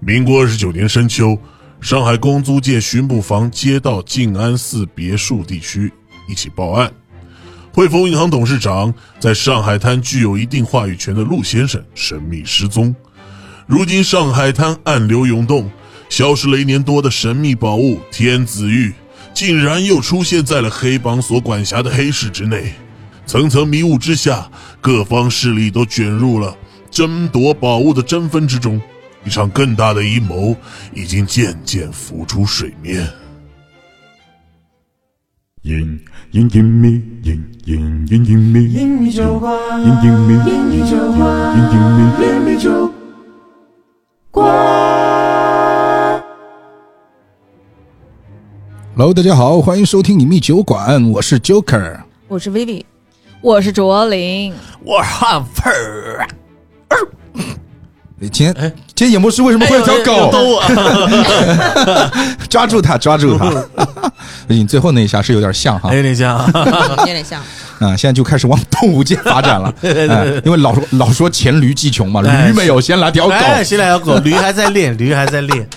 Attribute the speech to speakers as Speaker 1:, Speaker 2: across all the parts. Speaker 1: 民国二十九年深秋，上海公租界巡捕房接到静安寺别墅地区一起报案，汇丰银行董事长在上海滩具有一定话语权的陆先生神秘失踪。如今上海滩暗流涌动，消失了一年多的神秘宝物天子玉，竟然又出现在了黑帮所管辖的黑市之内。层层迷雾之下，各方势力都卷入了争夺宝物的争分之中。一场更大的阴谋已经渐渐浮出水面。
Speaker 2: 隐隐隐秘，隐隐隐隐秘，隐
Speaker 3: 英米酒馆，
Speaker 2: 隐秘，
Speaker 3: 英米酒馆，
Speaker 2: 隐隐秘。
Speaker 3: 英米酒馆，
Speaker 4: Hello，大家好，欢迎收听隐秘酒馆，我是 Joker。
Speaker 5: 我是 Vivi，我是卓林，
Speaker 6: 我汉味儿，啊
Speaker 4: 今天
Speaker 6: 哎
Speaker 4: 今天演播室为什么会有条
Speaker 6: 要
Speaker 4: 狗？
Speaker 6: 逗我。
Speaker 4: 抓住它，抓住它！ 你最后那一下是有点像哈
Speaker 6: 哎，有点像啊，
Speaker 5: 有点像。
Speaker 4: 啊，现在就开始往动物界发展 了。哎因为老说老说黔驴技穷嘛，
Speaker 6: 哎
Speaker 4: 驴没有，先来条狗。
Speaker 6: 哎，现在有狗，驴还在练，驴还在 练，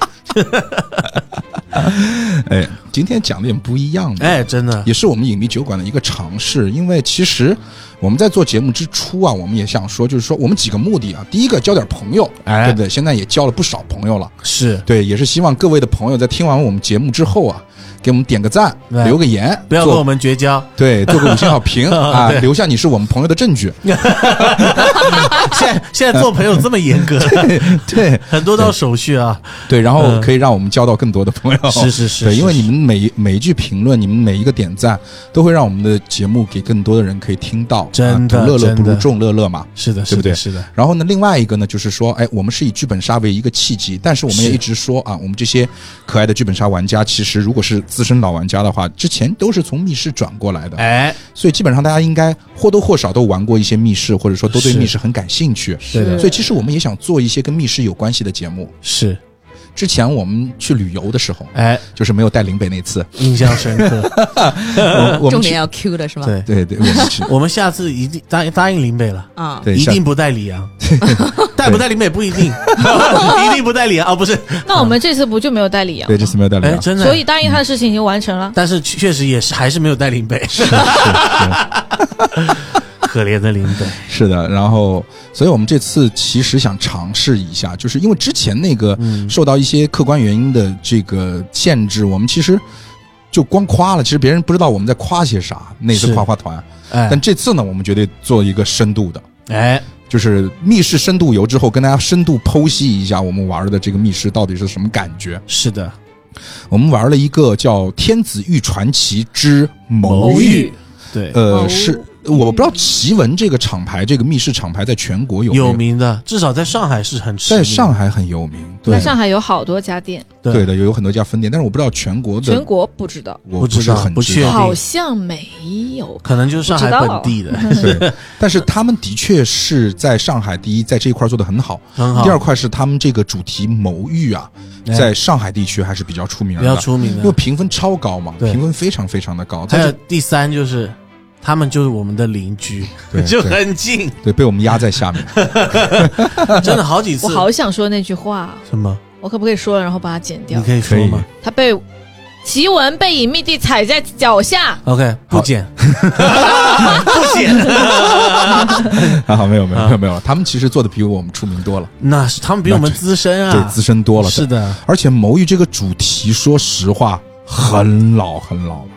Speaker 4: 哎，今天讲点不一样的。
Speaker 6: 哎，真的，
Speaker 4: 也是我们影迷酒馆的一个尝试。因为其实我们在做节目之初啊，我们也想说，就是说我们几个目的啊，第一个交点朋友，
Speaker 6: 哎
Speaker 4: 对不对？现在也交了不少朋友了，
Speaker 6: 是
Speaker 4: 对，也是希望各位的朋友在听完我们节目之后啊，给我们点个赞，
Speaker 6: 对
Speaker 4: 留个言，
Speaker 6: 不要跟
Speaker 4: 做
Speaker 6: 我们绝交，
Speaker 4: 对做个五星好评啊，
Speaker 6: 对
Speaker 4: 留下你是我们朋友的证 据。
Speaker 6: 现在现在做朋友这么严格，
Speaker 4: 对
Speaker 6: 很多道手续啊，
Speaker 4: 对，然后
Speaker 6: 嗯
Speaker 4: 可以让我们交到更多的朋友。
Speaker 6: 是是是
Speaker 4: 哦对，因为
Speaker 6: 是
Speaker 4: 你们每一每一句评论，你们每一个点赞，都会让我们的节目给更多的人可以听到。
Speaker 6: 真的
Speaker 4: 啊独乐乐
Speaker 6: 真
Speaker 4: 不如
Speaker 6: 的
Speaker 4: 众乐乐嘛。
Speaker 6: 是的，
Speaker 4: 对
Speaker 6: 是
Speaker 4: 不对
Speaker 6: 的，是的，
Speaker 4: 然后呢，另外一个呢，就是说，哎，我们是以剧本杀为一个契机，但是我们也
Speaker 6: 是
Speaker 4: 一直说啊，我们这些可爱的剧本杀玩家，其实如果是资深老玩家的话，之前都是从密室转过来的，
Speaker 6: 哎，
Speaker 4: 所以基本上大家应该或多或少都玩过一些密室，或者说都对
Speaker 6: 是
Speaker 4: 密室很感兴趣。
Speaker 6: 对的，
Speaker 4: 所以其实我们也想做一些跟密室有关系的节目。
Speaker 6: 是，
Speaker 4: 之前我们去旅游的时候，
Speaker 6: 哎，
Speaker 4: 就是没有带林北那 次，
Speaker 6: 印象 深刻，
Speaker 4: 我我
Speaker 5: 重
Speaker 4: 们
Speaker 5: 点
Speaker 4: 去，
Speaker 5: 要 Q 的是吧？
Speaker 6: 对，
Speaker 4: 对对，我们去，
Speaker 6: 我们下次一定答答应林北了。
Speaker 5: 啊，
Speaker 4: 对，
Speaker 6: 一
Speaker 4: 下
Speaker 6: 定不带李阳，带不带林北不 一定，一定不带李阳啊，不是，
Speaker 7: 那我们这次不就没有带李阳？
Speaker 4: 对这次没有带林
Speaker 6: 哎，
Speaker 4: 北。
Speaker 6: 真的，
Speaker 7: 嗯所以答应他的事情已经完成了。
Speaker 6: 但是确实也是还是没有带林北， 可怜的林北，
Speaker 4: 是的，然后，所以我们这次其实想尝试一下，就是因为之前那个
Speaker 6: 嗯
Speaker 4: 受到一些客观原因的这个限制，我们其实就光夸了，其实别人不知道我们在夸些啥，那次
Speaker 6: 是
Speaker 4: 夸夸团。
Speaker 6: 哎
Speaker 4: 但这次呢，我们决定做一个深度的，
Speaker 6: 哎，
Speaker 4: 就是密室深度游之后，跟大家深度剖析一下我们玩的这个密室到底是什么感觉。
Speaker 6: 是的，
Speaker 4: 我们玩了一个叫《天子玉传奇之谋域》，
Speaker 6: 对，
Speaker 4: 呃，
Speaker 5: 谋
Speaker 4: 是我不知道奇文这个厂牌，这个密室厂牌在全国有没有
Speaker 6: 有名的，至少在上海是很知
Speaker 4: 在
Speaker 6: 名的。
Speaker 4: 上海很有名，对
Speaker 7: 在上海有好多家店，
Speaker 6: 对
Speaker 4: 对的，有有很多家分店，但是我不知道全国的，
Speaker 7: 全国不知道，
Speaker 4: 我
Speaker 6: 不知
Speaker 4: 是
Speaker 6: 道
Speaker 4: 很
Speaker 6: 不确
Speaker 4: 道
Speaker 6: 定
Speaker 7: 好像没有。
Speaker 6: 可能就是上海本地的，
Speaker 4: 对，但是他们的确是在上海第一，在这一块做的很好。
Speaker 6: 很好。
Speaker 4: 第二块是他们这个主题谋域啊，
Speaker 6: 哎
Speaker 4: 在上海地区还是比较出名
Speaker 6: 比较
Speaker 4: 的，
Speaker 6: 出名
Speaker 4: 因为
Speaker 6: 的，
Speaker 4: 评分超高嘛，
Speaker 6: 对
Speaker 4: 评分非常非常的高。
Speaker 6: 还
Speaker 4: 但
Speaker 6: 有
Speaker 4: 是
Speaker 6: 第三就是他们就是我们的邻居
Speaker 4: 对，
Speaker 6: 就
Speaker 4: 对
Speaker 6: 很近，
Speaker 4: 对被我们压在下 面，
Speaker 6: 真的好几次
Speaker 7: 我。好想说那句话，啊
Speaker 6: 什么？
Speaker 7: 我可不可以说了，然后把它剪
Speaker 6: 你
Speaker 7: 掉？
Speaker 6: 可以说吗
Speaker 7: 他被奇文被隐秘地踩在脚下，
Speaker 6: ？OK，不 剪，不剪。
Speaker 4: 啊，没有没有没有没有，他们其实做的比我们出名多了，
Speaker 6: 那是他们比我们资深
Speaker 4: 对，
Speaker 6: 啊，
Speaker 4: 资深多了。
Speaker 6: 是的，
Speaker 4: 而且谋域这个主题，说实话很老很老了。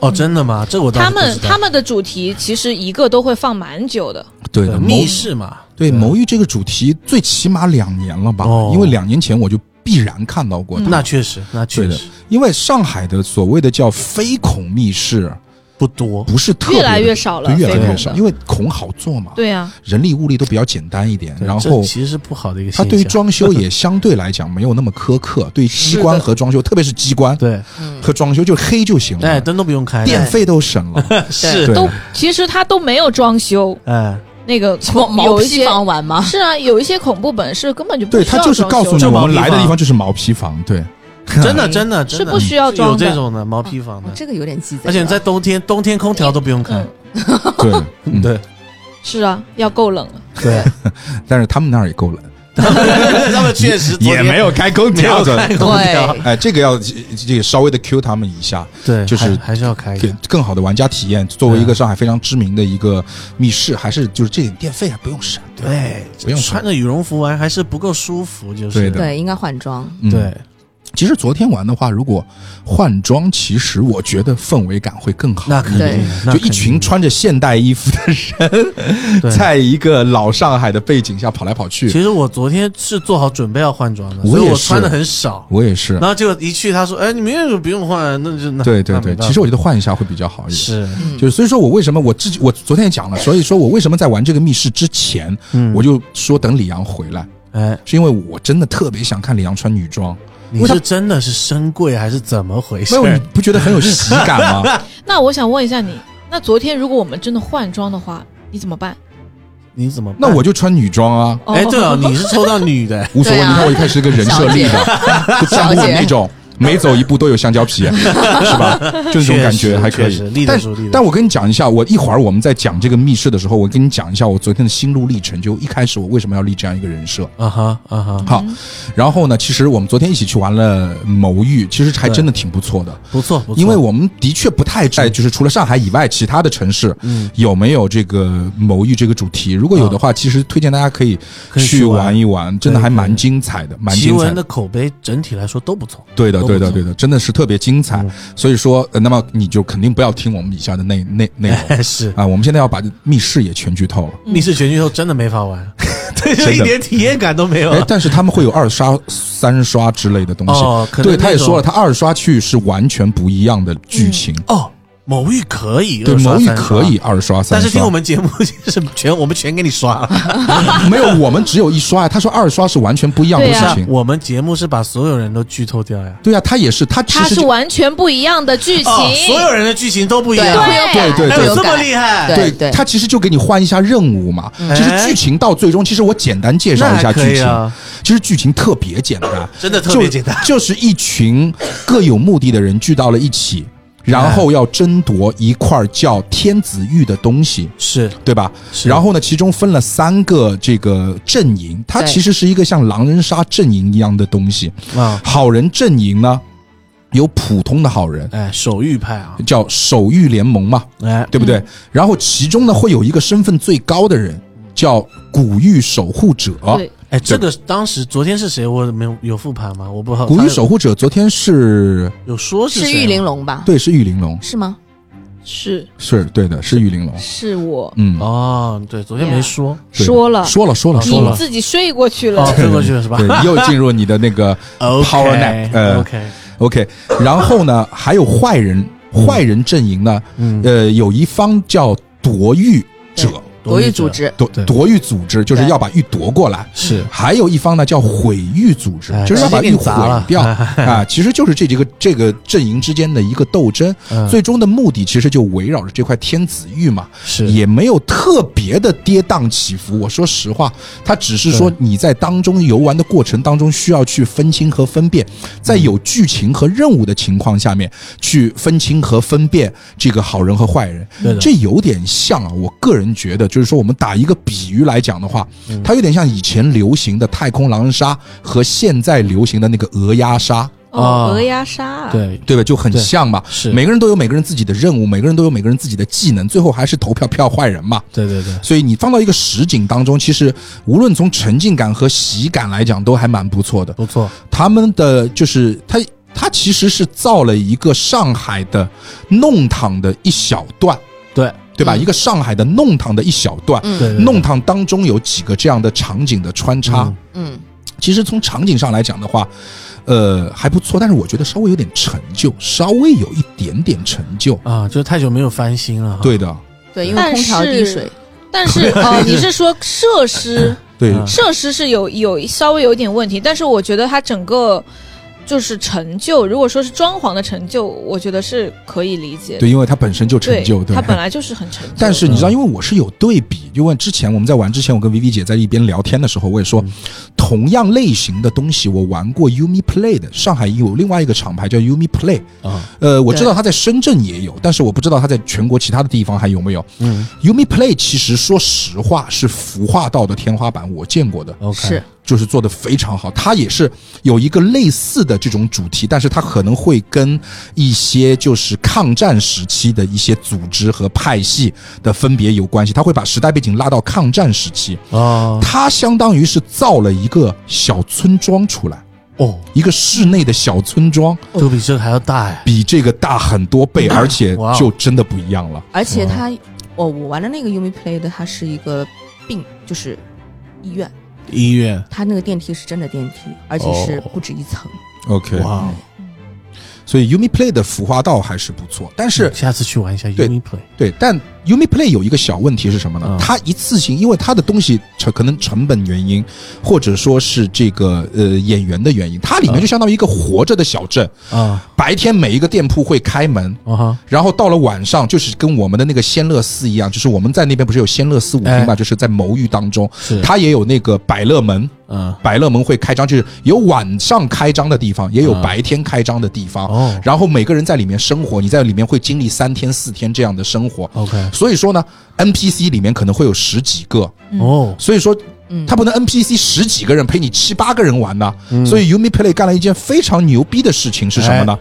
Speaker 6: 哦，真的吗？这我倒
Speaker 7: 他
Speaker 6: 是不
Speaker 7: 们
Speaker 6: 知道
Speaker 7: 他们的主题其实一个都会放蛮久的，
Speaker 4: 对的，谋
Speaker 6: 密室嘛，
Speaker 4: 对谋域这个主题，最起码两年了吧？
Speaker 6: 哦
Speaker 4: 因为两年前我就必然看到
Speaker 7: 嗯
Speaker 4: 过它。
Speaker 6: 那确实，那
Speaker 4: 对
Speaker 6: 确
Speaker 4: 的
Speaker 6: 实，
Speaker 4: 因为上海的所谓的叫非孔密室，
Speaker 6: 不多。
Speaker 4: 不是特别
Speaker 7: 越来越少了
Speaker 4: 对越来
Speaker 7: 非
Speaker 4: 越
Speaker 7: 孔
Speaker 4: 少，
Speaker 7: 的
Speaker 4: 因为孔好做嘛，
Speaker 7: 对啊呀、
Speaker 4: 人力物力都比较简单一点，
Speaker 6: 对
Speaker 4: 然
Speaker 6: 这
Speaker 4: 后。
Speaker 6: 其实是不好的一个现
Speaker 4: 它
Speaker 6: 象。
Speaker 4: 对于装修也相对来讲没有那么苛刻，对机关和装修，特别是机关
Speaker 6: 对，
Speaker 4: 和装修，就黑就行
Speaker 6: 哎，
Speaker 4: 了，
Speaker 6: 灯都不用开，
Speaker 4: 电费都省了。
Speaker 6: 是
Speaker 4: 对
Speaker 7: 都其实他都没有装修，
Speaker 6: 哎，
Speaker 7: 那个
Speaker 5: 什么毛
Speaker 7: 有一
Speaker 5: 坯
Speaker 7: 些
Speaker 5: 房玩吗？
Speaker 7: 是啊，有一些恐怖本是根本就不
Speaker 4: 对，
Speaker 7: 需
Speaker 4: 它
Speaker 7: 要
Speaker 4: 就是
Speaker 7: 装
Speaker 4: 告诉
Speaker 7: 修
Speaker 4: 你，
Speaker 7: 的
Speaker 6: 就
Speaker 4: 我
Speaker 6: 毛
Speaker 4: 们
Speaker 6: 坯
Speaker 4: 来的
Speaker 6: 房
Speaker 4: 地方就是毛坯房，对，
Speaker 6: 真
Speaker 4: 嗯
Speaker 6: 的真的真
Speaker 7: 是
Speaker 6: 的
Speaker 7: 不需要
Speaker 6: 有
Speaker 7: 装
Speaker 6: 这
Speaker 7: 的。哦
Speaker 6: 种的毛坯房
Speaker 5: 我
Speaker 6: 的，
Speaker 5: 这个有点记得，
Speaker 6: 而且在冬天，冬天空调都不用开。
Speaker 4: 对，嗯
Speaker 6: 对
Speaker 7: 是啊，要够冷了。
Speaker 6: 对，
Speaker 4: 但是他们那儿也够冷。
Speaker 6: 他们确实昨天
Speaker 4: 有开空
Speaker 6: 没有
Speaker 4: 的。
Speaker 6: 开空调
Speaker 5: 对，
Speaker 4: 哎，这个要这个稍微的 Q 他们一下，
Speaker 6: 对，
Speaker 4: 就是
Speaker 6: 还还是要开一
Speaker 4: 给
Speaker 6: 下。
Speaker 4: 更好的玩家体验。作为
Speaker 6: 哎对啊
Speaker 4: 一个上海非常知名的一个密室，还是就是这点电费还不用省，对吧
Speaker 6: 对，
Speaker 4: 不用
Speaker 6: 穿着羽绒服玩还是不够舒服，就是
Speaker 4: 对的
Speaker 5: 对，应该换装。
Speaker 4: 嗯
Speaker 6: 对，
Speaker 4: 其实昨天玩的话，如果换装，其实我觉得氛围感会更好。
Speaker 6: 那肯
Speaker 5: 对
Speaker 6: 定，
Speaker 4: 就
Speaker 6: 那肯定
Speaker 4: 一群穿着现代衣服的
Speaker 6: 对
Speaker 4: 人，在一个老上海的背景下跑来跑去。
Speaker 6: 其实我昨天是做好准备要换装的，
Speaker 4: 我
Speaker 6: 所以
Speaker 4: 也
Speaker 6: 我
Speaker 4: 是
Speaker 6: 穿的很少。
Speaker 4: 我也是，
Speaker 6: 然后结果一去，他说：“哎，你明天就不用换，那就那
Speaker 4: 对对
Speaker 6: 那没
Speaker 4: 对，
Speaker 6: 办法
Speaker 4: 其实我觉得换一下会比较好一点。
Speaker 6: 是
Speaker 4: 就是所以说我为什么我自己我昨天也讲了，所以说我为什么在玩这个密室之前，
Speaker 6: 嗯
Speaker 4: 我就说等李阳回来，
Speaker 6: 哎，
Speaker 4: 是因为我真的特别想看李阳穿女装，因
Speaker 6: 你
Speaker 4: 为他
Speaker 6: 是真的是深贵还是怎么回
Speaker 4: 没
Speaker 6: 事？
Speaker 4: 有你不觉得很有喜感 吗？
Speaker 7: 那我想问一下你，那昨天如果我们真的换装的话，你怎么办？
Speaker 6: 你怎么办？
Speaker 4: 那我就穿女装啊，
Speaker 7: 哦
Speaker 6: 哎，对哦，你是抽到女的，
Speaker 4: 无所谓。
Speaker 5: 对啊
Speaker 4: 你看我一开始是个人
Speaker 6: 啊
Speaker 4: 设立 的，就像我那种每走一步都有香蕉皮， 是吧？就这种感觉还可
Speaker 6: 确实
Speaker 4: 以。
Speaker 6: 立得
Speaker 4: 但
Speaker 6: 住立得住
Speaker 4: 但我跟你讲一下，我一会儿我们在讲这个密室的时候，我跟你讲一下我昨天的心路历程，就一开始我为什么要立这样一个人设。
Speaker 6: 啊哈啊哈，
Speaker 4: 好，然后呢？其实我们昨天一起去玩了谋域，其实还真的挺不错的，
Speaker 6: 不错不错，
Speaker 4: 因为我们的确不太在，就是除了上海以外，其他的城市
Speaker 6: 嗯
Speaker 4: 有没有这个谋域这个主题？如果有的话，其实推荐大家可以
Speaker 6: 可以去
Speaker 4: 去玩
Speaker 6: 玩
Speaker 4: 一玩，真的
Speaker 6: 对
Speaker 4: 还
Speaker 6: 对
Speaker 4: 蛮精彩的，蛮
Speaker 6: 奇
Speaker 4: 精彩
Speaker 6: 文的口碑整体来说都不错，
Speaker 4: 对的，
Speaker 6: 都不嗯
Speaker 4: 对的，
Speaker 6: 错
Speaker 4: 对的，真的是特别精彩。所以说，呃那么你就肯定不要听我们以下的内内内容
Speaker 6: 哎是。
Speaker 4: 啊！我们现在要把密室也全剧 透了。
Speaker 6: 密室全剧透真的没法 玩，对，就
Speaker 4: 真
Speaker 6: 一
Speaker 4: 的
Speaker 6: 点体验感都 没有
Speaker 4: 哎，。但是他们会有二刷、三刷之类的东西。
Speaker 6: 哦可能
Speaker 4: 对，
Speaker 6: 那
Speaker 4: 他也
Speaker 6: 种
Speaker 4: 说了，他二刷去是完全不一样的剧情。
Speaker 6: 哦，某玉可以，
Speaker 4: 对，
Speaker 6: 二刷
Speaker 4: 魔域
Speaker 6: 三刷
Speaker 4: 可以，二刷、三刷，
Speaker 6: 但是听我们 节目就是全我们全给你刷 了。
Speaker 4: 没有，我们只有一刷呀。他说二刷是完全不一样的
Speaker 7: 对
Speaker 4: 事
Speaker 7: 呀
Speaker 4: 情。
Speaker 6: 我们节目是把所有人都剧透掉呀，
Speaker 4: 对呀、他也是，他其
Speaker 7: 它
Speaker 4: 实
Speaker 7: 是
Speaker 4: 就啊
Speaker 7: 完全不一样的剧情，
Speaker 6: 哦，所有人的剧情都不一
Speaker 5: 对
Speaker 6: 样，
Speaker 5: 会有
Speaker 7: 对
Speaker 5: 改
Speaker 4: 对
Speaker 6: 哎
Speaker 5: 会
Speaker 6: 呦，
Speaker 5: 有
Speaker 6: 这么
Speaker 5: 改
Speaker 6: 厉害，
Speaker 5: 对
Speaker 4: 他其实就给你换一下任务嘛。其实剧情到最终，其实我简单介绍
Speaker 6: 嗯那
Speaker 4: 一下
Speaker 6: 还可
Speaker 4: 剧
Speaker 6: 以
Speaker 4: 情。
Speaker 6: 啊，
Speaker 4: 其实剧情特别简单，
Speaker 6: 真的特别简单。
Speaker 4: 就，就是一群各有目的的人聚到了一 起，
Speaker 6: 嗯
Speaker 4: 然后要争夺一块叫天子玉的东西，
Speaker 6: 是，
Speaker 4: 对吧？
Speaker 6: 是
Speaker 4: 然后呢，其中分了三个这个阵营，它
Speaker 5: 对
Speaker 4: 其实是一个像狼人杀阵营一样的东西。
Speaker 6: 啊，
Speaker 4: 好人阵营呢，有普通的好人，
Speaker 6: 哎，手玉派啊，
Speaker 4: 叫手玉联盟嘛，
Speaker 6: 哎，
Speaker 4: 对不
Speaker 7: 嗯
Speaker 4: 对？然后其中呢，会有一个身份最高的人，叫古玉守护者。
Speaker 7: 对
Speaker 6: 哎，这个当时昨天是谁？我没有有复盘吗？我不好。
Speaker 4: 古玉
Speaker 6: 他
Speaker 4: 守护者昨天是
Speaker 6: 有说是
Speaker 5: 是
Speaker 6: 谁啊
Speaker 5: 玉
Speaker 6: 吗
Speaker 5: 玲珑吧？
Speaker 4: 对，是玉玲珑，
Speaker 5: 是吗？
Speaker 7: 是
Speaker 4: 是对的，是玉玲珑。
Speaker 7: 是我
Speaker 4: 嗯，
Speaker 6: 哦，对，昨天没说，
Speaker 4: 对
Speaker 7: 说了，嗯
Speaker 4: 说了，说了，啊说
Speaker 7: 你
Speaker 4: 了。
Speaker 7: 自己睡过去了
Speaker 6: 哦，，飞过去了是吧？
Speaker 4: 对， 又进入你的那 个 power nap，呃
Speaker 6: OK，
Speaker 4: ，OK。然后呢，还有坏人，坏人阵营呢，
Speaker 6: 嗯，
Speaker 4: 呃，有一方叫夺玉者，
Speaker 5: 国玉组织，
Speaker 4: 夺
Speaker 6: 对
Speaker 4: 夺玉组织，就是
Speaker 5: 对
Speaker 4: 要把玉夺过来。
Speaker 6: 是
Speaker 4: 还有一方呢叫毁玉组织
Speaker 6: 哎，
Speaker 4: 就是要把玉
Speaker 6: 直接给你砸了
Speaker 4: 毁 掉啊。其实就是这几个这个阵营之间的一个斗争，
Speaker 6: 嗯
Speaker 4: 最终的目的其实就围绕着这块天子玉嘛。
Speaker 6: 是
Speaker 4: 也没有特别的跌宕起伏。我说实话，它只是说
Speaker 6: 对
Speaker 4: 你在当中游玩的过程当中，需要去分清和分辨，
Speaker 6: 嗯
Speaker 4: 在有剧情和任务的情况下面，去分清和分辨这个好人和坏人
Speaker 6: 对的。
Speaker 4: 这有点像啊，我个人觉得，就是说我们打一个比喻来讲的话，
Speaker 6: 嗯
Speaker 4: 它有点像以前流行的太空狼人杀和现在流行的那个鹅鸭杀。
Speaker 6: 啊
Speaker 7: 哦，鹅鸭杀啊，
Speaker 6: 对
Speaker 4: 对吧？就很
Speaker 6: 对
Speaker 4: 像嘛，
Speaker 6: 是
Speaker 4: 每个人都有每个人自己的任务，每个人都有每个人自己的技能，最后还是投票票坏人嘛。
Speaker 6: 对对对，
Speaker 4: 所以你放到一个实景当中，其实无论从沉浸感和喜感来讲，都还蛮不错的。
Speaker 6: 不错，
Speaker 4: 他们的就是他，他其实是造了一个上海的弄堂的一小段，
Speaker 6: 对
Speaker 4: 对吧？一个上海的弄堂的一小段，
Speaker 5: 嗯
Speaker 6: 对，
Speaker 4: 弄堂当中有几个这样的场景的穿插。
Speaker 6: 嗯
Speaker 5: 嗯，
Speaker 4: 其实从场景上来讲的话，呃，还不错，但是我觉得稍微有点陈旧，稍微有一点点陈旧。
Speaker 6: 啊，就是太久没有翻新了，
Speaker 4: 对，的，
Speaker 5: 对，因为
Speaker 7: 但
Speaker 5: 空调
Speaker 7: 是
Speaker 5: 滴水，
Speaker 7: 但是哦，你是说设施？
Speaker 4: 对，
Speaker 6: 嗯
Speaker 7: 设施是有有稍微有一点问题，但是我觉得它整个就是陈旧，如果说是装潢的陈旧，我觉得是可以理解的。
Speaker 4: 对，因为它本身就陈旧，对，
Speaker 7: 它本来就是嗯很陈旧。
Speaker 4: 但是你知道，因为我是有对比，因为之前我们在玩之前，我跟 Vivi 姐在一边聊天的时候，我也
Speaker 6: 嗯
Speaker 4: 说，同样类型的东西，我玩过 Umi Play 的，上海有另外一个厂牌叫 Umi Play，
Speaker 6: 啊，
Speaker 4: 呃，我知道它在深圳也有，但是我不知道它在全国其他的地方还有没有。
Speaker 6: 嗯
Speaker 4: Umi Play 其实说实话是孵化道的天花板，我见过的。
Speaker 6: ，OK，
Speaker 5: 是
Speaker 4: 就是做的非常好。它也是有一个类似的这种主题，但是它可能会跟一些就是抗战时期的一些组织和派系的分别有关系。它会把时代背景拉到抗战时期，
Speaker 6: 啊，
Speaker 4: 它相当于是造了一个小村庄出来，
Speaker 6: 哦，
Speaker 4: 一个室内的小村庄，
Speaker 6: 这比这个还要大呀！
Speaker 4: 比这个大很多倍，而且
Speaker 6: 哇哦
Speaker 4: 就真的不一样了。
Speaker 3: 而且它，我我玩的那个 Umi Play 的，它是一个病，就是医院，
Speaker 6: 医院，
Speaker 3: 它那个电梯是真的电梯，而且是
Speaker 6: 哦
Speaker 3: 不止一层。
Speaker 4: OK，
Speaker 6: 哇，哦
Speaker 4: 所以 Umi Play 的孵化道还是不错，但是
Speaker 6: 下次去玩一下
Speaker 4: 对
Speaker 6: UniPlay，
Speaker 4: 对，但 Umi Play 有一个小问题是什么呢？
Speaker 6: 嗯
Speaker 4: 它一次性，因为它的东西成可能成本原因，或者说是这个呃演员的原因，它里面就相当于一个活着的小镇，
Speaker 6: 啊
Speaker 4: 白天每一个店铺会开门。
Speaker 6: 啊哈，
Speaker 4: 然后到了晚上，就是跟我们的那个仙乐寺一样，就是我们在那边不是有仙乐寺舞厅嘛，
Speaker 6: 哎
Speaker 4: 就是在谋域当中，
Speaker 6: 是
Speaker 4: 它也有那个百乐门，
Speaker 6: 啊
Speaker 4: 百乐门会开张，就是有晚上开张的地方，也有
Speaker 6: 啊
Speaker 4: 白天开张的地方。
Speaker 6: 哦
Speaker 4: 然后每个人在里面生活，你在里面会经历三天四天这样的生活。
Speaker 6: ，OK，
Speaker 4: 所以说呢，NPC 里面可能会有十几个，
Speaker 6: 哦，
Speaker 4: 所以说
Speaker 3: 嗯，
Speaker 4: 他不能 NPC 十几个人陪你七八个人玩呐。所以 Umi Play 干了一件非常牛逼的事情是什么呢？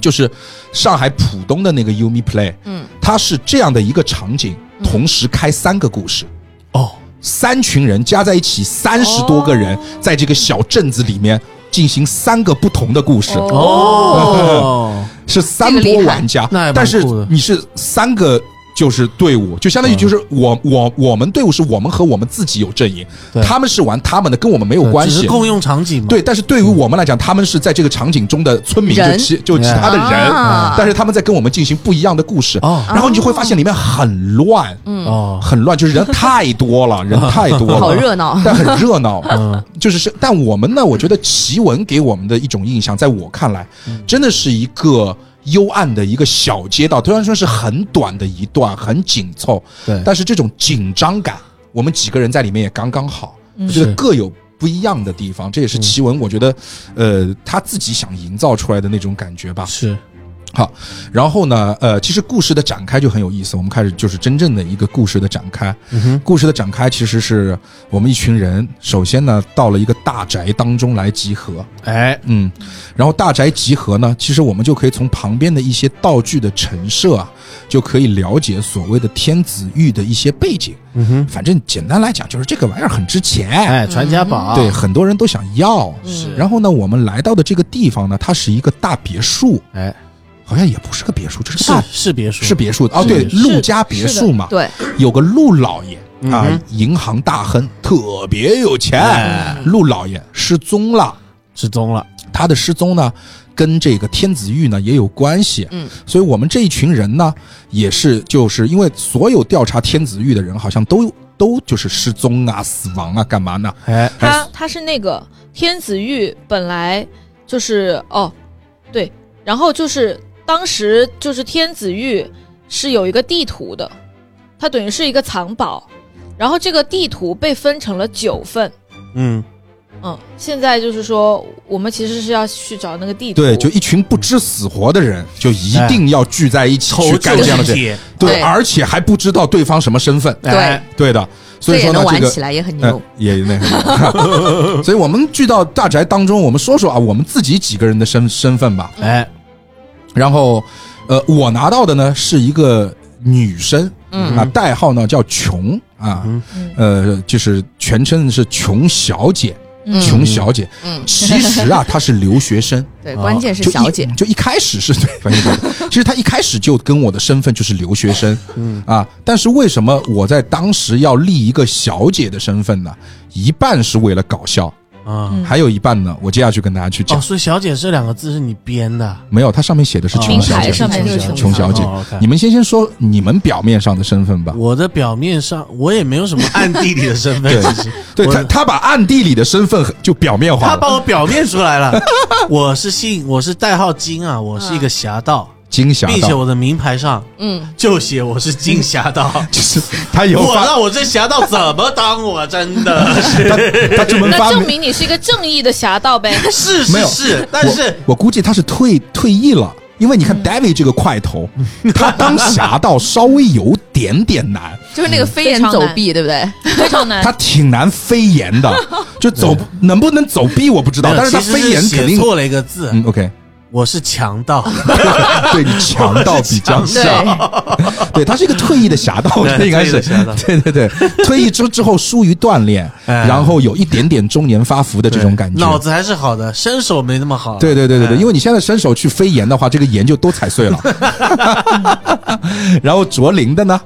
Speaker 4: 就是上海浦东的那个 Umi Play，
Speaker 3: 嗯，
Speaker 4: 它是这样的一个场景，同时开三个故事。
Speaker 6: 哦，
Speaker 4: 三群人加在一起三十多个
Speaker 3: 哦
Speaker 4: 人，在这个小镇子里面进行三个不同的故事，
Speaker 7: 哦
Speaker 6: 哦，
Speaker 4: 是三
Speaker 3: 这
Speaker 4: 波
Speaker 3: 个厉害
Speaker 4: 玩家
Speaker 6: 那还，蛮
Speaker 4: 但是
Speaker 6: 酷的嗯
Speaker 4: 你是三个。就是队伍，就相当于就是我、我我们队伍是我们和我们自己有阵营
Speaker 6: 对，
Speaker 4: 他们是玩他们的，跟我们 没有关
Speaker 6: 只
Speaker 4: 系
Speaker 6: 是。共嗯用场景嘛，
Speaker 4: 对，但是对于我们来讲，他们是在这个场景中的村民，就
Speaker 3: 人
Speaker 4: 其就其他的人，
Speaker 3: 啊
Speaker 4: 但是他们在跟我们进行不一样的故事，
Speaker 6: 哦
Speaker 4: 然后你就会发现里面很乱，
Speaker 6: 哦，
Speaker 4: 很乱，就是人太多了，人太多了，
Speaker 3: 嗯好热闹。
Speaker 4: 但很 热闹，
Speaker 6: 嗯
Speaker 4: 就是是，但我们呢，我觉得奇闻给我们的一种印象，在我看来，
Speaker 6: 嗯
Speaker 4: 真的是一个幽暗的一个小街道，虽然说是很短的一段，很紧凑，
Speaker 6: 对
Speaker 4: 但是这种紧张感，我们几个人在里面也刚刚好，我觉得
Speaker 6: 嗯是嗯
Speaker 4: 各有。不一样的地方，这也是奇闻，我觉得，呃，他自己想营造出来的那种感觉吧。
Speaker 6: 是
Speaker 4: 好，然后呢，呃，其实故事的展开就很有意思。我们开始就是真正的一个故事的展开。故事的展开其实是我们一群人，首先呢到了一个大宅当中来集合，
Speaker 6: 哎，
Speaker 4: 嗯，然后大宅集合呢，其实我们就可以从旁边的一些道具的陈设啊，就可以了解所谓的天子玉的一些背景。
Speaker 6: 嗯哼，
Speaker 4: 反正简单来讲，就是这个玩意儿很值钱，
Speaker 6: 哎，传家宝，
Speaker 4: 对，，很多人都想要。
Speaker 3: 是
Speaker 4: 然后呢，我们来到的这个地方呢，它是一个大别墅。
Speaker 6: 哎，
Speaker 4: 好像也不是个别墅，这是
Speaker 6: 是
Speaker 4: 个大
Speaker 6: 是啊别墅，
Speaker 4: 是别墅哦，对，
Speaker 6: 是
Speaker 4: 陆家别墅嘛，
Speaker 3: 对，
Speaker 4: 有个陆老爷啊
Speaker 6: 嗯哼，
Speaker 4: 银行大亨，特别有
Speaker 6: 哎
Speaker 3: 嗯
Speaker 4: 钱。陆老爷失踪了，
Speaker 6: 失踪了，
Speaker 4: 他的失踪呢，跟这个天子玉呢也有关系。
Speaker 3: 嗯，
Speaker 4: 所以我们这一群人呢，也是就是因为所有调查天子玉的人，好像都都就是失踪啊、死亡啊、干嘛呢？
Speaker 6: 哎，
Speaker 7: 他他是那个天子玉，本来就是哦，对，然后就是当时就是天子玉是有一个地图的，它等于是一个藏宝，然后这个地图被分成了九份，
Speaker 6: 嗯，
Speaker 7: 嗯，现在就是说我们其实是要去找那个地图，
Speaker 4: 对，就一群不知死活的人，就一
Speaker 6: 哎
Speaker 4: 定要聚在一起去
Speaker 6: 头
Speaker 4: 干这样的事。
Speaker 6: 铁，
Speaker 4: 对，
Speaker 3: 哎对
Speaker 4: 而且还不知道对方什么身份。
Speaker 6: 哎，
Speaker 4: 对的，所以
Speaker 3: 这也
Speaker 4: 说呢
Speaker 3: 能，
Speaker 4: 这
Speaker 3: 玩
Speaker 4: 个
Speaker 3: 起来也很牛
Speaker 4: 嗯，， 也那个， 所以我们聚到大宅当中，我们说说啊，我们自己几个人的身身份吧。
Speaker 6: 哎，
Speaker 4: 然后，呃，我拿到的呢是一个女生，
Speaker 3: 嗯
Speaker 4: 啊，代号呢叫琼啊，呃，就是全称是琼小姐，
Speaker 7: 嗯
Speaker 4: 琼小姐。
Speaker 3: 嗯，
Speaker 4: 其实啊，她是留学生，
Speaker 3: 对，关键是
Speaker 4: 啊就一
Speaker 3: 小姐，
Speaker 4: 就一开始是对， 反正就是其实她一开始就跟我的身份就是留学生，嗯啊，但是为什么我在当时要立一个小姐的身份呢？一半是为了搞笑。
Speaker 6: 啊，
Speaker 4: 还有一半呢，我接下去跟大家去讲。
Speaker 6: 哦，所以“小姐”这两个字是你编的，
Speaker 4: 没有，它上面写的是
Speaker 6: 哦
Speaker 4: 琼小
Speaker 7: 名
Speaker 4: 姐，
Speaker 7: 牌上面就是
Speaker 4: 琼
Speaker 3: 琼
Speaker 4: 小
Speaker 3: 小
Speaker 4: 姐
Speaker 3: 姐。
Speaker 6: 哦，OK
Speaker 4: 你们先先说你们表面上的身份吧。
Speaker 6: 我的表面上我也没有什 么暗地里的身份，
Speaker 4: 对
Speaker 6: 其实
Speaker 4: 对
Speaker 6: 我
Speaker 4: 他，他把暗地里的身份就表面化
Speaker 6: 他
Speaker 4: 了。
Speaker 6: 把我表面出来了。我是姓，我是代号金啊，我是一个侠盗，
Speaker 4: 金霞
Speaker 6: 并且
Speaker 4: 道，
Speaker 6: 我的名牌上
Speaker 3: 嗯，
Speaker 6: 就写我是金侠盗。
Speaker 4: 就是他以后
Speaker 6: 我
Speaker 4: 发
Speaker 6: 让我这侠盗怎么当我？真的是
Speaker 4: 他专门
Speaker 7: 那
Speaker 4: 发
Speaker 7: 证
Speaker 4: 明，
Speaker 7: 明你是一个正义的侠盗呗，
Speaker 6: 是
Speaker 4: 没有
Speaker 6: 是是，但是
Speaker 4: 我我估计他是退退役了。因为你看 David 这个块头，他当侠盗稍微有点点难，
Speaker 3: 就是那个飞檐走壁，对不对？
Speaker 7: 非 常难
Speaker 4: 它。挺难飞檐的，就走不能不能走壁我不知道，
Speaker 6: 没有
Speaker 4: 但是它
Speaker 6: 其实
Speaker 4: 飞檐肯
Speaker 6: 写
Speaker 4: 定。
Speaker 6: 错了一个字，
Speaker 4: 嗯，OK，
Speaker 6: 我是强盗，
Speaker 4: 对你强盗比较
Speaker 3: 对
Speaker 4: 像，， 对他是一个退役的侠盗，我觉得 应该是
Speaker 6: 对退役的侠盗，
Speaker 4: 对对对，退役之之后疏于锻炼，
Speaker 6: 哎
Speaker 4: 然后有一点点中年发福的这种感觉，
Speaker 6: 脑子还是好的，身手没那么好。
Speaker 4: 对对对对对，
Speaker 6: 哎
Speaker 4: 因为你现在伸手去飞檐的话，这个檐就都踩碎 了。然后卓林的呢，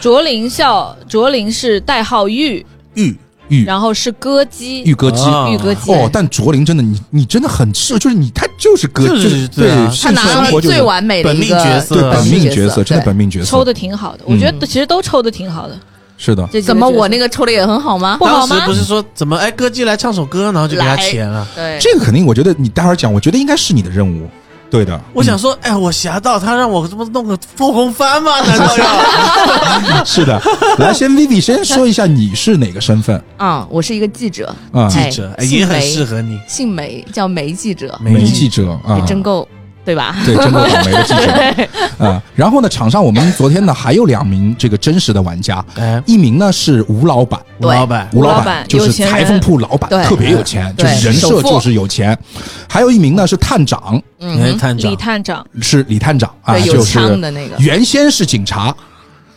Speaker 7: 卓林笑，卓林是代号玉，
Speaker 6: 玉
Speaker 4: 玉
Speaker 7: 然后是歌姬，
Speaker 4: 玉歌姬。
Speaker 6: 啊
Speaker 7: 玉歌姬。
Speaker 4: 哦，但卓林真的，你你真的很适合，就是你他就是歌，
Speaker 6: 就是
Speaker 4: 是
Speaker 6: 对啊
Speaker 4: 是
Speaker 3: 他 拿
Speaker 4: 生
Speaker 3: 到
Speaker 4: 活
Speaker 3: 了
Speaker 4: 就是
Speaker 3: 最完美的一个
Speaker 6: 本命角色
Speaker 4: 对本命
Speaker 3: 角
Speaker 4: 角色，真的本命角色，
Speaker 7: 抽的挺好的，我觉
Speaker 6: 嗯
Speaker 7: 得其实都抽的挺好的。
Speaker 4: 是的，
Speaker 7: 这
Speaker 3: 对怎么我
Speaker 7: 那
Speaker 3: 那个抽的也很好吗？
Speaker 7: 不好
Speaker 6: 当时
Speaker 7: 吗
Speaker 6: 不？是说怎么哎歌姬来唱首歌，然后就给他钱
Speaker 4: 啊
Speaker 6: 啊了。
Speaker 3: 对，
Speaker 4: 这个肯定，我觉得你待会儿讲，我觉得应该是你的任务，对的。
Speaker 6: 我想说，哎，我侠盗，他让我这么弄个后空翻吗？难道要？
Speaker 4: 嗯是的，来先 Vivi 先说一下你是哪个身份
Speaker 3: 啊，我是一个记者，
Speaker 4: 啊？
Speaker 3: 哎
Speaker 6: 记者哎
Speaker 3: 姓
Speaker 6: 也很
Speaker 3: 梅
Speaker 6: 适合你，
Speaker 3: 姓梅，叫梅记者，
Speaker 4: 媒记者啊
Speaker 3: 哎也，真够对吧？
Speaker 4: 对，真够倒霉的记者啊。然后呢，场上我们昨天呢还有两名这个真实的玩家，
Speaker 6: 哎，
Speaker 4: 一名呢是吴老板，
Speaker 6: 吴老板
Speaker 4: 吴
Speaker 7: 老
Speaker 4: 老
Speaker 7: 板
Speaker 4: 板就
Speaker 7: 有
Speaker 4: 是
Speaker 7: 钱
Speaker 4: 裁
Speaker 7: 人
Speaker 4: 缝铺老板，
Speaker 3: 对
Speaker 4: 特别有钱，就
Speaker 3: 对
Speaker 4: 是人
Speaker 3: 首
Speaker 4: 设
Speaker 3: 富
Speaker 4: 就是有钱。还有一名呢是探长，
Speaker 3: 嗯
Speaker 6: 哎
Speaker 3: 哼，
Speaker 6: 探长
Speaker 7: 李，探长，
Speaker 4: 是李探长啊，
Speaker 3: 对，有
Speaker 4: 就是
Speaker 3: 枪的那个，
Speaker 4: 原先是警察，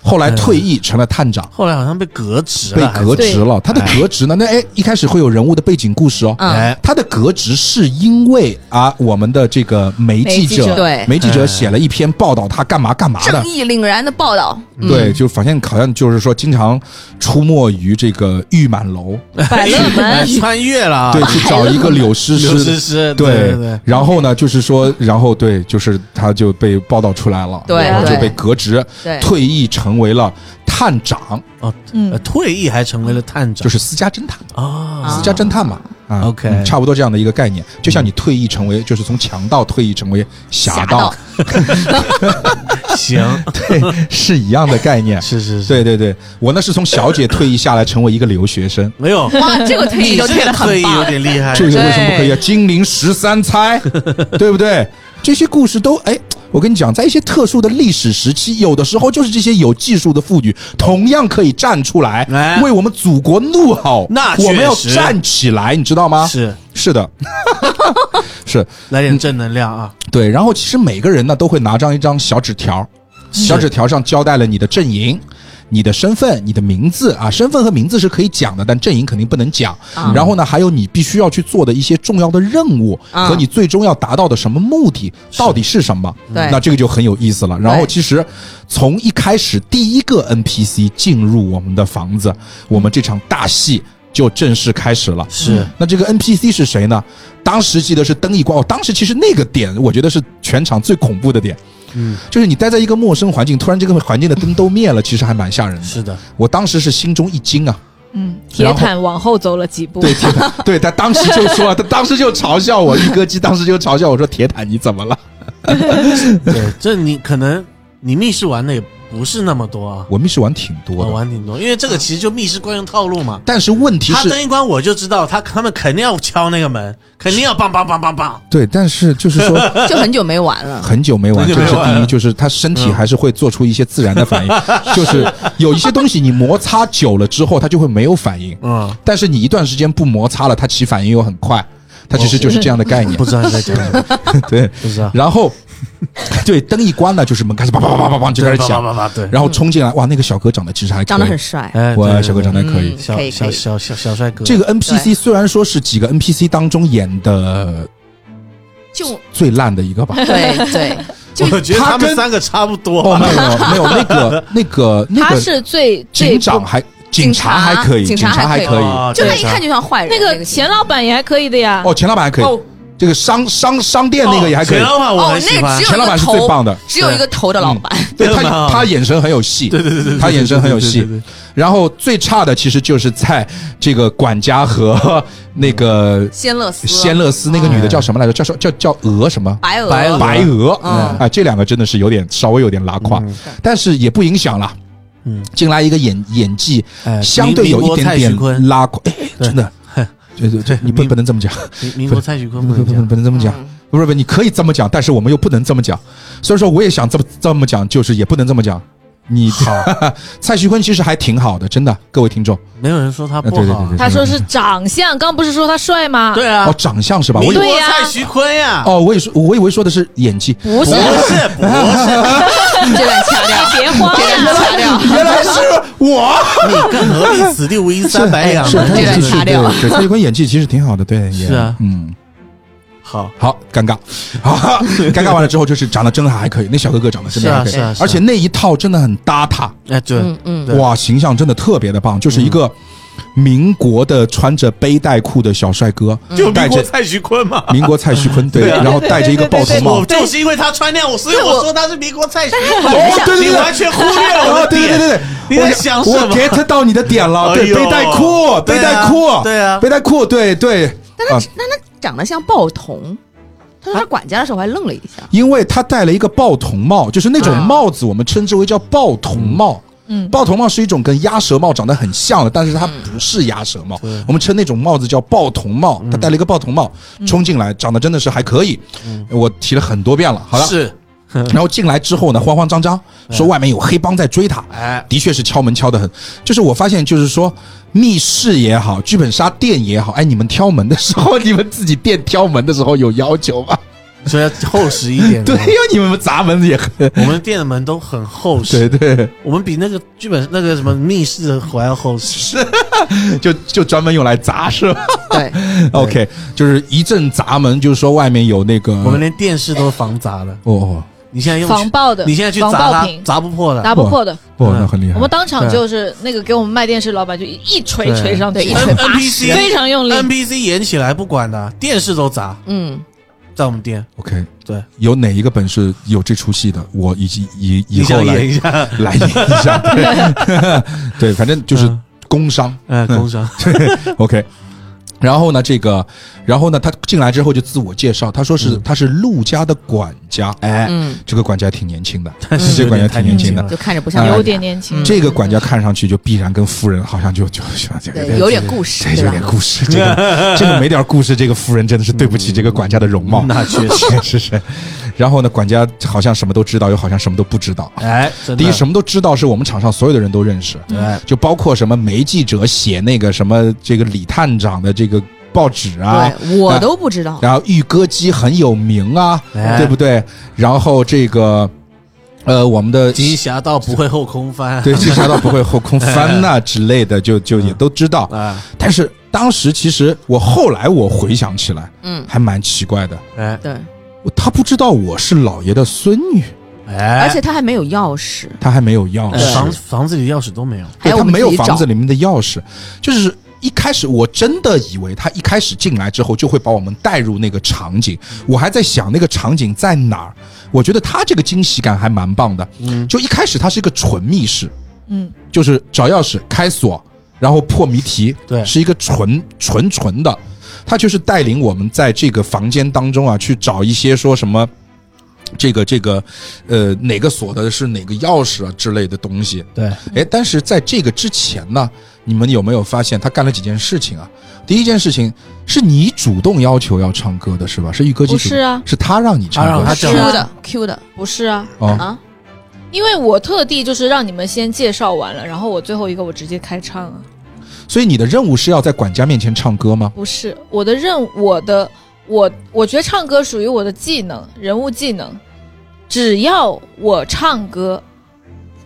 Speaker 4: 后来退役成了探长。
Speaker 6: 后来好像被革职
Speaker 4: 被
Speaker 6: 了，还是
Speaker 4: 革职了，他的革职呢？那哎，一开始会有人物的背景故事哦。
Speaker 3: 嗯，
Speaker 6: 哎，
Speaker 4: 他的革职是因为啊，我们的这个媒记
Speaker 7: 媒记者
Speaker 4: 者，
Speaker 3: 对
Speaker 4: 媒记者写了一篇报道他干嘛干嘛的
Speaker 3: 正，义凛然的报道，嗯
Speaker 4: 对，就发现好像就是说经常出没于这个玉满楼，
Speaker 3: 嗯
Speaker 7: 百乐门
Speaker 6: 哎穿越了啊，
Speaker 4: 对，去找一个柳诗
Speaker 6: 刘诗
Speaker 4: 诗，
Speaker 6: 诗，对
Speaker 4: 对
Speaker 6: 对，
Speaker 4: 然后呢，就是说，然后对，就是他就被报道出来了，
Speaker 3: 对
Speaker 4: 然后就
Speaker 3: 对
Speaker 4: 被革职，
Speaker 3: 对，
Speaker 4: 退役成为了探长，
Speaker 6: 呃
Speaker 7: 嗯，
Speaker 6: 退役还成为了探长，
Speaker 4: 就是私家侦探，
Speaker 6: 啊
Speaker 4: 私家侦探嘛，啊
Speaker 6: OK
Speaker 4: 嗯差不多这样的一个概念，就像你退役成为，就是从强盗退役成为侠
Speaker 3: 侠
Speaker 4: 盗
Speaker 3: 盗，
Speaker 6: 行，。
Speaker 4: 是一样的概念
Speaker 6: 是是是，
Speaker 4: 对对对，我呢是从小姐退役下来成为一个留学生，
Speaker 6: 没有，
Speaker 3: 哇，这个退役
Speaker 6: 你
Speaker 3: 就
Speaker 6: 这
Speaker 3: 退
Speaker 6: 个
Speaker 3: 的
Speaker 6: 退
Speaker 3: 很
Speaker 6: 役有
Speaker 3: 棒，
Speaker 6: 点厉害，
Speaker 4: 这个为什么不可
Speaker 6: 哎
Speaker 4: 以
Speaker 3: 对
Speaker 4: 啊？金陵十三钗， 对不对？这些故事都哎，我跟你讲，在一些特殊的历史时期，有的时候就是这些有技术的妇女，同样可以站出来，
Speaker 6: 哎
Speaker 4: 为我们祖国怒吼。
Speaker 6: 那确实
Speaker 4: 我们要站起来，你知道吗？
Speaker 6: 是
Speaker 4: 是的， 是
Speaker 6: 来点正能量啊，
Speaker 4: 对。然后其实每个人呢都会拿张一张小纸条，
Speaker 3: 嗯
Speaker 4: 小纸条上交代了你的阵营。你的身份、你的名字啊，身份和名字是可以讲的，但阵营肯定不能讲。
Speaker 3: 啊
Speaker 4: 然后呢，还有你必须要去做的一些重要的任务、
Speaker 3: 啊
Speaker 4: 和你最终要达到的什么目的，到底是什么？
Speaker 3: 对
Speaker 4: 那这个就很有意思了。然后其实从一开始第一个 NPC 进入我们的房子，我们这场大戏就正式开始了。
Speaker 6: 是
Speaker 4: 那这个 NPC 是谁呢？当时记得是灯一关，哦，当时其实那个点我觉得是全场最恐怖的点，
Speaker 6: 嗯，
Speaker 4: 就是你待在一个陌生环境，突然这个环境的灯都灭了，其实还蛮吓人的。
Speaker 6: 是的，
Speaker 4: 我当时是心中一惊啊，
Speaker 7: 嗯，铁坦往后走了几步，
Speaker 4: 对铁 坦，对他当时就说了，他当时就嘲笑我，一哥鸡当时就嘲笑我说铁坦你怎么了？
Speaker 6: 对，这你可能你密室玩的也不是那么多啊，
Speaker 4: 我密室玩挺多
Speaker 6: 我
Speaker 4: 的，
Speaker 6: 玩挺多，因为这个其实就密室惯用套路嘛。
Speaker 4: 但是问题
Speaker 6: 他
Speaker 4: 是，
Speaker 6: 灯一关我就知道他他们肯定要敲那个门，肯定要梆梆梆梆梆。
Speaker 4: 对，但是就是说
Speaker 3: 就很久没玩了，
Speaker 4: 很久没玩，
Speaker 6: 很
Speaker 4: 这
Speaker 6: 久没
Speaker 4: 是
Speaker 6: 玩
Speaker 4: 第
Speaker 6: 了
Speaker 4: 一，就是他身体还是会做出一些自然的反应，就是有一些东西你摩擦久了之后，它就会没有反应，
Speaker 6: 嗯，
Speaker 4: 但是你一段时间不摩擦了，它起反应又很快，它其实就是这样的概念
Speaker 6: 不，知道你在讲什么，
Speaker 4: 对。
Speaker 6: 不知道。
Speaker 4: 然后，对灯一关呢，就是门开始叭叭叭叭叭就开始
Speaker 6: 叭
Speaker 4: 响，
Speaker 6: 叭叭叭，对，
Speaker 4: 然后冲进来，哇，那个小哥长得其实还可以
Speaker 3: 长得很帅，
Speaker 6: 哎，
Speaker 4: 我
Speaker 6: 对
Speaker 4: 小哥长得
Speaker 3: 对
Speaker 4: 可以
Speaker 3: 嗯。
Speaker 6: 小
Speaker 3: 可以
Speaker 6: 小
Speaker 3: 可以
Speaker 6: 小小小帅哥，
Speaker 4: 这个 NPC 虽然说是几个 NPC 当中演的
Speaker 3: 就，
Speaker 4: 最烂的一个吧
Speaker 3: 对对，
Speaker 6: 我觉得
Speaker 4: 他
Speaker 6: 他们
Speaker 4: 跟
Speaker 6: 三个差不多啊
Speaker 4: 哦，
Speaker 6: 吧。
Speaker 4: 没有没有那个那个那
Speaker 7: 他
Speaker 4: 个
Speaker 7: 是最最
Speaker 4: 警
Speaker 7: 不
Speaker 4: 长还警察还可以，警
Speaker 3: 警察
Speaker 4: 察
Speaker 3: 还
Speaker 4: 还
Speaker 3: 可以
Speaker 4: 可以，
Speaker 6: 哦
Speaker 3: 就他一
Speaker 6: 对
Speaker 3: 看就像坏人，
Speaker 7: 那个
Speaker 3: 个
Speaker 7: 钱老板也还可以的呀。
Speaker 4: 哦，钱老板还可以，这个商商商店那个也还可以
Speaker 6: 钱，老板我
Speaker 3: 哦
Speaker 6: 很，喜
Speaker 3: 那个嗯
Speaker 6: 欢
Speaker 3: 只，有
Speaker 4: 钱老板是最棒的，
Speaker 3: 只有一个头的老板，
Speaker 4: 对
Speaker 6: 对吧
Speaker 4: 他他眼神很有戏，对对对对，他眼神很有
Speaker 6: 对
Speaker 4: 戏
Speaker 6: 对。对对
Speaker 4: 然后最差的其实就是在这个管家和那 个
Speaker 3: 仙乐丝，
Speaker 4: 仙乐丝那个女的叫什么来着？叫什叫叫鹅什么？
Speaker 3: 白鹅，
Speaker 6: 白鹅
Speaker 4: 白鹅
Speaker 3: 嗯
Speaker 4: 啊，这两个真的是有点稍微有点拉胯，但是也不影响了。
Speaker 6: 嗯，
Speaker 4: 进来一个演演技
Speaker 6: 哎
Speaker 4: 相对有一点
Speaker 6: 民民国蔡徐
Speaker 4: 点
Speaker 6: 坤
Speaker 4: 拉胯，哎
Speaker 6: 对
Speaker 4: 真的，对对对，你不
Speaker 6: 民
Speaker 4: 不能这么讲，
Speaker 6: 民民国蔡徐坤
Speaker 4: 不
Speaker 6: 不能
Speaker 4: 不能 不
Speaker 6: 讲，嗯
Speaker 4: 能这么讲，不是不是，你可以这么讲，但是我们又不能这么讲。所以说，我也想这么这么讲，就是也不能这么讲。你好， 蔡徐坤其实还挺好的，真的，各位听众。
Speaker 6: 没有人说他
Speaker 4: 呃
Speaker 6: 不
Speaker 4: 对对
Speaker 6: 好
Speaker 4: 对对
Speaker 6: 啊。
Speaker 7: 他说是长相，刚不是说他帅吗？
Speaker 6: 对啊
Speaker 4: 哦，，长相是吧？我
Speaker 6: 民
Speaker 4: 以
Speaker 6: 国
Speaker 4: 为
Speaker 7: 对呀
Speaker 6: 蔡徐坤呀，
Speaker 4: 哦，我以为我以为说的是演技，
Speaker 7: 不
Speaker 6: 不
Speaker 7: 是，
Speaker 6: 是不是，
Speaker 3: 这段掐 掉，
Speaker 7: 别慌啊
Speaker 3: 这段
Speaker 7: 呀，
Speaker 3: 掐
Speaker 6: 啊
Speaker 3: 掉，
Speaker 4: 原来是我。
Speaker 6: 你更何必此地无银 三百两
Speaker 4: 是
Speaker 6: 呢？
Speaker 4: 他
Speaker 3: 这
Speaker 4: 演
Speaker 3: 段
Speaker 4: 技是
Speaker 3: 掐掉
Speaker 4: 对对，蔡徐坤演技其实挺好的，对，也
Speaker 6: 是啊
Speaker 4: 嗯，
Speaker 6: 好，
Speaker 4: 好尴尬，好尴尬完了之后就是长得真的还可以，那小哥哥长得真的还可以
Speaker 6: 是啊是啊是啊
Speaker 4: 而且那一套真的很搭他，
Speaker 6: 哎，对，
Speaker 3: 嗯嗯，
Speaker 6: 对
Speaker 4: 哇，形象真的特别的棒，就是一个民国的穿着背带裤的小帅哥，
Speaker 6: 就
Speaker 4: 带
Speaker 6: 民国
Speaker 4: 着
Speaker 6: 蔡徐坤嘛。
Speaker 4: 民国蔡徐坤对，然后戴着一个爆头帽
Speaker 6: 我，就是因为他穿那样，我所以我说他是民国蔡徐坤。
Speaker 4: 哦对对对
Speaker 6: 你完全忽略了我
Speaker 4: 啊，
Speaker 6: 的
Speaker 4: 对对对
Speaker 6: 点。
Speaker 4: 对，
Speaker 6: 你
Speaker 4: 对，我
Speaker 6: 在想什
Speaker 4: 我
Speaker 6: 么
Speaker 4: get 到你的点了，
Speaker 6: 哎
Speaker 4: 对，
Speaker 6: 呦
Speaker 4: 背带裤，背带裤
Speaker 6: 对，啊对啊
Speaker 4: 背带裤，对对，啊，
Speaker 3: 长得像报童。他说他管家的时候我还愣了一 下，
Speaker 4: 因为他戴了一个豹童帽，就是那种
Speaker 3: 啊
Speaker 4: 帽子，我们称之为叫豹童帽。
Speaker 7: 嗯
Speaker 4: 豹头帽是一种跟鸭舌帽长得很像的，但是它不是鸭舌帽，我们称那种帽子叫豹童帽。他戴了一个豹童帽冲进来，长得真的是还可以。我提了很多遍了，好了。
Speaker 6: 是，
Speaker 4: 然后进来之后呢，慌慌张张说外面有黑帮在追他，
Speaker 6: 哎，
Speaker 4: 的确是敲门敲得很。就是我发现，就是说密室也好，剧本杀店也好，哎，你们挑门的时候， 你们自己店挑门的时候有要求吗？
Speaker 6: 所以要厚实一点。
Speaker 4: 对，呀，你们砸门也很
Speaker 6: 我们店的门都很厚
Speaker 4: 对
Speaker 6: 实，
Speaker 4: 对，
Speaker 6: 我们比那个剧本那个什么密室还要厚实。
Speaker 4: 就就专门用来砸是吧
Speaker 3: 对，
Speaker 4: ？OK，就是一阵砸门，就是说外面有那个
Speaker 6: 我们连电视都防砸了，
Speaker 4: 哦哦
Speaker 6: 你现在用
Speaker 7: 防爆的，
Speaker 6: 你现在去
Speaker 7: 防
Speaker 6: 砸
Speaker 7: 爆
Speaker 6: 它
Speaker 7: 品，
Speaker 6: 砸不破的。
Speaker 7: 打不破的。
Speaker 4: 哦，
Speaker 6: 嗯
Speaker 4: 那很厉害
Speaker 7: 我。们当场
Speaker 6: 对
Speaker 7: 就是那个给我们卖电视老板就一一锤
Speaker 6: 对
Speaker 7: 锤上去，
Speaker 3: 对一
Speaker 7: 嗯
Speaker 3: 锤
Speaker 6: N P C
Speaker 7: 非常用力。
Speaker 6: N P C 演起来不管的，电视都砸，
Speaker 3: 嗯，
Speaker 6: 在我们店。
Speaker 4: OK，
Speaker 6: 对，
Speaker 4: 有哪一个本事有这出戏的，我以及以以
Speaker 6: 你
Speaker 4: 后
Speaker 6: 想
Speaker 4: 来
Speaker 6: 演一下？
Speaker 4: 来演一下。对 对，反正就是
Speaker 6: 嗯
Speaker 4: 工伤。
Speaker 6: 哎，工伤。
Speaker 4: OK。然后呢，这个，然后呢，他进来之后就自我介绍，他说
Speaker 6: 嗯
Speaker 4: 是、他是陆家的管家，哎，
Speaker 3: 嗯，
Speaker 4: 这个管家挺年轻的，
Speaker 6: 但是
Speaker 4: 这个管家
Speaker 6: 嗯太
Speaker 4: 挺年
Speaker 6: 轻嗯
Speaker 4: 轻的，
Speaker 3: 就看着不像
Speaker 4: 哎
Speaker 7: 有
Speaker 3: 有
Speaker 7: 点年轻，
Speaker 4: 这个管家看上去就必然跟夫人好像就就就
Speaker 3: 对，有点故事，
Speaker 4: 这
Speaker 3: 对
Speaker 4: 有
Speaker 3: 吧
Speaker 4: 点？故事，这 个这个没点故事，这个夫人真的是对不起这个管家的容貌。
Speaker 6: 那确 实。
Speaker 4: 是是是，然后呢，管家好像什么都知道，又好像什么都不知道。
Speaker 6: 哎，真的
Speaker 4: 第一，什么都知道，是我们场上所有的人都认识，
Speaker 6: 哎，
Speaker 4: 就包括什么梅记者写那个什么这个李探长的这个报纸啊，
Speaker 3: 对，我都不知道，
Speaker 4: 然后玉歌姬很有名啊，
Speaker 6: 哎
Speaker 4: 对不对？然后这个，呃，我们的
Speaker 6: 金霞道不会后空翻。
Speaker 4: 对，这侠道不会后空翻呐、之类的，就就也都知 道。
Speaker 6: 啊，
Speaker 4: 但是当时其实我后来我回想起来，
Speaker 3: 嗯，
Speaker 4: 还蛮奇怪的，
Speaker 6: 哎
Speaker 3: 对，
Speaker 4: 我他不知道我是老爷的孙女，
Speaker 6: 哎，
Speaker 3: 而且嗯他还没有钥匙，
Speaker 4: 他还没有钥
Speaker 6: 哎房
Speaker 4: 匙，
Speaker 6: 房子里钥匙都没有。
Speaker 3: 还
Speaker 4: 对
Speaker 3: 要
Speaker 4: 他
Speaker 3: 哎我们
Speaker 4: 没有
Speaker 3: 自己
Speaker 4: 房
Speaker 3: 找
Speaker 4: 子里面的钥匙，就是。一开始我真的以为他一开始进来之后就会把我们带入那个场景，我还在想那个场景在哪儿。我觉得他这个惊喜感还蛮棒的。
Speaker 6: 嗯，
Speaker 4: 就一开始它是一个纯密室，
Speaker 7: 嗯，
Speaker 4: 就是找钥匙、开锁，然后破谜题，
Speaker 6: 对
Speaker 4: 是一个纯纯纯的，它就是带领我们在这个房间当中啊，去找一些说什么。这个这个，呃，哪个锁的是哪个钥匙啊之类的东西，
Speaker 6: 对，
Speaker 4: 哎，但是在这个之前呢，你们有没有发现他干了几件事情啊？第一件事情是你主动要求要唱歌的是吧？是玉歌姬
Speaker 7: 不
Speaker 4: 主
Speaker 7: 是啊
Speaker 4: 是他让你唱
Speaker 6: 他让
Speaker 4: 歌
Speaker 6: 他
Speaker 4: 的
Speaker 6: 整
Speaker 7: 是啊
Speaker 3: Q 的 Q 的
Speaker 7: 不是啊，
Speaker 4: 哦
Speaker 3: 啊，
Speaker 7: 因为我特地就是让你们先介绍完了，然后我最后一个我直接开唱啊，
Speaker 4: 所以你的任务是要在管家面前唱歌吗？
Speaker 7: 不是我的任务，我的我我觉得唱歌属于我的技能，人物技能，只要我唱歌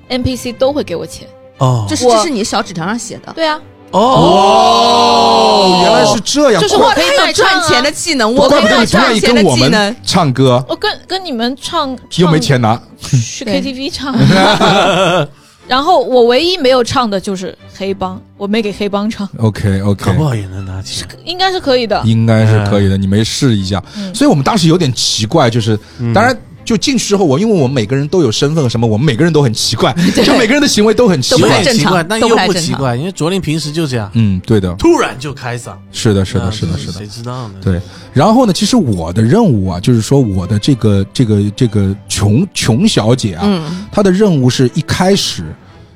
Speaker 7: ，NPC 都会给我钱。
Speaker 6: 哦
Speaker 3: 这是
Speaker 7: 我
Speaker 3: 这是你小纸条上写的，
Speaker 7: 对啊，
Speaker 6: 哦
Speaker 4: 哦，原来是这样，
Speaker 3: 就是
Speaker 4: 怪
Speaker 3: 我
Speaker 7: 可以
Speaker 3: 可以有
Speaker 7: 转账
Speaker 3: 赚
Speaker 7: 啊
Speaker 3: 钱的技能，我
Speaker 4: 我怪
Speaker 3: 可
Speaker 4: 不
Speaker 3: 以有
Speaker 4: 得你不愿
Speaker 3: 赚
Speaker 4: 意
Speaker 3: 钱
Speaker 4: 跟
Speaker 3: 的
Speaker 4: 我
Speaker 3: 技能
Speaker 4: 们，唱歌，
Speaker 7: 我跟跟你们唱，唱
Speaker 4: 又没钱拿，
Speaker 7: 去
Speaker 3: 对
Speaker 7: KTV 唱。然后我唯一没有唱的就是黑帮，我没给黑帮唱，
Speaker 4: OK
Speaker 6: 搞
Speaker 4: OK，
Speaker 6: 不好也能拿钱。
Speaker 7: 应该是可以的。
Speaker 4: 应该是可以的，你没试一下，
Speaker 7: 嗯
Speaker 4: 所以我们当时有点奇怪，就是当然。就进去之后，我因为我们每个人都有身份和什么，我们每个人都很奇 怪，就每个人的行为都很奇
Speaker 3: 都
Speaker 6: 有
Speaker 3: 不
Speaker 4: 怪
Speaker 3: 太。
Speaker 6: 点
Speaker 3: 正
Speaker 6: 奇
Speaker 3: 常
Speaker 6: 怪，但
Speaker 3: 都
Speaker 6: 又
Speaker 3: 不太
Speaker 6: 不
Speaker 3: 正
Speaker 6: 奇
Speaker 3: 常
Speaker 6: 怪，因为卓林平时就这样，
Speaker 4: 嗯，对的，
Speaker 6: 突然就开嗓。
Speaker 4: 是的，是的，
Speaker 6: 嗯
Speaker 4: 是的，是的
Speaker 6: 谁。知道呢？
Speaker 4: 对，然后呢？其实我的任务啊，就是说我的这个这个这个琼琼小姐啊，
Speaker 3: 嗯，
Speaker 4: 她的任务是一开始，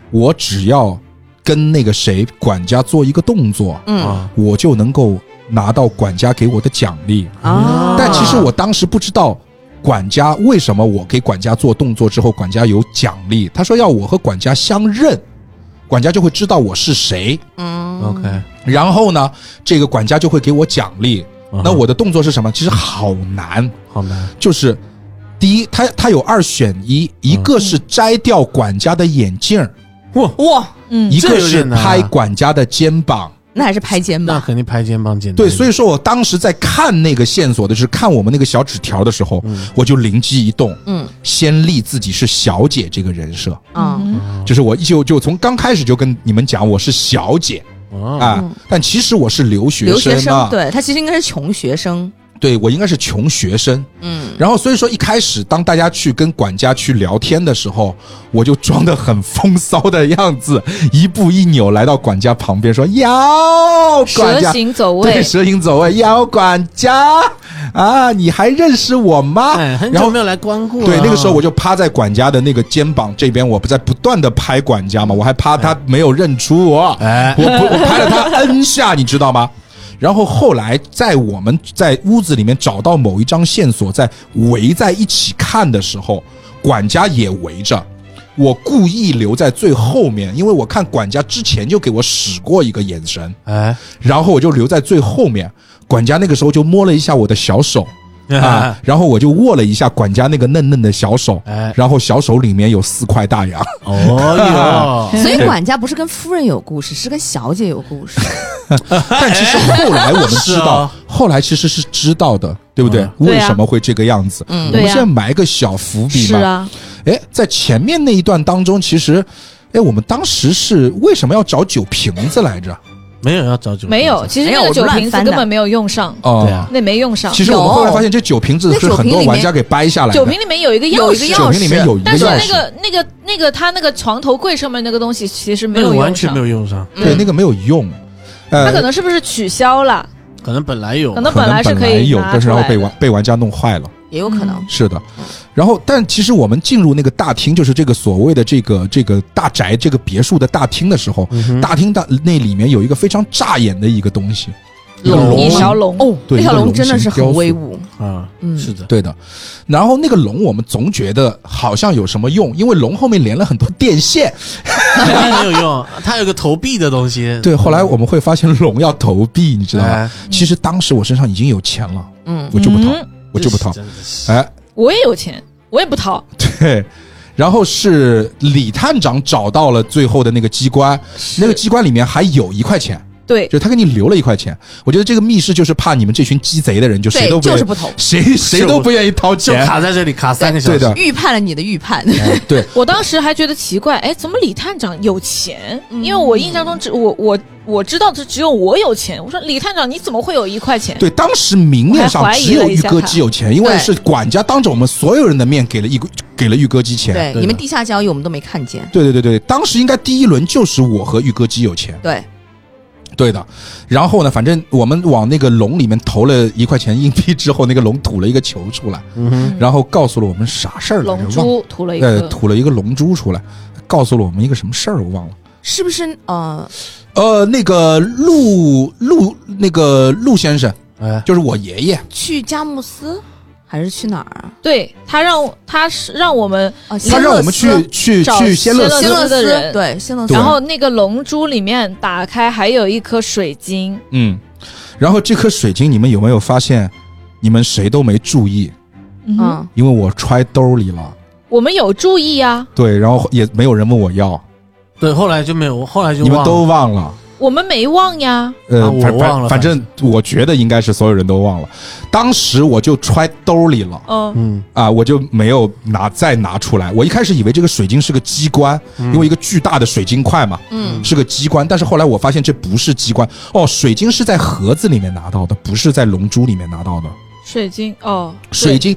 Speaker 4: 我只要跟那个谁管家做一个动作，
Speaker 3: 嗯
Speaker 6: 啊，
Speaker 4: 我就能够拿到管家给我的奖励。
Speaker 3: 啊
Speaker 4: 但其实我当时不知道，管家为什么我给管家做动作之后，管家有奖励？他说要我和管家相认，管家就会知道我是谁。
Speaker 3: 嗯
Speaker 6: OK，
Speaker 4: 然后呢，这个管家就会给我奖励。
Speaker 6: 嗯
Speaker 4: 那我的动作是什么？其实好难，
Speaker 6: 好难，
Speaker 4: 就是第一，他他有二选一，一个是摘掉管家的眼镜儿，
Speaker 3: 哇，
Speaker 7: 嗯
Speaker 4: 一个
Speaker 6: 这有
Speaker 4: 是
Speaker 6: 点难啊
Speaker 4: 拍管家的肩膀。
Speaker 3: 那还是拍肩
Speaker 6: 那
Speaker 3: 膀，
Speaker 6: 肯定拍肩膀简单。
Speaker 4: 对，所以说我当时在看那个线索的，就是看我们那个小纸条的时候，我就灵机一动，
Speaker 3: 嗯
Speaker 4: 先立自己是小姐这个人设，
Speaker 3: 啊，
Speaker 4: 就是我就就从刚开始就跟你们讲我是小姐
Speaker 6: 啊，
Speaker 4: 啊，但其实我是留学
Speaker 3: 留学
Speaker 4: 生啊
Speaker 3: 生，，对他其实应该是穷学生，
Speaker 4: 对我应该是穷学生。
Speaker 3: 嗯，
Speaker 4: 然后所以说一开始当大家去跟管家去聊天的时候，我就装得很风骚的样子，一步一扭来到管家旁边说：“哟，管
Speaker 7: 蛇
Speaker 4: 家。”
Speaker 7: 行走
Speaker 4: 对，
Speaker 7: 位，
Speaker 4: 蛇形走位，妖管家啊，你还认识我吗？
Speaker 6: 哎，很
Speaker 4: 然
Speaker 6: 久
Speaker 4: 后
Speaker 6: 没有来光顾了。
Speaker 4: 对，那个时候我就趴在管家的那个肩膀这边，我不在不断的拍管家嘛，我还怕他没有认出我，
Speaker 6: 哎
Speaker 4: 我我我拍了他 N 下，你知道吗？然后后来在我们在屋子里面找到某一张线索，在围在一起看的时候，管家也围着。我故意留在最后面，因为我看管家之前就给我使过一个眼神，
Speaker 6: 哎，
Speaker 4: 然后我就留在最后面。管家那个时候就摸了一下我的小手 啊， 然后我就握了一下管家那个嫩嫩的小手
Speaker 6: 哎，
Speaker 4: 然后小手里面有四块大 洋。
Speaker 6: 哦哟，
Speaker 3: 所以管家不是跟夫人有故事，是跟小姐有故 事，
Speaker 4: 但其实后来我们知
Speaker 6: 是
Speaker 4: 道
Speaker 6: 啊，
Speaker 4: 后来其实是知道的，对不对
Speaker 6: 嗯？
Speaker 4: 为
Speaker 7: 对啊
Speaker 4: 什么会这个样子？
Speaker 3: 嗯
Speaker 4: 我们
Speaker 7: 对啊
Speaker 4: 现在埋个小伏笔
Speaker 7: 是
Speaker 4: 嘛。
Speaker 7: 啊，
Speaker 4: 哎，在前面那一段当中，其实，哎，我们当时是为什么要找酒瓶子来着？
Speaker 6: 没有要找酒，
Speaker 7: 没有，，其实
Speaker 3: 没有
Speaker 4: 哎
Speaker 7: 那个
Speaker 3: 我
Speaker 7: 酒
Speaker 3: 乱
Speaker 7: 瓶子
Speaker 3: 翻的
Speaker 7: 根本没有用上，
Speaker 4: 哦、
Speaker 6: 对啊
Speaker 7: 那没用上。
Speaker 4: 其实我们
Speaker 3: 有
Speaker 4: 后来发现，这酒瓶子是很多玩家给掰下来的。
Speaker 7: 酒瓶里面有一个钥
Speaker 3: 有
Speaker 7: 匙，
Speaker 3: 一个钥匙
Speaker 4: 酒瓶里面有一个
Speaker 7: 但是
Speaker 4: 钥
Speaker 7: 那
Speaker 4: 匙，
Speaker 7: 个那个那个他那个床头柜上面那个东西其实没
Speaker 6: 那
Speaker 7: 有
Speaker 6: 个
Speaker 7: 用
Speaker 6: 完全
Speaker 7: 上
Speaker 6: 没有用上，
Speaker 4: 对，那个没有用。
Speaker 7: 他嗯可
Speaker 4: 呃，
Speaker 7: 能是不是取消了？
Speaker 6: 可能本来有
Speaker 7: 可，能
Speaker 4: 可
Speaker 7: 本
Speaker 4: 能
Speaker 7: 来是
Speaker 4: 本
Speaker 7: 可
Speaker 4: 来
Speaker 7: 以
Speaker 4: 有，
Speaker 7: 拿
Speaker 4: 但是然后
Speaker 7: 出来
Speaker 4: 被
Speaker 7: 的
Speaker 4: 玩被玩家弄坏了。
Speaker 3: 也有可能，
Speaker 4: 是的，然后但其实我们进入那个大厅，就是这个所谓的这个这个大宅这个别墅的大厅的时候，大厅大那里面有一个非常扎眼的一个东西，一个
Speaker 7: 嗯一
Speaker 4: 龙
Speaker 7: 条龙
Speaker 3: 哦，那条
Speaker 4: 对一个
Speaker 3: 龙
Speaker 4: 龙
Speaker 3: 真的是
Speaker 4: 形雕
Speaker 3: 很
Speaker 4: 塑
Speaker 3: 威武，
Speaker 6: 啊，
Speaker 3: 嗯
Speaker 6: 是 的，
Speaker 4: 对的，然后那个龙我们总觉得好像有什么用，因为龙后面连了很多电线。
Speaker 6: 肯定没有用，它有个投币的东西，
Speaker 4: 对，后来我们会发现龙要投币，你知道吗？
Speaker 6: 嗯哎，
Speaker 4: 其实当时我身上已经有钱了，
Speaker 3: 嗯，
Speaker 4: 我就不掏，
Speaker 7: 嗯
Speaker 4: 我就不掏
Speaker 6: 这。是真的是
Speaker 4: 哎，
Speaker 7: 我也有钱，我也不掏。
Speaker 4: 对，然后是李探长找到了最后的那个机关，那个机关里面还有一块钱，
Speaker 7: 对
Speaker 4: 就，是他给你留了一块钱。我觉得这个密室就是怕你们这群鸡贼的人，就谁
Speaker 3: 对
Speaker 4: 都，不啊
Speaker 3: 就
Speaker 4: 愿
Speaker 3: 是
Speaker 4: 意
Speaker 3: 不投，
Speaker 4: 谁谁都不愿意掏
Speaker 6: 就
Speaker 4: 钱。
Speaker 6: 卡在这里，卡三个小时，
Speaker 4: 对的
Speaker 3: 预判了你的预判，
Speaker 4: 对，
Speaker 7: 我当时还觉得奇怪，哎，怎么李探长有钱？因为我印象中只我我我知道的只有我有钱。我说李探长你怎么会有一块钱？
Speaker 4: 对，当时明面上
Speaker 7: 我还怀疑
Speaker 4: 只有
Speaker 7: 了一
Speaker 4: 玉
Speaker 7: 下
Speaker 4: 哥
Speaker 7: 他
Speaker 4: 鸡有钱，因为
Speaker 3: 对
Speaker 4: 是管家当着我们所有人的面给了一个给了玉哥鸡钱。
Speaker 3: 对，
Speaker 6: 对
Speaker 3: 你们
Speaker 6: 的
Speaker 3: 地下交易我们都没看见，
Speaker 4: 对对对对，当时应该第一轮就是我和玉哥鸡有钱。
Speaker 3: 对，
Speaker 4: 对的，然后呢，反正我们往那个笼里面投了一块钱硬币之后，那个笼吐了一个球出来，然后告诉了我们啥事儿来着
Speaker 7: 龙，
Speaker 4: 忘了
Speaker 7: 珠吐了一
Speaker 4: 呃，
Speaker 7: 颗，
Speaker 4: 吐了一个龙珠出来，告诉了我们一个什么事儿，我忘了。
Speaker 3: 是不是？呃，
Speaker 4: 呃，那个陆陆那个陆先生，
Speaker 6: 哎，
Speaker 4: 就是我爷爷，
Speaker 3: 去佳木斯还是去哪儿啊？
Speaker 7: 对他让他是让我们，
Speaker 3: 啊，
Speaker 4: 他
Speaker 3: 仙
Speaker 4: 让
Speaker 3: 乐
Speaker 4: 我们
Speaker 3: 斯
Speaker 4: 去去
Speaker 7: 找
Speaker 4: 去仙乐寺
Speaker 7: 仙
Speaker 3: 仙
Speaker 7: 乐
Speaker 3: 乐
Speaker 7: 斯的
Speaker 3: 斯，
Speaker 7: 人
Speaker 3: 对，仙乐斯，嗯
Speaker 4: 对
Speaker 7: 然后那个龙珠里面打开还有一颗水晶，
Speaker 4: 嗯，然后这颗水晶，你们有没有发现？你们谁都没注意，
Speaker 7: 嗯，
Speaker 3: 嗯，
Speaker 4: 因为我揣兜里了。
Speaker 7: 我们有注意啊，
Speaker 4: 对，然后也没有人问我要，
Speaker 6: 对，后来就没有，我后来就
Speaker 4: 你们
Speaker 6: 忘了
Speaker 4: 都忘了。
Speaker 7: 我们没忘呀，
Speaker 4: 呃，
Speaker 6: 啊我
Speaker 4: 反
Speaker 6: 忘
Speaker 4: 反
Speaker 6: 了
Speaker 4: 反正我觉得应该是所有人都忘了。当时我就揣兜里了
Speaker 7: 嗯，
Speaker 6: 嗯，
Speaker 4: 啊，我就没有拿再拿出来。我一开始以为这个水晶是个机关，
Speaker 7: 嗯
Speaker 4: 因为一个巨大的水晶块嘛，
Speaker 3: 嗯，
Speaker 4: 是个机关。但是后来我发现这不是机关哦，水晶是在盒子里面拿到的，不是在龙珠里面拿到的。
Speaker 7: 水晶哦，对
Speaker 4: 水晶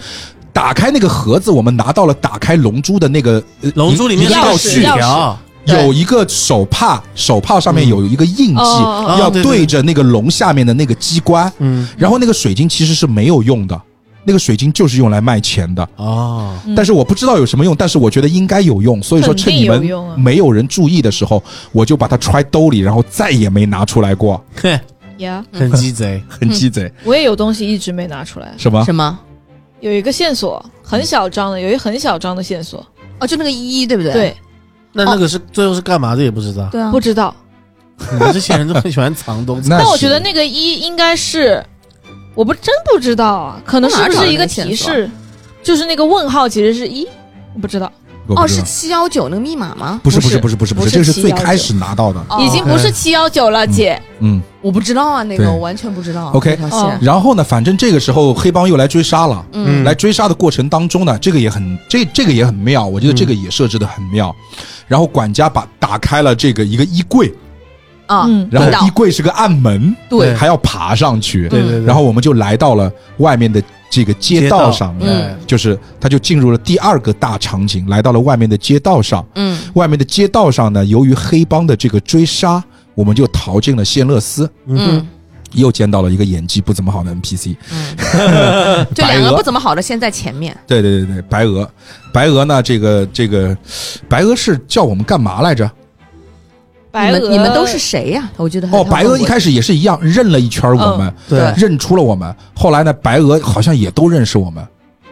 Speaker 4: 打开那个盒子，我们拿到了打开龙珠的那个呃
Speaker 6: 龙珠里面
Speaker 4: 一个
Speaker 7: 钥
Speaker 4: 道
Speaker 7: 匙
Speaker 4: 具
Speaker 7: 钥匙
Speaker 6: 条，
Speaker 4: 有一个手帕，手帕上面有一个印记，
Speaker 7: 哦
Speaker 6: 哦
Speaker 4: 要
Speaker 6: 对对
Speaker 4: 对着那个龙下面的那个机关。
Speaker 6: 嗯，
Speaker 4: 然后那个水晶其实是没有用的，那个水晶就是用来卖钱的。
Speaker 6: 哦，
Speaker 7: 嗯
Speaker 4: 但是我不知道有什么用，但是我觉得应该有用，所以说趁你
Speaker 7: 肯
Speaker 4: 们
Speaker 7: 定有用啊
Speaker 4: 没有人注意的时候，我就把它揣兜里，然后再也没拿出来过，
Speaker 6: 嘿，
Speaker 7: 呀，
Speaker 3: 嗯
Speaker 6: 很鸡贼，
Speaker 4: 很鸡贼，
Speaker 7: 嗯我也有东西一直没拿出来，
Speaker 4: 什么？
Speaker 3: 什么？
Speaker 7: 有一个线索，很小张的，有一个很小张的线索。
Speaker 3: 哦，就那个一一对不对？
Speaker 7: 对，
Speaker 6: 那
Speaker 7: 哦
Speaker 6: 那个是最后是干嘛的也不知道。
Speaker 3: 对啊
Speaker 7: 不，知道。
Speaker 6: 你们这些人都很喜欢藏东西。
Speaker 4: 那
Speaker 7: 但我
Speaker 4: 是
Speaker 7: 觉得那个一应该是，我不真不知道啊，可能是不是一个提
Speaker 3: 从哪儿找的
Speaker 7: 示？就是那个问号其实是一，我不知道，
Speaker 4: 我不
Speaker 3: 哦，
Speaker 4: 知
Speaker 3: 是
Speaker 4: 道
Speaker 3: 七幺九那个密码吗？
Speaker 4: 不是
Speaker 7: 不
Speaker 4: 不
Speaker 7: 是
Speaker 4: 是不是不是
Speaker 7: 不是
Speaker 4: 这个是
Speaker 7: 七
Speaker 4: 最
Speaker 7: 幺九
Speaker 4: 开始拿到的，
Speaker 3: 哦
Speaker 7: 已经不是七幺九了，姐。
Speaker 4: 嗯。
Speaker 3: 我不知道啊，那
Speaker 4: 对
Speaker 3: 个我完全不知道
Speaker 4: OK
Speaker 3: 这条线
Speaker 7: 哦。
Speaker 4: 然后呢，反正这个时候黑帮又来追杀了。
Speaker 3: 嗯
Speaker 4: 来追杀的过程当中呢，这个也很这这个也很妙，我觉得这个也设置的很妙。然后管家把打开了这个一个衣柜，
Speaker 3: 啊，
Speaker 7: 嗯
Speaker 4: 然
Speaker 3: 知道
Speaker 4: 后衣柜是个暗门，
Speaker 3: 对
Speaker 4: 还要爬上去。
Speaker 6: 对对对，
Speaker 4: 然后我们就来到了外面的这个街道上面，
Speaker 3: 嗯
Speaker 6: 哎
Speaker 4: 就是他就进入了第二个大场景，来到了外面的街道上。
Speaker 3: 嗯
Speaker 4: 外面的街道上呢，由于黑帮的这个追杀，我们就逃进了谢勒斯，
Speaker 3: 嗯
Speaker 4: 又见到了一个演技不怎么好的 NPC。
Speaker 3: 嗯，就两个不怎么好的先在前面，
Speaker 4: 对对对对，白鹅，白鹅呢？这个这个，白鹅是叫我们干嘛来着？
Speaker 7: 白
Speaker 3: 你
Speaker 7: 鹅，
Speaker 3: 们你们都是谁呀？嗯我觉得
Speaker 4: 哦，白鹅一开始也是一样，认了一圈我们，
Speaker 6: 对
Speaker 4: 认出了我们。后来呢，白鹅好像也都认识我们。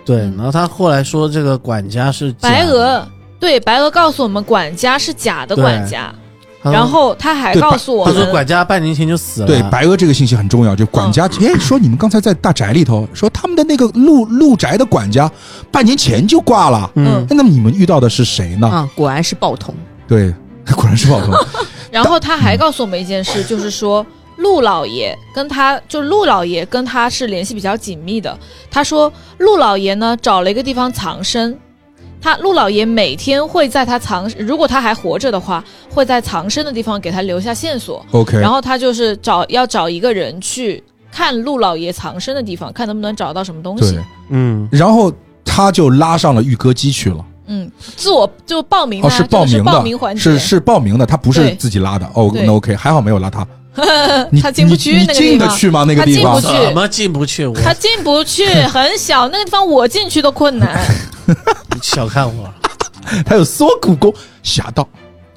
Speaker 6: 对，然后他后来说这个管家是假的
Speaker 7: 白鹅，对，白鹅告诉我们管家是假的
Speaker 6: 对嗯
Speaker 7: 管家，
Speaker 6: 他说
Speaker 7: 然后他还
Speaker 4: 对白
Speaker 7: 告诉我
Speaker 6: 他说
Speaker 7: 们，
Speaker 6: 管家半年前就死了。
Speaker 4: 对，
Speaker 3: 嗯
Speaker 4: 白鹅这个信息很重要，就管家，
Speaker 7: 嗯
Speaker 4: 哎、说你们刚才在大宅里头，说他们的那个陆陆宅的管家半年前就挂了。哎
Speaker 6: 嗯，
Speaker 4: 那么你们遇到的是谁
Speaker 7: 嗯
Speaker 4: 呢？
Speaker 3: 啊，果然是报童。
Speaker 4: 对， 果然是 宝童。
Speaker 7: 然后他还告诉我们一件事，就是说陆老爷跟他，就陆老爷跟他是联系比较紧密的。他说陆老爷呢找了一个地方藏身，他陆老爷每天会在他藏，如果他还活着的话，会在藏身的地方给他留下线索。
Speaker 4: OK，
Speaker 7: 然后他就是找要找一个人去看陆老爷藏身的地方，看能不能找到什么东西
Speaker 4: 对。，
Speaker 6: 嗯，
Speaker 4: 然后他就拉上了玉歌姬去了。
Speaker 7: 嗯，自我就报名啊，
Speaker 4: 哦，是报
Speaker 7: 这
Speaker 4: 名
Speaker 7: 个
Speaker 4: 的，
Speaker 7: 报名环节
Speaker 4: 是是报名的，他不是
Speaker 7: 对
Speaker 4: 自己拉的。哦，
Speaker 7: 对呃
Speaker 4: 那 OK，还好没有拉他。你
Speaker 7: 他进不去
Speaker 4: 你你
Speaker 7: 那个地
Speaker 4: 进得
Speaker 7: 方
Speaker 4: 去吗？那个
Speaker 7: 他
Speaker 4: 地
Speaker 7: 进不
Speaker 4: 方
Speaker 7: 去
Speaker 6: 怎么进不去？我
Speaker 7: 他进不 去，很小，那个地方我进去都困难。
Speaker 6: 你小看我了。
Speaker 4: 他有缩骨功侠盗，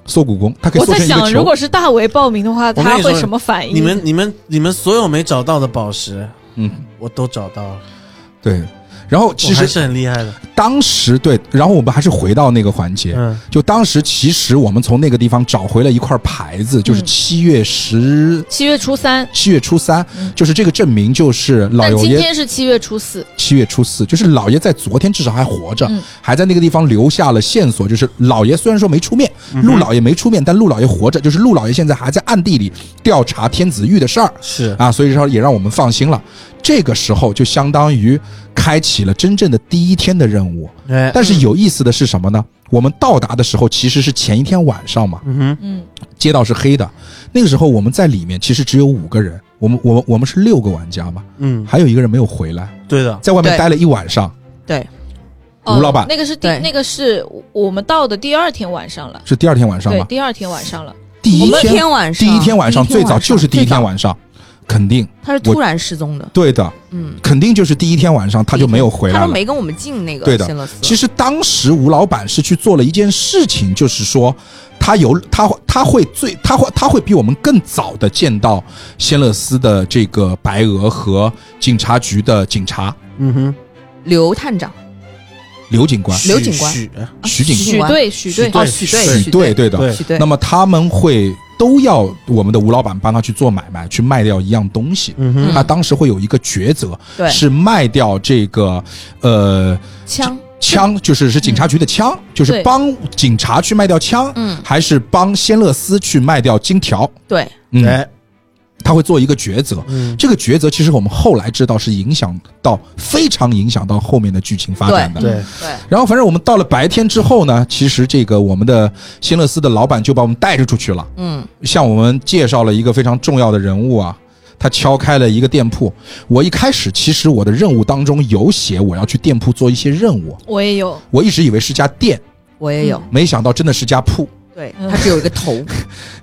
Speaker 4: 缩骨功，他可以
Speaker 7: 我
Speaker 4: 缩
Speaker 7: 在
Speaker 4: 成一个
Speaker 7: 想，如
Speaker 4: 球
Speaker 7: 果。是大为报名的话，
Speaker 6: 跟
Speaker 7: 他
Speaker 6: 你
Speaker 7: 会
Speaker 6: 说
Speaker 7: 什么反应？
Speaker 6: 你们、你们、你们所有没找到的宝石，
Speaker 4: 嗯，
Speaker 6: 我都找到了，
Speaker 4: 对。然后其
Speaker 6: 我还
Speaker 4: 实
Speaker 6: 是很厉害的。
Speaker 4: 当时对，然后我们还是回到那个环节。
Speaker 6: 嗯，
Speaker 4: 就当时其实我们从那个地方找回了一块牌子，就是
Speaker 7: 嗯
Speaker 4: 七月十
Speaker 7: 七月初三，
Speaker 4: 七月初三
Speaker 7: 嗯，
Speaker 4: 就是这个证明就是老
Speaker 7: 但
Speaker 4: 油
Speaker 7: 今
Speaker 4: 爷
Speaker 7: 天是七月初四，
Speaker 4: 七月初四，就是老爷在昨天至少还活着，
Speaker 7: 嗯
Speaker 4: 还在那个地方留下了线索。就是老爷虽然说没出面，
Speaker 7: 嗯
Speaker 4: 陆老爷没出面，但陆老爷活着，就是陆老爷现在还在暗地里调查天子玉的事儿
Speaker 6: 是
Speaker 4: 啊，所以说也让我们放心了。这个时候就相当于开启了真正的第一天的任务。
Speaker 6: 哎，
Speaker 4: 啊但是有意思的是什么呢？我们到达的时候其实是前一天晚上嘛，
Speaker 6: 嗯
Speaker 7: 嗯，
Speaker 4: 街道是黑的，那个时候我们在里面其实只有五个人，我们我们我们是六个玩家嘛，
Speaker 6: 哼，嗯，
Speaker 4: 还有一个人没有回来，
Speaker 6: 对的，
Speaker 4: 在外面
Speaker 3: 对
Speaker 4: 待了一晚上。
Speaker 7: 哦
Speaker 4: 吴老板
Speaker 7: 那个是第
Speaker 3: 对
Speaker 7: 那个是我们到的第二天晚上了，
Speaker 4: 是第二天晚上
Speaker 7: 对，
Speaker 4: 吧？
Speaker 7: 第二天晚上了，
Speaker 4: 第
Speaker 3: 我
Speaker 4: 一
Speaker 3: 们
Speaker 4: 天，
Speaker 3: 晚上，
Speaker 4: 第一天晚上
Speaker 3: 第一
Speaker 4: 最早就是第一天
Speaker 3: 最早
Speaker 4: 晚上，肯定
Speaker 3: 他是突然失踪的，
Speaker 4: 对的，
Speaker 3: 嗯，
Speaker 4: 肯定就是第一天晚上他就没有回
Speaker 3: 他
Speaker 4: 来
Speaker 3: 都
Speaker 4: 了。
Speaker 3: 没跟我们进那个
Speaker 4: 对的
Speaker 3: 仙乐寺，
Speaker 4: 其实当时吴老板是去做了一件事情，就是说他有他他会最他会他会比我们更早的见到仙乐斯的这个白鹅和警察局的警察
Speaker 6: 嗯哼，
Speaker 3: 刘探长啊
Speaker 4: 刘警官、
Speaker 3: 刘警官
Speaker 6: 许哎
Speaker 4: 徐警
Speaker 3: 许
Speaker 7: 许队许队
Speaker 6: 许
Speaker 3: 哦，
Speaker 6: 对
Speaker 3: 许
Speaker 4: 官、
Speaker 3: 队，
Speaker 4: 许队，对的。
Speaker 6: 对
Speaker 3: 许队
Speaker 4: 那，么他们会都要我们的吴老板帮他去做买卖，去卖掉一样东西。
Speaker 6: 嗯哼，
Speaker 4: 他当时会有一个抉择，
Speaker 3: 对
Speaker 4: 是卖掉这个呃
Speaker 3: 枪，
Speaker 4: 枪，就是是警察局的枪，就是
Speaker 7: 对
Speaker 4: 帮警察去卖掉枪，
Speaker 3: 嗯，
Speaker 4: 还是帮仙乐斯去卖掉金条？
Speaker 3: 对，
Speaker 4: 嗯，
Speaker 6: 哎，
Speaker 4: 他会做一个抉择。
Speaker 6: 嗯，
Speaker 4: 这个抉择其实我们后来知道是影响到非常影响到后面的剧情发展
Speaker 3: 嗯
Speaker 4: 的。
Speaker 6: 对，
Speaker 3: 对，
Speaker 4: 然后反正我们到了白天之后呢，其实这个我们的仙乐斯的老板就把我们带着出去了。
Speaker 3: 嗯，
Speaker 4: 向我们介绍了一个非常重要的人物啊，他敲开了一个店铺。我一开始其实我的任务当中有写我要去店铺做一些任务，
Speaker 7: 我也有，
Speaker 4: 我一直以为是家店，
Speaker 7: 嗯
Speaker 3: 我也有，
Speaker 4: 没想到真的是家铺。
Speaker 3: 对，它只有一个 头，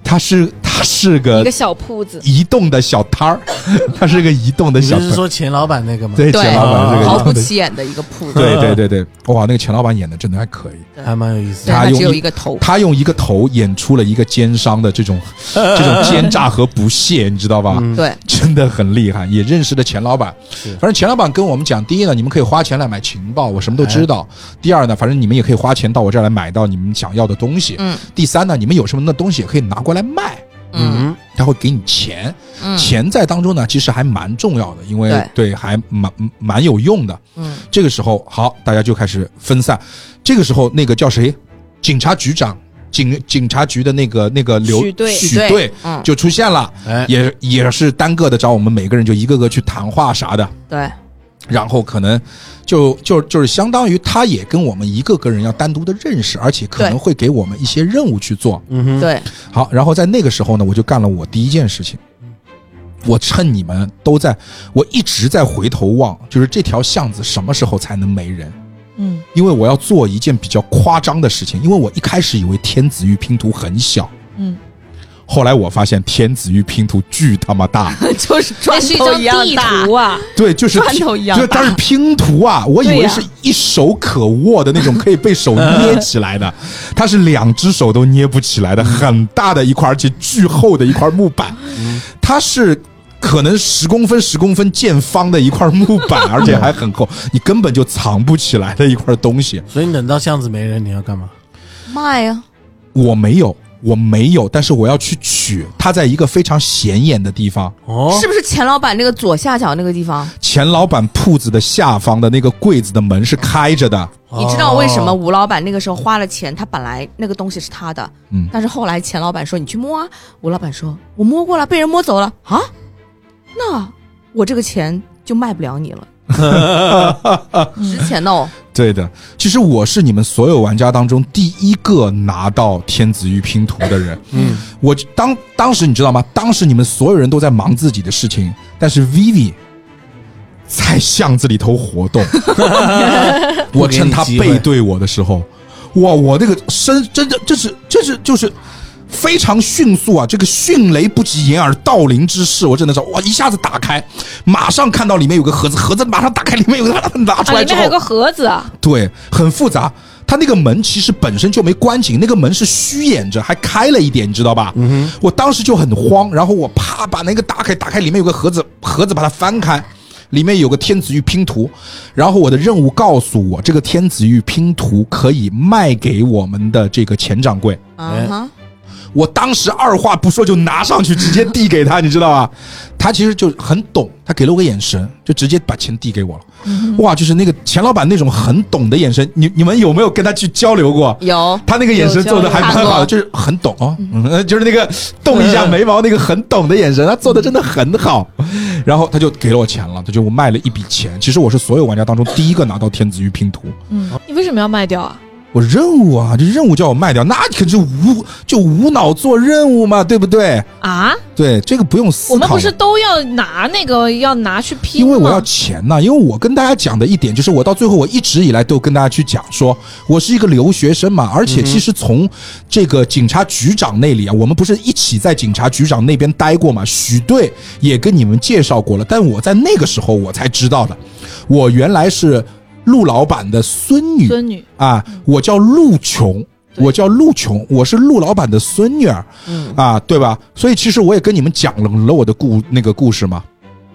Speaker 4: 它是它是
Speaker 7: 一
Speaker 4: 个
Speaker 7: 个小铺子，
Speaker 4: 移动的小摊儿， 它是个移动的
Speaker 6: 你
Speaker 4: 小
Speaker 6: 不
Speaker 4: 摊儿。
Speaker 6: 是说钱老板那个吗？
Speaker 4: 对，
Speaker 3: 对
Speaker 4: 钱老板是个
Speaker 3: 毫
Speaker 4: 移
Speaker 3: 不
Speaker 4: 动的，
Speaker 3: 起眼的一个铺子，
Speaker 4: 对对对对，哇，那个钱老板演的真的还可以。
Speaker 6: 还蛮有意思
Speaker 3: 对，
Speaker 6: 的。
Speaker 4: 他
Speaker 3: 它
Speaker 4: 用
Speaker 3: 只有
Speaker 4: 一
Speaker 3: 一个头。
Speaker 4: 他用一个头演出了一个奸商的这种这种奸诈和不屑，你知道吧？
Speaker 6: 嗯
Speaker 3: 对，
Speaker 4: 真的很厉害，也认识了钱老板。反正钱老板跟我们讲，第一呢，你们可以花钱来买情报，我什么都知道；
Speaker 6: 哎
Speaker 4: 第二呢，反正你们也可以花钱到我这儿来买到你们想要的东西；
Speaker 3: 嗯
Speaker 4: 第三呢，你们有什么的东西也可以拿过来卖，
Speaker 3: 嗯
Speaker 4: 他会给你钱。
Speaker 3: 嗯
Speaker 4: 钱在当中呢，其实还蛮重要的，因为对还蛮蛮有用的。
Speaker 3: 嗯，
Speaker 4: 这个时候，好，大家就开始分散。这个时候，那个叫谁，警察局长，警警察局的那个那个刘
Speaker 7: 许队
Speaker 4: 许队
Speaker 3: 嗯
Speaker 4: 就出现了，
Speaker 6: 哎，
Speaker 4: 也也是单个的找我们每个人就一个个去谈话啥的，
Speaker 3: 对，
Speaker 4: 然后可能就就就是相当于他也跟我们一个个人要单独的认识，而且可能
Speaker 3: 对
Speaker 4: 会给我们一些任务去做。
Speaker 6: 嗯哼，
Speaker 3: 对，
Speaker 4: 好，然后在那个时候呢，我就干了我第一件事情。我趁你们都在，我一直在回头望，就是这条巷子什么时候才能没人？
Speaker 7: 嗯，
Speaker 4: 因为我要做一件比较夸张的事情，因为我一开始以为天子域拼图很小，
Speaker 7: 嗯，
Speaker 4: 后来我发现天子域拼图巨他妈大，
Speaker 3: 就是
Speaker 7: 那
Speaker 3: 砖
Speaker 7: 是一
Speaker 3: 头
Speaker 7: 张
Speaker 3: 样
Speaker 7: 地
Speaker 3: 大
Speaker 7: 图，啊，
Speaker 4: 对，就是
Speaker 3: 砖头一样
Speaker 4: 就是
Speaker 3: 大
Speaker 4: 但是拼图啊，我以
Speaker 7: 对
Speaker 4: 为
Speaker 7: 呀
Speaker 4: 是一手可握的那种，可以 被手捏起来的，它是两只手都捏不起来的，很大的一块，而且巨厚的一块木板，它是。可能十公分、十公分见方的一块木板， 而且还很厚，你根本就藏不起来的一块东西。
Speaker 6: 所以你等到巷子没人，你要干嘛？
Speaker 3: 卖啊，
Speaker 4: 我没有，我没有，但是我要去取。它在一个非常显眼的地方，
Speaker 6: 哦
Speaker 3: 是，不是钱老板那个左下角那个地方？
Speaker 4: 钱老板铺子的下方的那个柜子的门是开着的。
Speaker 3: 你知道为什么
Speaker 4: 哦
Speaker 6: 哦
Speaker 3: 吴老板那个时候花了钱？他本来那个东西是他的，
Speaker 4: 嗯
Speaker 3: 但是后来钱老板说你去摸啊，吴老板说我摸过了，被人摸走了啊，那我这个钱就卖不了你 了，值钱哦，
Speaker 4: 对的，其实我是你们所有玩家当中第一个拿到天子鱼拼图的人。嗯，我当当时你知道吗？当时你们所有人都在忙自己的事情，但是 Vivi 在巷子里头活动。我趁他背对我的时候，哇，我那个身真的这是这是就是。非常迅速啊！这个迅雷不及掩耳盗铃之势，我真的是哇！一下子打开，马上看到里面有个盒子，盒子马上打开，里面有个拿
Speaker 7: 啊，
Speaker 4: 出来
Speaker 7: 里
Speaker 4: 之后，
Speaker 7: 面还有个盒子啊，
Speaker 4: 对，很复杂。它那个门其实本身就没关紧，那个门是虚掩着，还开了一点，你知道吧？嗯我当时就很慌，然后我啪把那个打开，打开里面有个盒子，盒子把它翻开，里面有个天子玉拼图，然后我的任务告诉我，这个天子玉拼图可以卖给我们的这个钱掌柜。
Speaker 3: 啊哈，
Speaker 4: 我当时二话不说就拿上去，直接递给他，你知道吧？他其实就很懂，他给了我个眼神，就直接把钱递给我了。
Speaker 3: 嗯
Speaker 4: 哇，就是那个钱老板那种很懂的眼神，你你们有没有跟他去交流过？
Speaker 3: 有
Speaker 4: 他那个眼神做的还蛮
Speaker 3: 有交
Speaker 4: 好
Speaker 3: 流
Speaker 4: 的，就是很懂哦，嗯，就是那个动一下眉毛那个很懂的眼神，他做的真的很好。然后他就给了我钱了，他就我卖了一笔钱。其实我是所有玩家当中第一个拿到天子鱼拼图，
Speaker 7: 嗯你为什么要卖掉啊？
Speaker 4: 我任务啊，这任务叫我卖掉，那可就无就无脑做任务嘛，对不对？
Speaker 7: 啊，
Speaker 4: 对，这个不啊用思考。
Speaker 7: 我们不是都要拿那个要拿去拼
Speaker 4: 因
Speaker 7: 吗？
Speaker 4: 为我要钱呐、因为我跟大家讲的一点就是，我到最后我一直以来都跟大家去讲说，我是一个留学生嘛，而且其实从这个警察局长那里啊，我们不是一起在警察局长那边待过嘛，许队也跟你们介绍过了，但我在那个时候我才知道的，我原来是陆老板的孙女，
Speaker 7: 孙女，
Speaker 4: 啊，我叫陆琼。我叫陆琼，我是陆老板的孙女儿，
Speaker 6: 嗯
Speaker 4: 啊，对吧？所以其实我也跟你们讲了了我的故那个故事嘛。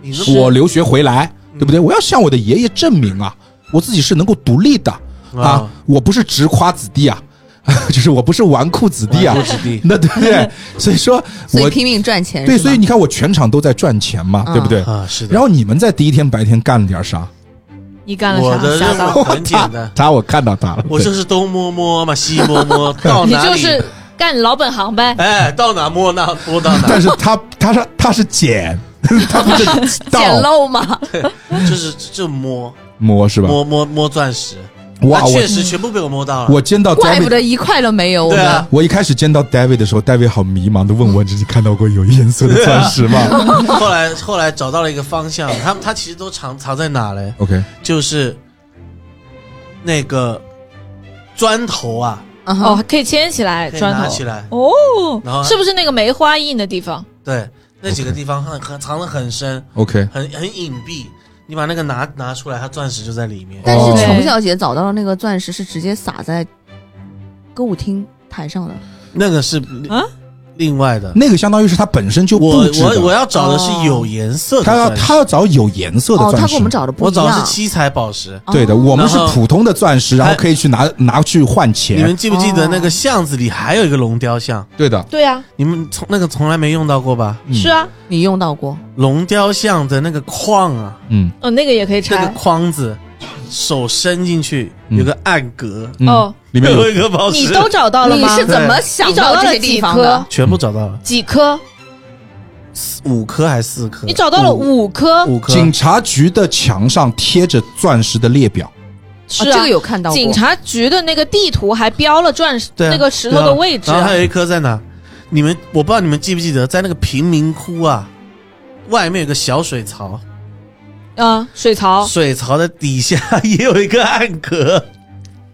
Speaker 6: 你是嗯
Speaker 4: 我留学回来，对不对？我要向我的爷爷证明啊，我自己是能够独立的啊
Speaker 6: 啊，
Speaker 4: 我不是直夸子弟啊， 就是我不是纨绔子 弟啊
Speaker 6: 纨绔子弟，
Speaker 4: 那对不 对？所以说
Speaker 3: 所以
Speaker 4: 我
Speaker 3: 拼命赚钱，
Speaker 4: 对，
Speaker 3: 是吗
Speaker 4: 所以你看我全场都在赚钱嘛，
Speaker 3: 嗯
Speaker 4: 对不对？
Speaker 6: 啊，是的。
Speaker 4: 然后你们在第一天白天干了点啥？
Speaker 7: 你干了
Speaker 6: 我
Speaker 7: 啥？
Speaker 6: 的
Speaker 7: 吓
Speaker 6: 任
Speaker 7: 到
Speaker 6: 务很简单，
Speaker 4: 他我看到他了，
Speaker 6: 我
Speaker 4: 对
Speaker 6: 就是东摸摸嘛，西摸摸，到
Speaker 7: 你
Speaker 6: 哪里
Speaker 7: 就是干老本行呗。
Speaker 6: 哎，到哪摸哪摸 到哪
Speaker 4: 但，是他他是他是捡， 他不是
Speaker 3: 捡
Speaker 4: 盗
Speaker 3: 漏 嘛，
Speaker 6: 就是就摸
Speaker 4: 摸是吧？
Speaker 6: 摸摸摸钻石，
Speaker 4: 哇，
Speaker 6: 那
Speaker 4: 我
Speaker 6: 确实啊全部被我摸到了。
Speaker 4: 我见到
Speaker 3: 怪
Speaker 4: David
Speaker 3: 不得一块都没有我
Speaker 6: 对
Speaker 3: 们
Speaker 6: 啊。
Speaker 4: 我一开始见到 David 的时候，David 好迷茫的问
Speaker 6: 嗯
Speaker 4: 我：“你看到过有颜色的钻石 吗
Speaker 6: 后来后来找到了一个方向，他他其实都藏藏在哪嘞？
Speaker 4: ？”OK，
Speaker 6: 就是那个砖头啊，
Speaker 3: 啊哈
Speaker 7: 哦，还可以牵起来
Speaker 6: 可以
Speaker 7: 砖
Speaker 6: 拿
Speaker 7: 头
Speaker 6: 起来，
Speaker 7: 哦
Speaker 6: 然后，
Speaker 7: 是不是那个梅花印的地方？
Speaker 6: 对，那几个地方很很藏得很深，
Speaker 4: OK，
Speaker 6: 很很隐蔽。你把那个拿拿出来，它钻石就在里
Speaker 7: 啊
Speaker 6: 面。
Speaker 3: 但
Speaker 4: 哦
Speaker 3: 是琼小姐找到了那个钻石，是直接撒在歌舞厅台上的。
Speaker 6: 那个是
Speaker 7: 啊
Speaker 6: 另外的。
Speaker 4: 那个相当于是他本身就布
Speaker 6: 我
Speaker 4: 置
Speaker 6: 我我
Speaker 4: 的，
Speaker 6: 要找的
Speaker 7: 哦
Speaker 6: 是有颜色的
Speaker 4: 他要
Speaker 6: 钻石，
Speaker 4: 他要找有颜色的
Speaker 3: 哦，
Speaker 4: 钻
Speaker 3: 她
Speaker 4: 石。
Speaker 3: 跟我们找的不
Speaker 6: 我
Speaker 3: 一
Speaker 6: 找的
Speaker 3: 样
Speaker 6: 是。七彩宝石。
Speaker 3: 哦
Speaker 4: 对的，我们
Speaker 6: 然
Speaker 4: 是
Speaker 6: 后
Speaker 4: 普通的钻石，然后
Speaker 6: 还
Speaker 4: 可以去拿拿去换
Speaker 6: 你
Speaker 4: 钱。
Speaker 6: 们记不记得
Speaker 3: 哦
Speaker 6: 那个巷子里还有一个龙雕像？
Speaker 4: 对的，
Speaker 7: 对啊，
Speaker 6: 你们从那个从来没用到过吧？
Speaker 4: 嗯
Speaker 7: 是，啊，
Speaker 3: 你用到过
Speaker 6: 龙雕像的那个框啊，
Speaker 4: 嗯
Speaker 7: 哦，那个也可以拆
Speaker 6: 那个。框子，手伸进去
Speaker 4: 嗯
Speaker 6: 有个暗格，
Speaker 4: 嗯
Speaker 7: 哦，
Speaker 4: 里 面有
Speaker 6: 一个宝石，
Speaker 7: 你都找到了吗？
Speaker 3: 你是怎么想
Speaker 7: 你找
Speaker 3: 到
Speaker 7: 到
Speaker 3: 这
Speaker 7: 了
Speaker 3: 些地
Speaker 7: 几
Speaker 3: 方的
Speaker 7: 颗？？哦
Speaker 6: 全部找到了，
Speaker 7: 几颗？
Speaker 4: 嗯
Speaker 6: 五颗还是四颗？
Speaker 7: 你找到了五颗？
Speaker 6: 五颗，
Speaker 4: 警察局的墙上贴着钻石的列表，
Speaker 7: 是
Speaker 3: 哦
Speaker 7: 啊，
Speaker 3: 这个有看到过。
Speaker 7: 警察局的那个地图还标了钻石
Speaker 6: 对啊
Speaker 7: 那个石头的位置啊
Speaker 6: 然。后还有一颗在哪？你们我不知道你们记不记得，在那个贫民窟啊，外面有个小水槽，
Speaker 7: 嗯，水槽
Speaker 6: 水槽的底下也有一个暗格。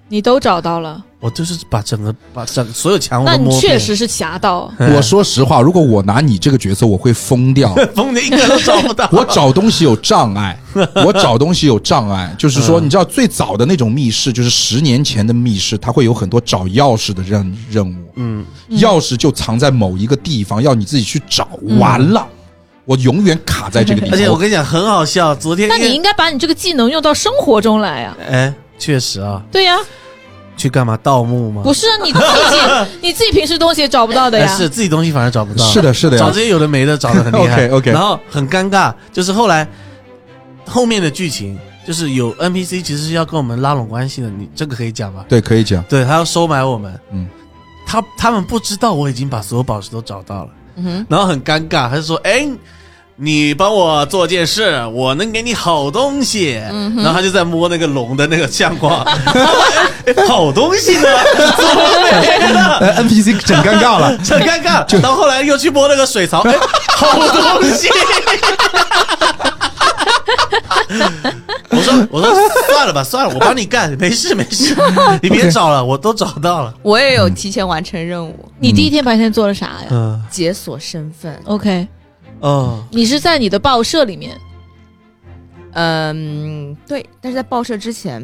Speaker 7: 你都找到了，
Speaker 6: 我就是把整个把整所有墙我
Speaker 7: 那
Speaker 6: 都
Speaker 7: 你
Speaker 6: 摸遍
Speaker 7: 确实是侠盗。啊
Speaker 6: 哎
Speaker 4: 我说实话，如果我拿你这个角色，我会疯掉。。
Speaker 6: 疯的一个都找不 到
Speaker 4: 我找东西有障碍，我找东西有障碍，就是说，
Speaker 6: 嗯
Speaker 4: 你知道最早的那种密室，就是十年前的密室，它会有很多找钥匙的任任务，
Speaker 6: 嗯，
Speaker 4: 钥匙就藏在某一个地方，要你自己去找。完了，我永远卡在这个地
Speaker 6: 而且我
Speaker 4: 方。
Speaker 6: 跟你讲很好笑，昨 天
Speaker 7: 那你
Speaker 6: 因为
Speaker 7: 应该把你这个技能用到生活中来呀、
Speaker 6: 哎，确实啊，
Speaker 7: 对呀、
Speaker 6: 去干嘛盗墓吗？
Speaker 7: 不是啊你自己，你自己平时东西也找不到的呀。
Speaker 6: 哎是自己东西反而找不到，
Speaker 4: 是的，是的
Speaker 6: 找
Speaker 4: 呀
Speaker 6: 这，些有的没的找的很厉害。
Speaker 4: OK，OK
Speaker 6: 然后很尴尬，就是后来后面的剧情就是有 NPC 其实是要跟我们拉拢关系的，你这个可以讲吧？
Speaker 4: 对，可以讲。
Speaker 6: 对他要收买我们，
Speaker 4: 嗯
Speaker 6: 嗯，他他们不知道我已经把所有宝石都找到了，
Speaker 3: 嗯哼，
Speaker 6: 然后很尴尬，他就说：“哎，你帮我做件事，我能给你好东西。
Speaker 3: 嗯
Speaker 6: 然后他就在摸那个龙的那个相 框，哎好东西呢，怎么没了？，
Speaker 4: 呃，NPC 整尴尬了
Speaker 6: 很尴尬。然后后来又去摸那个水槽，哎， 好东西。 我说我说算了吧，算了，我帮你干，没事没 事，你别找了，我都找到
Speaker 7: 嗯
Speaker 6: 了。
Speaker 3: 我也有提前完成任务，
Speaker 7: 你第一天白天做了啥呀、
Speaker 6: 嗯，
Speaker 3: 解锁身份。
Speaker 7: o k
Speaker 6: 哦，
Speaker 7: 你是在你的报社里面，
Speaker 3: 嗯，对，但是在报社之前，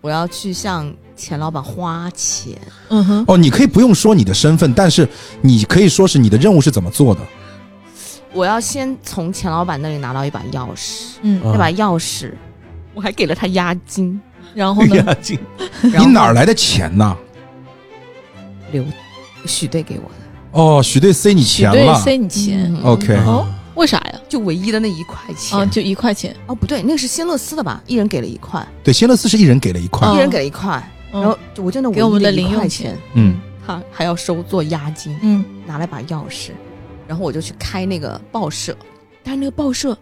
Speaker 3: 我要去向钱老板花钱。
Speaker 7: 嗯哼，
Speaker 4: 哦，你可以不用说你的身份，但是你可以说是你的任务是怎么做的。
Speaker 3: 我要先从钱老板那里拿到一把钥匙，
Speaker 4: 啊
Speaker 7: 嗯，
Speaker 3: 那把钥匙我还给了他押金，
Speaker 7: 然 后 呢？
Speaker 6: 押金
Speaker 4: 你哪儿
Speaker 3: 来
Speaker 4: 来的钱呢？
Speaker 3: 留许队给我的？
Speaker 4: 哦，许队塞你
Speaker 7: 许
Speaker 4: 钱
Speaker 7: 队
Speaker 4: 了。
Speaker 7: 塞你钱、
Speaker 3: 嗯
Speaker 4: OK，
Speaker 7: 哦？为啥呀？
Speaker 3: 就唯一的那一块钱。
Speaker 7: 啊，就一块钱。
Speaker 3: 哦，不对，那个是仙乐丝的吧？一人给了一块，
Speaker 4: 对，仙乐斯是一人给了一块
Speaker 7: 哦。
Speaker 3: 一人给了一块，
Speaker 7: 嗯
Speaker 3: 然后就我真的
Speaker 7: 给我们
Speaker 3: 的
Speaker 7: 的零
Speaker 3: 一
Speaker 7: 用
Speaker 3: 块
Speaker 7: 钱
Speaker 3: 钱，
Speaker 4: 嗯，
Speaker 3: 他还要收做押金，
Speaker 7: 嗯，
Speaker 3: 拿了把钥匙，然后我就去开那个报社，但是那个报社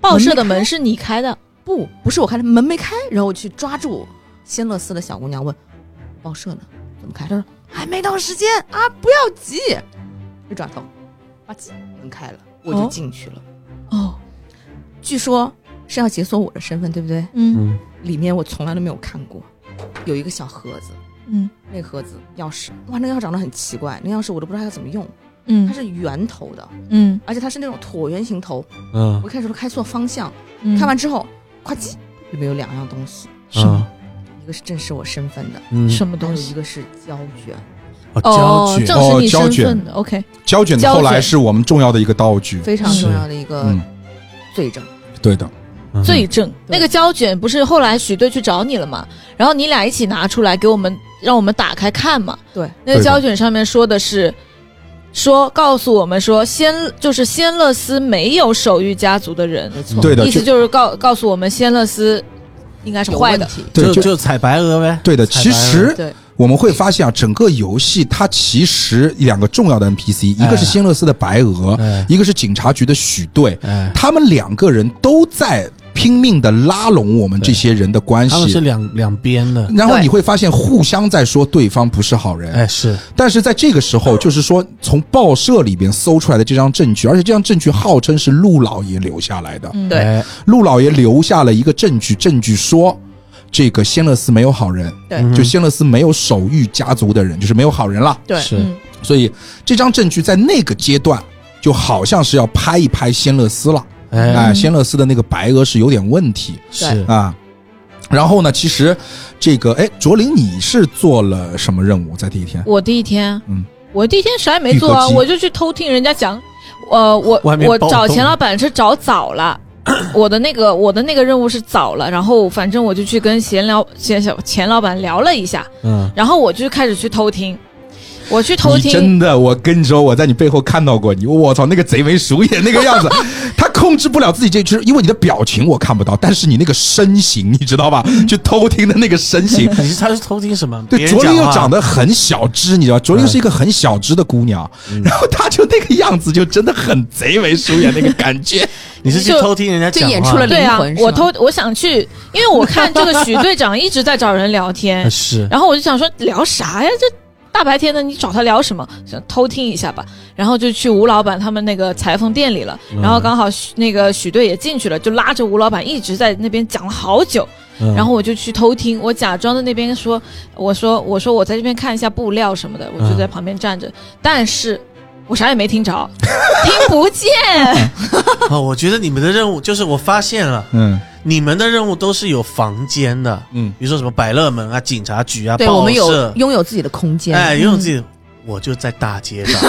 Speaker 7: 报社的门是你开的，
Speaker 3: 不不是我开的，门没开，然后我去抓住仙乐丝的小姑娘问，报社呢？怎么开？她说还没到时间啊，不要急，一转头，吧唧门开了，我就
Speaker 7: 哦
Speaker 3: 进去了。
Speaker 7: 哦，
Speaker 3: 据说是要解锁我的身份，对不对？
Speaker 7: 嗯
Speaker 3: 里面我从来都没有看过，有一个小盒子，
Speaker 7: 嗯
Speaker 3: 那个盒子钥匙，哇，那个钥匙长得很奇怪，那个钥匙我都不知道它怎么用，它
Speaker 7: 嗯
Speaker 3: 是圆头的，
Speaker 7: 嗯
Speaker 3: 而且它是那种椭圆形头，
Speaker 6: 嗯
Speaker 3: 我一开始都开错方向，
Speaker 7: 嗯，
Speaker 3: 看完之后，咵叽，里面有两样东西，
Speaker 7: 什
Speaker 6: 啊
Speaker 7: 么
Speaker 3: 一个是证实我身份的，
Speaker 6: 嗯
Speaker 7: 什么
Speaker 3: 还有
Speaker 7: 东
Speaker 3: 一
Speaker 7: 西？
Speaker 3: 个是胶卷，
Speaker 7: 哦，
Speaker 6: 卷
Speaker 7: 证实你
Speaker 4: 哦胶
Speaker 7: 身
Speaker 4: 卷
Speaker 7: 份的。OK，
Speaker 4: 胶卷的
Speaker 7: 胶
Speaker 4: 后
Speaker 7: 卷
Speaker 4: 来是我们重要的一个道具。
Speaker 3: 非常
Speaker 7: 是
Speaker 3: 重要的一个
Speaker 4: 嗯，
Speaker 3: 罪证。
Speaker 4: 对的。
Speaker 6: 嗯
Speaker 7: 罪证。
Speaker 3: 嗯对
Speaker 7: 那个胶卷不是后来许队去找你了嘛？然后你俩一起拿出来给我们，让我们打开看嘛。
Speaker 3: 对，
Speaker 7: 那个胶卷上面说的是，说告诉我们说仙就是仙乐丝没有手玉家族的人，
Speaker 3: 没错，
Speaker 4: 对的
Speaker 7: 意思
Speaker 4: 就
Speaker 7: 就是告告诉我们仙乐丝应该是
Speaker 3: 嗯有
Speaker 7: 坏
Speaker 3: 问
Speaker 7: 的。
Speaker 3: 题。
Speaker 4: 对，
Speaker 6: 就
Speaker 4: 就
Speaker 6: 就采白鹅呗。
Speaker 4: 对的。
Speaker 6: 采白
Speaker 4: 其
Speaker 6: 鹅
Speaker 4: 实
Speaker 3: 对，
Speaker 4: 我们会发现啊，整个游戏它其实两个重要的 NPC，一个是
Speaker 6: 哎
Speaker 4: 仙乐斯的白鹅，
Speaker 6: 哎
Speaker 4: 一个是警察局的许队，
Speaker 6: 哎，
Speaker 4: 他们两个人都在拼命的拉拢我们这些人的关
Speaker 6: 他们是
Speaker 4: 系。
Speaker 6: 两两边的。
Speaker 4: 然后
Speaker 7: 对
Speaker 4: 你会发现，互相在说对方不是好人，
Speaker 6: 哎，是
Speaker 4: 但是在这个时候，就是说从报社里边搜出来的这张证据，而且这张证据号称是陆老爷留下来的。
Speaker 7: 嗯，
Speaker 3: 对
Speaker 6: 哎
Speaker 4: 陆老爷留下了一个证据，证据说这个仙乐寺没有好人，
Speaker 3: 对
Speaker 4: 就仙乐寺没有手玉家族的人，就是没有好人了。
Speaker 3: 对
Speaker 6: 是
Speaker 7: 嗯
Speaker 4: 所以这张证据在那个阶段就好像是要拍一拍仙乐丝了，
Speaker 6: 哎
Speaker 4: 哎，仙乐丝的那个白鹅是有点问题
Speaker 6: 是
Speaker 4: 啊。然后呢，其实这个哎，卓林，你是做了什么任务在第一天？
Speaker 7: 我第一天，
Speaker 4: 嗯
Speaker 7: 我第一天啥也没做
Speaker 4: 一
Speaker 7: 啊，
Speaker 4: 合集
Speaker 7: 我就去偷听人家讲，呃，我
Speaker 6: 外面
Speaker 7: 我
Speaker 6: 暴
Speaker 7: 找
Speaker 6: 动
Speaker 7: 钱老板是找早 了。我的那个我的那个任务是早了，然后反正我就去跟闲聊闲小钱老板聊了一下，
Speaker 6: 嗯，
Speaker 7: 然后我就开始去偷听，我去偷
Speaker 4: 你
Speaker 7: 听，
Speaker 4: 真的，我跟你说，我在你背后看到过你，我操，那个贼眉鼠眼那个 样子，他控制不了自己这，就是因为你的表情我看不到，但是你那个身形，你知道吧？
Speaker 7: 嗯
Speaker 4: 就偷听的那个身形，
Speaker 6: 你是他是偷听什么？别
Speaker 4: 对，
Speaker 6: 人
Speaker 4: 卓琳又
Speaker 6: 话嗯
Speaker 4: 长得很小只，你知道，卓琳是一个很小只的姑娘，然后她就那个样子，就真的很贼眉鼠眼那个感觉。
Speaker 6: 你是去
Speaker 7: 就
Speaker 6: 偷听人家
Speaker 3: 就
Speaker 6: 讲
Speaker 3: 演
Speaker 6: 话
Speaker 3: 出了
Speaker 7: 对啊
Speaker 3: 灵魂，是吗
Speaker 7: 我偷我想去，因为我看这个许队长一直在找人聊天，
Speaker 6: 哎是
Speaker 7: 然后我就想说聊啥呀？这大白天的你找他聊什么？想偷听一下吧。然后就去吴老板他们那个裁缝店里了。然后刚好许那个许队也进去了，就拉着吴老板一直在那边讲了好久。然后我就去偷听，我假装在那边说，我说我说我在这边看一下布料什么的，我就在旁边站着，但是。我啥也没听着，听不见。
Speaker 6: 啊，我觉得你们的任务就是我发现了，
Speaker 4: 嗯
Speaker 6: 你们的任务都是有房间的，
Speaker 4: 嗯，
Speaker 6: 比如说什么百乐门啊、警察局啊、
Speaker 3: 对
Speaker 6: 报
Speaker 3: 我们有
Speaker 6: 社
Speaker 3: 拥有自己的空间，
Speaker 6: 哎，有种自己，我就在大街上，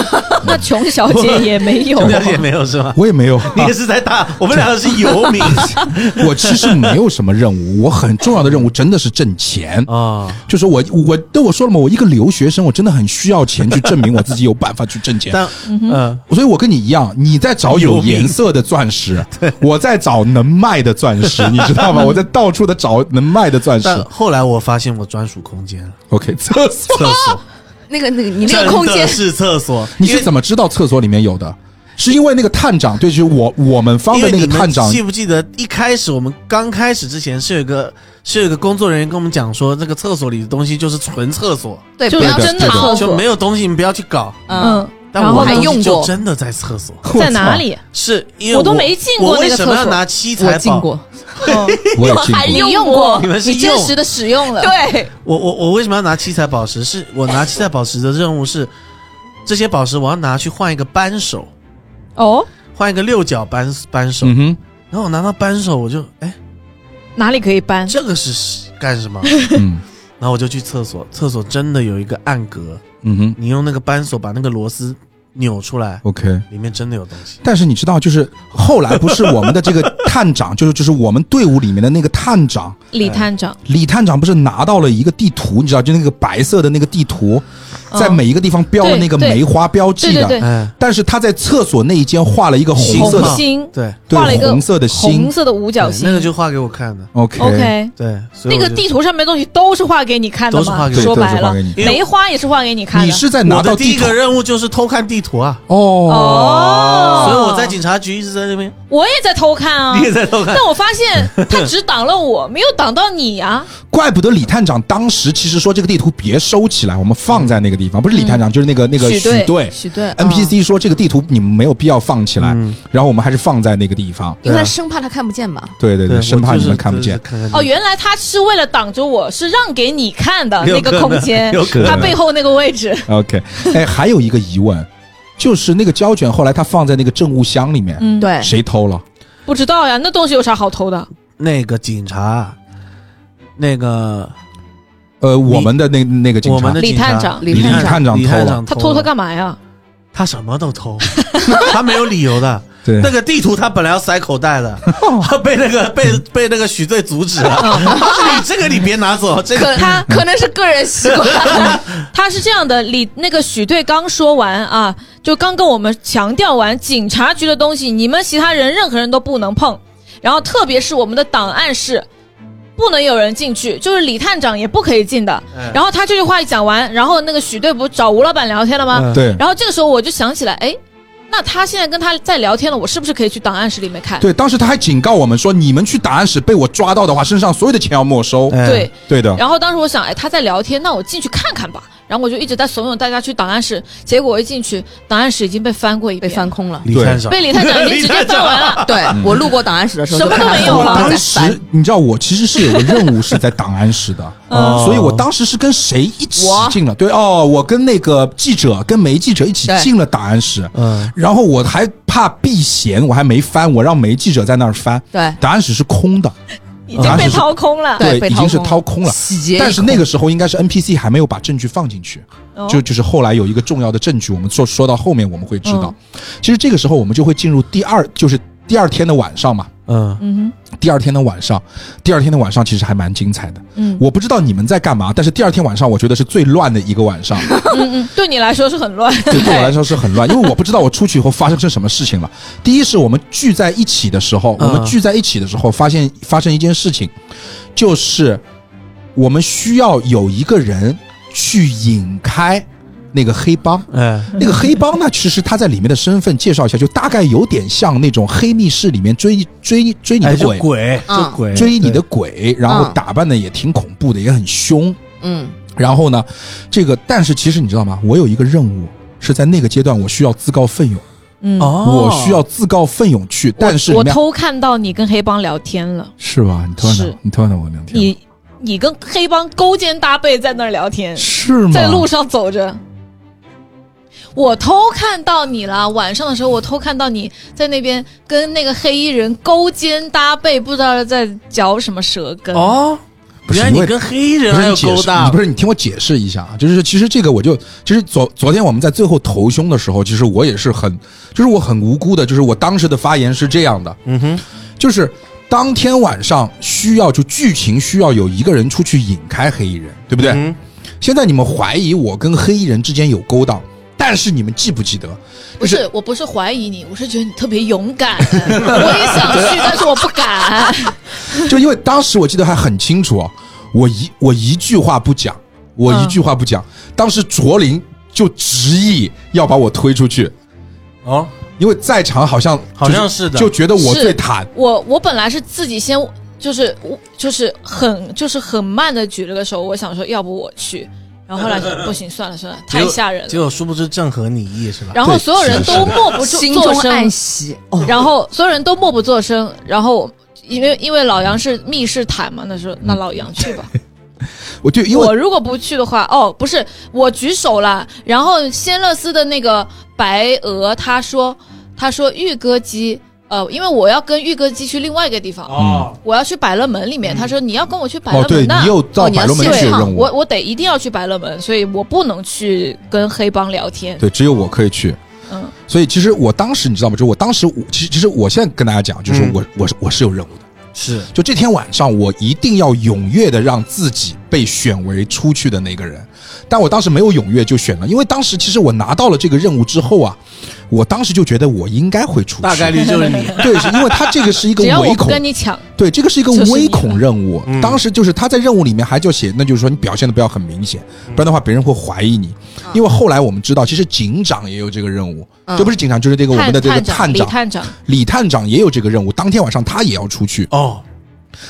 Speaker 7: 那穷小姐也没 有
Speaker 6: 了解没有是吧？
Speaker 4: 我也 没有，啊
Speaker 6: 你也是在大，我们两个是游民
Speaker 4: 我其实没有什么任务，我很重要的任务真的是挣 钱。
Speaker 6: 啊，
Speaker 4: 就是我，我对我说了嘛，我一个留学生，我真的很需要钱去证明我自己有办法去挣钱。
Speaker 6: 但嗯，
Speaker 4: 所以，我跟你一样，你在找有颜色的钻石，我在找能卖的钻 石，你知道吗？我在到处的找能卖的钻石。
Speaker 6: 但后来我发现我专属空间了，
Speaker 4: OK，厕所，
Speaker 6: 厕所，
Speaker 3: 那个那个你那
Speaker 6: 真
Speaker 3: 个空间
Speaker 6: 的是厕所，
Speaker 4: 你
Speaker 6: 因为
Speaker 4: 是怎么知道厕所里面有的？是因为那个探长，对，就是我我们方
Speaker 6: 因
Speaker 4: 的
Speaker 6: 为
Speaker 4: 那
Speaker 6: 你
Speaker 4: 个
Speaker 6: 们
Speaker 4: 探长，
Speaker 6: 记不记得一开始我们刚开始之前是有一个是有一个工作人员跟我们讲说，这个厕所里的东西就是纯厕所，
Speaker 3: 对，
Speaker 7: 就
Speaker 3: 不
Speaker 7: 是
Speaker 3: 要
Speaker 7: 真的
Speaker 3: 吵
Speaker 7: 厕所
Speaker 6: 就没有东西你不要去搞。
Speaker 3: 嗯，
Speaker 6: 但
Speaker 7: 然
Speaker 6: 我
Speaker 7: 后
Speaker 6: 的
Speaker 3: 还
Speaker 6: 东西
Speaker 3: 用
Speaker 6: 就
Speaker 3: 过
Speaker 6: 真的在厕所，
Speaker 7: 在哪里？
Speaker 6: 是因为
Speaker 7: 我都没进过
Speaker 6: 我为
Speaker 7: 那个
Speaker 6: 什么
Speaker 7: 厕
Speaker 6: 要
Speaker 7: 所
Speaker 6: 拿七
Speaker 3: 我
Speaker 6: 彩
Speaker 3: 进
Speaker 6: 宝？
Speaker 3: 过，
Speaker 4: 我 有进
Speaker 3: 还
Speaker 4: 过。
Speaker 3: 用
Speaker 7: 用
Speaker 3: 过
Speaker 7: 过，
Speaker 6: 你们是
Speaker 3: 你真
Speaker 6: 用
Speaker 3: 实的使用了，
Speaker 7: 对，
Speaker 6: 我我我为什么要拿七彩宝石？是我拿七彩宝石的任务是，这些宝石我要拿去换一个扳手，
Speaker 7: 哦，
Speaker 6: 换一个六角扳扳手。
Speaker 4: 嗯哼，
Speaker 6: 然后我拿到扳手，我就哎，
Speaker 7: 哪里可以搬？
Speaker 6: 这个是干 什么？
Speaker 4: 嗯
Speaker 6: 然后我就去厕所，厕所真的有一个暗格，
Speaker 4: 嗯哼
Speaker 6: 你用那个扳手把那个螺丝扭出来，
Speaker 4: ，OK。
Speaker 6: 里面真的有东西。
Speaker 4: 但是你知道，就是后来不是我们的这个探长，就是就是我们队伍里面的那个探长，
Speaker 7: 李探长，
Speaker 4: 李探长不是拿到了一个地图，你知道，就那个白色的那个地图，在每一个地方标了那个
Speaker 7: 嗯对对
Speaker 4: 梅花标
Speaker 7: 对
Speaker 4: 记
Speaker 7: 对
Speaker 4: 的，
Speaker 7: 对，
Speaker 6: 哎，
Speaker 4: 但是他在厕所那一间画了一个红色
Speaker 6: 红
Speaker 4: 的
Speaker 6: 嘛
Speaker 7: 心
Speaker 6: 对，
Speaker 4: 对
Speaker 7: 画了一个
Speaker 4: 红色的
Speaker 7: 红
Speaker 4: 心
Speaker 7: 色的五角
Speaker 6: 对
Speaker 7: 星，
Speaker 6: 那个就画给我看的，
Speaker 4: ，OK
Speaker 7: OK。
Speaker 6: 对，所以
Speaker 7: 那
Speaker 6: 我
Speaker 7: 个
Speaker 6: 就
Speaker 7: 地图上面的东西都是画给你看的
Speaker 6: 都是
Speaker 7: 嘛
Speaker 6: 画，给我
Speaker 7: 说
Speaker 4: 对都
Speaker 7: 白
Speaker 4: 是画
Speaker 7: 了
Speaker 4: 给你，
Speaker 6: 因为
Speaker 7: 梅花也是画给你看
Speaker 4: 你
Speaker 7: 的。
Speaker 4: 是在拿
Speaker 6: 我
Speaker 4: 到
Speaker 6: 的第
Speaker 4: 地
Speaker 6: 一
Speaker 4: 图
Speaker 6: 个任务就是偷看地图啊，
Speaker 7: 哦，
Speaker 6: 所以我在警察局一直在那边，
Speaker 7: 我也在偷看啊
Speaker 6: 你，也在偷看
Speaker 7: 但。我发 现他只挡了我，没有挡到你啊。
Speaker 4: 怪不得李探长当时其实说这个地图别收起来，我们放在那个地
Speaker 7: 嗯
Speaker 4: 方，不是李探长，就是那个那个
Speaker 7: 许
Speaker 4: 许
Speaker 7: 队
Speaker 4: 队
Speaker 3: 许
Speaker 6: 嗯
Speaker 3: 嗯队
Speaker 7: 嗯
Speaker 4: NPC 说这个地图你们没有必要放起来，然后我们还是放在那个地方。
Speaker 3: 因为他生怕他看不见嘛，
Speaker 4: 对对
Speaker 6: 对，
Speaker 4: 对，生怕
Speaker 6: 我就
Speaker 4: 你
Speaker 6: 是
Speaker 4: 们看不
Speaker 6: 就是
Speaker 4: 见。
Speaker 6: 看看
Speaker 7: 哦，
Speaker 6: 你
Speaker 7: 原来他是为了挡着我，是让给你看的那
Speaker 6: 有
Speaker 7: 个
Speaker 6: 可能
Speaker 7: 空间
Speaker 6: 有可，能
Speaker 7: 他背后那个位置。
Speaker 4: OK，哎，还有一个疑问，就是那个胶卷后来他放在那个证物箱里面，
Speaker 7: 嗯，
Speaker 3: 对，
Speaker 4: 谁偷了？
Speaker 7: 不知道呀，那东西有啥好偷的？
Speaker 6: 那个警察，那个
Speaker 4: 呃，我们的那那个警察，
Speaker 6: 我们的
Speaker 7: 李
Speaker 6: 警察
Speaker 7: 探长
Speaker 3: 李探
Speaker 4: 探长
Speaker 6: 李
Speaker 4: 偷啊
Speaker 6: 探
Speaker 4: 了
Speaker 6: 长
Speaker 7: 他偷
Speaker 6: 了
Speaker 7: 它干嘛呀？
Speaker 6: 他什么都偷，他没有理由的。
Speaker 4: 对
Speaker 6: 那个地图他本来要塞口袋的，他 被那个被被那个许队阻止了。他 说：“你这个你别拿走，这 个
Speaker 3: 可他可能是个人习惯，
Speaker 7: 他是这样的，李那个许队刚说完啊，就刚跟我们强调完，警察局的东西，你们其他人任何人都不能碰，然后特别是我们的档案室。不能有人进去，就是李探长也不可以进的。
Speaker 6: 嗯
Speaker 7: 然后他这句话一讲完，然后那个许队不找吴老板聊天了吗？
Speaker 6: 嗯
Speaker 4: 对
Speaker 7: 然后这个时候我就想起来，哎，那他现在跟他在聊天了，我是不是可以去档案室里面看？
Speaker 4: 对，当时他还警告我们说，你们去档案室被我抓到的话，身上所有的钱要没收。
Speaker 6: 哎
Speaker 7: 对
Speaker 4: 对的，
Speaker 7: 然后当时我想，哎，他在聊天，那我进去看看吧。然后我就一直在怂恿大家去档案室，结果我一进去，档案室已经被翻过一
Speaker 3: 被
Speaker 7: 遍，
Speaker 3: 翻空了。
Speaker 6: 李
Speaker 4: 对
Speaker 6: 探长，
Speaker 7: 被李探长已经直接翻完了。
Speaker 4: 啊
Speaker 6: 嗯
Speaker 3: 对我路过档案室的时候，
Speaker 7: 什么都没有啊了
Speaker 4: 当时你知道，我其实是有个任务是在档案室 的，
Speaker 7: 哦
Speaker 4: 所以我当时是跟谁一起
Speaker 3: 我
Speaker 4: 进了？对哦，我跟那个记者跟梅记者一起
Speaker 3: 对
Speaker 4: 进了档案室，
Speaker 6: 嗯，
Speaker 4: 然后我还怕避嫌，我还没翻，我让梅记者在那儿翻，
Speaker 3: 对
Speaker 4: 档案室是空的，
Speaker 7: 已经被掏空了。
Speaker 3: 对啊被
Speaker 4: 已
Speaker 3: 掏
Speaker 4: 经是
Speaker 3: 空了
Speaker 4: 掏空了。
Speaker 3: 洗劫一空。
Speaker 4: 但是那个时候应该是 NPC 还没有把证据放进去，
Speaker 7: 哦
Speaker 4: 就就是后来有一个重要的证据，我们说说到后面我们会知道。其实这个时候我们就会进入第二，就是第二天的晚上嘛。
Speaker 6: 嗯，
Speaker 7: 嗯
Speaker 4: 第二天的晚上，第二天的晚上其实还蛮精彩的。
Speaker 7: 嗯
Speaker 4: 我不知道你们在干嘛，但是第二天晚上我觉得是最乱的一个晚上，
Speaker 7: 哼嗯嗯，对你来说是很乱。
Speaker 4: 对对我来说是很乱，因为我不知道我出去以后发生什么事情了。第一是我们聚在一起的时候，我
Speaker 6: 嗯
Speaker 4: 们聚在一起的时候发现发生一件事情，就是我们需要有一个人去引开那个黑帮。
Speaker 6: 哎，
Speaker 4: 那个黑帮呢，其实他在里面的身份介绍一下，就大概有点像那种黑密室里面追追追你
Speaker 6: 哎，
Speaker 4: 的
Speaker 6: 就
Speaker 4: 鬼，
Speaker 6: 鬼，
Speaker 3: 嗯
Speaker 6: 就鬼，
Speaker 4: 追你的鬼，然后
Speaker 3: 嗯
Speaker 4: 打扮的也挺恐怖的，也很凶。
Speaker 3: 嗯，
Speaker 4: 然后呢，这个但是其实你知道吗？我有一个任务是在那个阶段，我需要自告奋勇，
Speaker 7: 嗯，
Speaker 6: 哦，
Speaker 4: 我需要自告奋勇去。但是
Speaker 7: 我
Speaker 4: 你看
Speaker 7: 偷看到你跟黑帮聊天了，
Speaker 4: 是吧？你突然
Speaker 7: 是
Speaker 4: 的，你突然的我聊天，
Speaker 7: 你你跟黑帮勾肩搭背在那儿聊天，
Speaker 4: 是吗？
Speaker 7: 在路上走着。我偷看到你了，晚上的时候我偷看到你在那边跟那个黑衣人勾肩搭背，不知道在嚼什么舌根。
Speaker 6: 哦，
Speaker 4: 不是
Speaker 6: 原来你
Speaker 4: 因为
Speaker 6: 跟黑人
Speaker 4: 不
Speaker 6: 还
Speaker 4: 是
Speaker 6: 有
Speaker 4: 你解
Speaker 6: 勾
Speaker 4: 释，
Speaker 6: 搭，
Speaker 4: 你不是你听我解释一下啊，就是其实这个我就就是昨昨天我们在最后投凶的时候，其实我也是很，就是我很无辜的，就是我当时的发言是这样的，嗯
Speaker 6: 哼，
Speaker 4: 就是当天晚上需要就剧情需要有一个人出去引开黑衣人，对不对？
Speaker 6: 嗯
Speaker 4: 现在你们怀疑我跟黑衣人之间有勾当，但是你们记不记得？
Speaker 7: 不是，我不是怀疑你，我是觉得你特别勇敢。 我也想去，但是我不敢。
Speaker 4: 就因为当时我记得还很清楚啊，我一我一句话不讲，我一句话不讲。
Speaker 7: 嗯
Speaker 4: 当时卓林就执意要把我推出去，
Speaker 6: 哦，
Speaker 4: 因为在场好像
Speaker 6: 好像是的
Speaker 4: 就觉得我
Speaker 7: 是
Speaker 4: 最惨。
Speaker 7: 我我本来是自己先就是就是很就是很慢的举了个手，我想说要不我去，然后后来想不行算了算了，太吓人
Speaker 6: 结
Speaker 7: 了。
Speaker 6: 果殊不知正合你意是吧？
Speaker 7: 然后所有人
Speaker 4: 是
Speaker 7: 都
Speaker 4: 的
Speaker 7: 默不
Speaker 3: 心
Speaker 7: 作
Speaker 3: 中
Speaker 7: 声
Speaker 3: 暗，喜哦，
Speaker 7: 然后所有人都默不作声，然后。因为因为老杨是密室坦嘛，那时候那老杨去吧。
Speaker 4: 我就 因为
Speaker 7: 我如果不去的话，哦，不是我举手了。然后仙乐斯的那个白鹅他说他说玉歌姬，呃，因为我要跟玉歌姬去另外一个地方，
Speaker 4: 嗯
Speaker 6: 哦，
Speaker 7: 我要去百乐门里面，他说你要跟我去百乐
Speaker 4: 哦，对
Speaker 7: 门呐、
Speaker 4: 你又到
Speaker 3: 哦你要
Speaker 4: 百乐门
Speaker 7: 对
Speaker 4: 去
Speaker 3: 现
Speaker 4: 有
Speaker 3: 场
Speaker 4: 任务
Speaker 7: 我，我得一定要去百乐门，所以我不能去跟黑帮聊天。
Speaker 4: 对，只有我可以去。
Speaker 7: 嗯，
Speaker 4: 所以其实我当时你知道吗？就我当时，我其实其实我现在跟大家讲，就是
Speaker 6: 嗯
Speaker 4: 我、我是我是有任务的。
Speaker 6: 是
Speaker 4: 就这天晚上，我一定要踊跃的让自己被选为出去的那个人。但我当时没有踊跃就选了，因为当时其实我拿到了这个任务之后啊，我当时就觉得我应该会出去。
Speaker 6: 大概率就是你
Speaker 4: 对，是因为它这个是一个
Speaker 7: 只要
Speaker 4: 唯
Speaker 7: 我不
Speaker 4: 恐
Speaker 7: 跟你抢，
Speaker 4: 对，这个是一个
Speaker 7: 就是
Speaker 4: 微
Speaker 7: 你
Speaker 4: 恐
Speaker 7: 了
Speaker 4: 任务。当时就是他在任务里面还就写，那就是说你表现的不要很明显，不然的话别人会怀疑你。因为后来我们知道，其实警长也有这个任务，
Speaker 3: 嗯
Speaker 4: 这不是警长就是这个我们
Speaker 7: 探
Speaker 4: 的这个
Speaker 7: 探长
Speaker 4: 探
Speaker 7: 李
Speaker 4: 长
Speaker 7: 探长，
Speaker 4: 李探长也有这个任务。当天晚上他也要出去，
Speaker 6: 哦，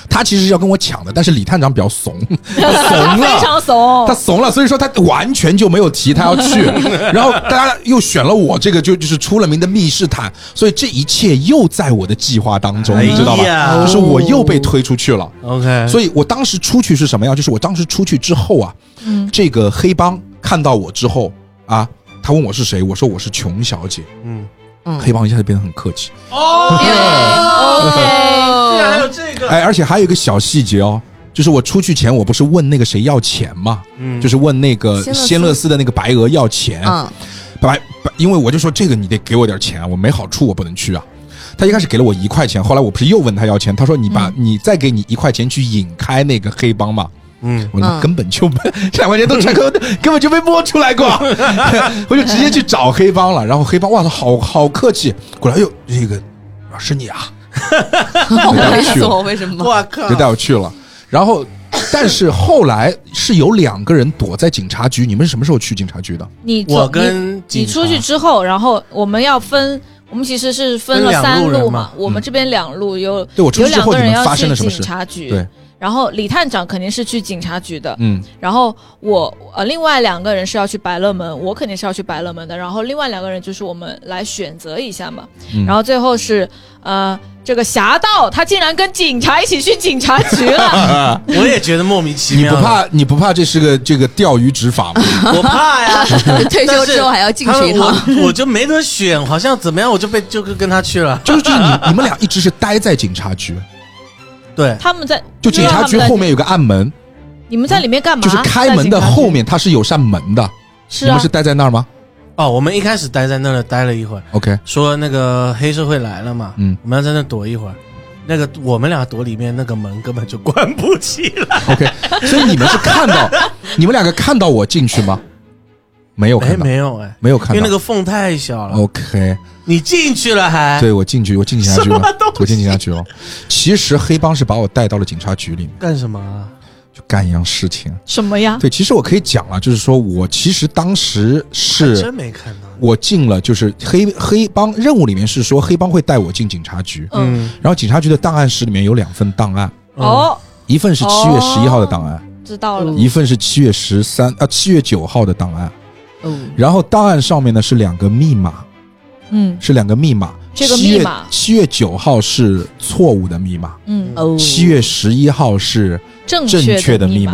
Speaker 4: 他其实是要跟我抢的，但是李探长比较怂，他
Speaker 7: 他
Speaker 4: 怂
Speaker 7: 非
Speaker 4: 了。
Speaker 7: 常怂
Speaker 4: 他。怂了，所以说他完全就没有提他要去，然后大家又选了我这个就就是出了名的密室坦，所以这一切又在我的计划当中，
Speaker 6: 哎
Speaker 4: 你知道吧？
Speaker 6: 呀
Speaker 4: 就是我又被推出去了。
Speaker 6: OK，
Speaker 4: 所以我当时出去是什么样？就是我当时出去之后啊，
Speaker 7: 嗯
Speaker 4: 这个黑帮看到我之后啊，他问我是谁，我说我是琼小姐。
Speaker 6: 嗯，
Speaker 3: 嗯
Speaker 4: 黑帮一下就变得很客气。
Speaker 3: 哦
Speaker 6: 竟哦然还有这个，
Speaker 4: 哎，而且还有一个小细节哦，就是我出去前我不是问那个谁要钱嘛，
Speaker 6: 嗯
Speaker 4: 就是问那个
Speaker 3: 仙乐丝
Speaker 4: 仙乐丝的那个白鹅要钱，
Speaker 3: 嗯，
Speaker 4: 白白，因为我就说这个你得给我点钱啊，我没好处我不能去啊。他一开始给了我一块钱，后来我不是又问他要钱，他说你把、你再给你一块钱去引开那个黑帮嘛。
Speaker 6: 嗯，
Speaker 4: 我他
Speaker 3: 嗯
Speaker 4: 妈根本就没这两块钱都成 根根本就没摸出来过， 我就直接去找黑帮了。然后黑帮哇，他好好客气，过来哟，哎这个啊是你啊，就带我去了，
Speaker 3: 为什么？
Speaker 6: 我
Speaker 7: 嗯
Speaker 6: 靠
Speaker 4: 就带我去了。然后，但是后来是有两个人躲在警察局。你们是什么时候去警察局的？
Speaker 7: 你走
Speaker 6: 我
Speaker 7: 你
Speaker 6: 跟
Speaker 7: 你
Speaker 6: 警察
Speaker 7: 出去之后，然后我们要分，我们其实是分了
Speaker 6: 分两
Speaker 7: 三
Speaker 6: 路人
Speaker 7: 路
Speaker 6: 嘛
Speaker 7: 我们这边两路有
Speaker 4: 嗯对我出
Speaker 7: 有
Speaker 4: 去之
Speaker 7: 两
Speaker 4: 后
Speaker 7: 个人
Speaker 4: 你们
Speaker 7: 要
Speaker 4: 发
Speaker 7: 去
Speaker 4: 生了什么
Speaker 7: 警
Speaker 4: 事
Speaker 7: 察局，
Speaker 4: 对，
Speaker 7: 然后李探长肯定是去警察局的，
Speaker 4: 嗯
Speaker 7: 然后我呃另外两个人是要去百乐门，我肯定是要去百乐门的。然后另外两个人就是我们来选择一下嘛。
Speaker 4: 嗯
Speaker 7: 然后最后是呃这个侠盗他竟然跟警察一起去警察局 了，
Speaker 4: 啊，
Speaker 6: 我也觉得莫名其
Speaker 4: 你
Speaker 6: 妙。啊
Speaker 4: 不？怕你不怕这是个这个钓鱼执 法吗？
Speaker 6: 我怕呀。
Speaker 3: 退休之后还要进
Speaker 6: 他
Speaker 3: 去一
Speaker 6: 们
Speaker 3: 趟。
Speaker 6: 我我就没得选，好像怎么样我就被就跟他去了。
Speaker 4: 就是就是你你们俩一直是待在警察局，
Speaker 6: 对，
Speaker 7: 他们在
Speaker 4: 就警察局后面有个暗门，
Speaker 7: 你们在里面干嘛？
Speaker 4: 就是开门的后面它是有扇门的，
Speaker 7: 是
Speaker 4: 你们
Speaker 7: 啊
Speaker 4: 是，待在那儿吗
Speaker 6: 哦，我们一开始待在那儿待了一会儿，
Speaker 4: ？OK，
Speaker 6: 说那个黑社会来了嘛，
Speaker 4: 嗯
Speaker 6: 我们要在那躲一会儿。那个我们俩躲里面，那个门根本就关不起来。
Speaker 4: OK，所以你们是看到你们两个看到我进去吗？没有
Speaker 6: 哎，
Speaker 4: 看到，
Speaker 6: 没有哎，
Speaker 4: 没有看
Speaker 6: 因
Speaker 4: 到。
Speaker 6: 为那个缝太小了。
Speaker 4: OK，
Speaker 6: 你进去了还？
Speaker 4: 对我进去，我进警察局
Speaker 6: 什么
Speaker 4: 了
Speaker 6: 东西，
Speaker 4: 我进警察局了。哦其实黑帮是把我带到了警察局里面，
Speaker 6: 干什么啊？
Speaker 4: 就干一样事情。
Speaker 7: 什么呀？
Speaker 4: 对，其实我可以讲了，就是说我其实当时
Speaker 6: 还
Speaker 4: 是
Speaker 6: 啊真没看到。
Speaker 4: 我进了，就是黑黑帮任务里面是说黑帮会带我进警察局，
Speaker 7: 嗯，
Speaker 4: 然后警察局的档案室里面有两份档案，
Speaker 7: 哦，
Speaker 4: 一份是七月十一号的档案，
Speaker 7: 知道
Speaker 6: 哦
Speaker 7: 了。
Speaker 4: 一份是七月十三啊七月九号的档案。
Speaker 3: 哦，
Speaker 4: 然后档案上面呢是两个密码，
Speaker 7: 嗯
Speaker 4: 是两个密码。
Speaker 7: 这个
Speaker 4: 7月
Speaker 7: 密码
Speaker 4: 七月九号是错误的密码，
Speaker 7: 嗯，
Speaker 3: 哦
Speaker 4: 七月十一号是
Speaker 7: 正
Speaker 4: 正确的
Speaker 7: 的
Speaker 4: 密
Speaker 7: 码。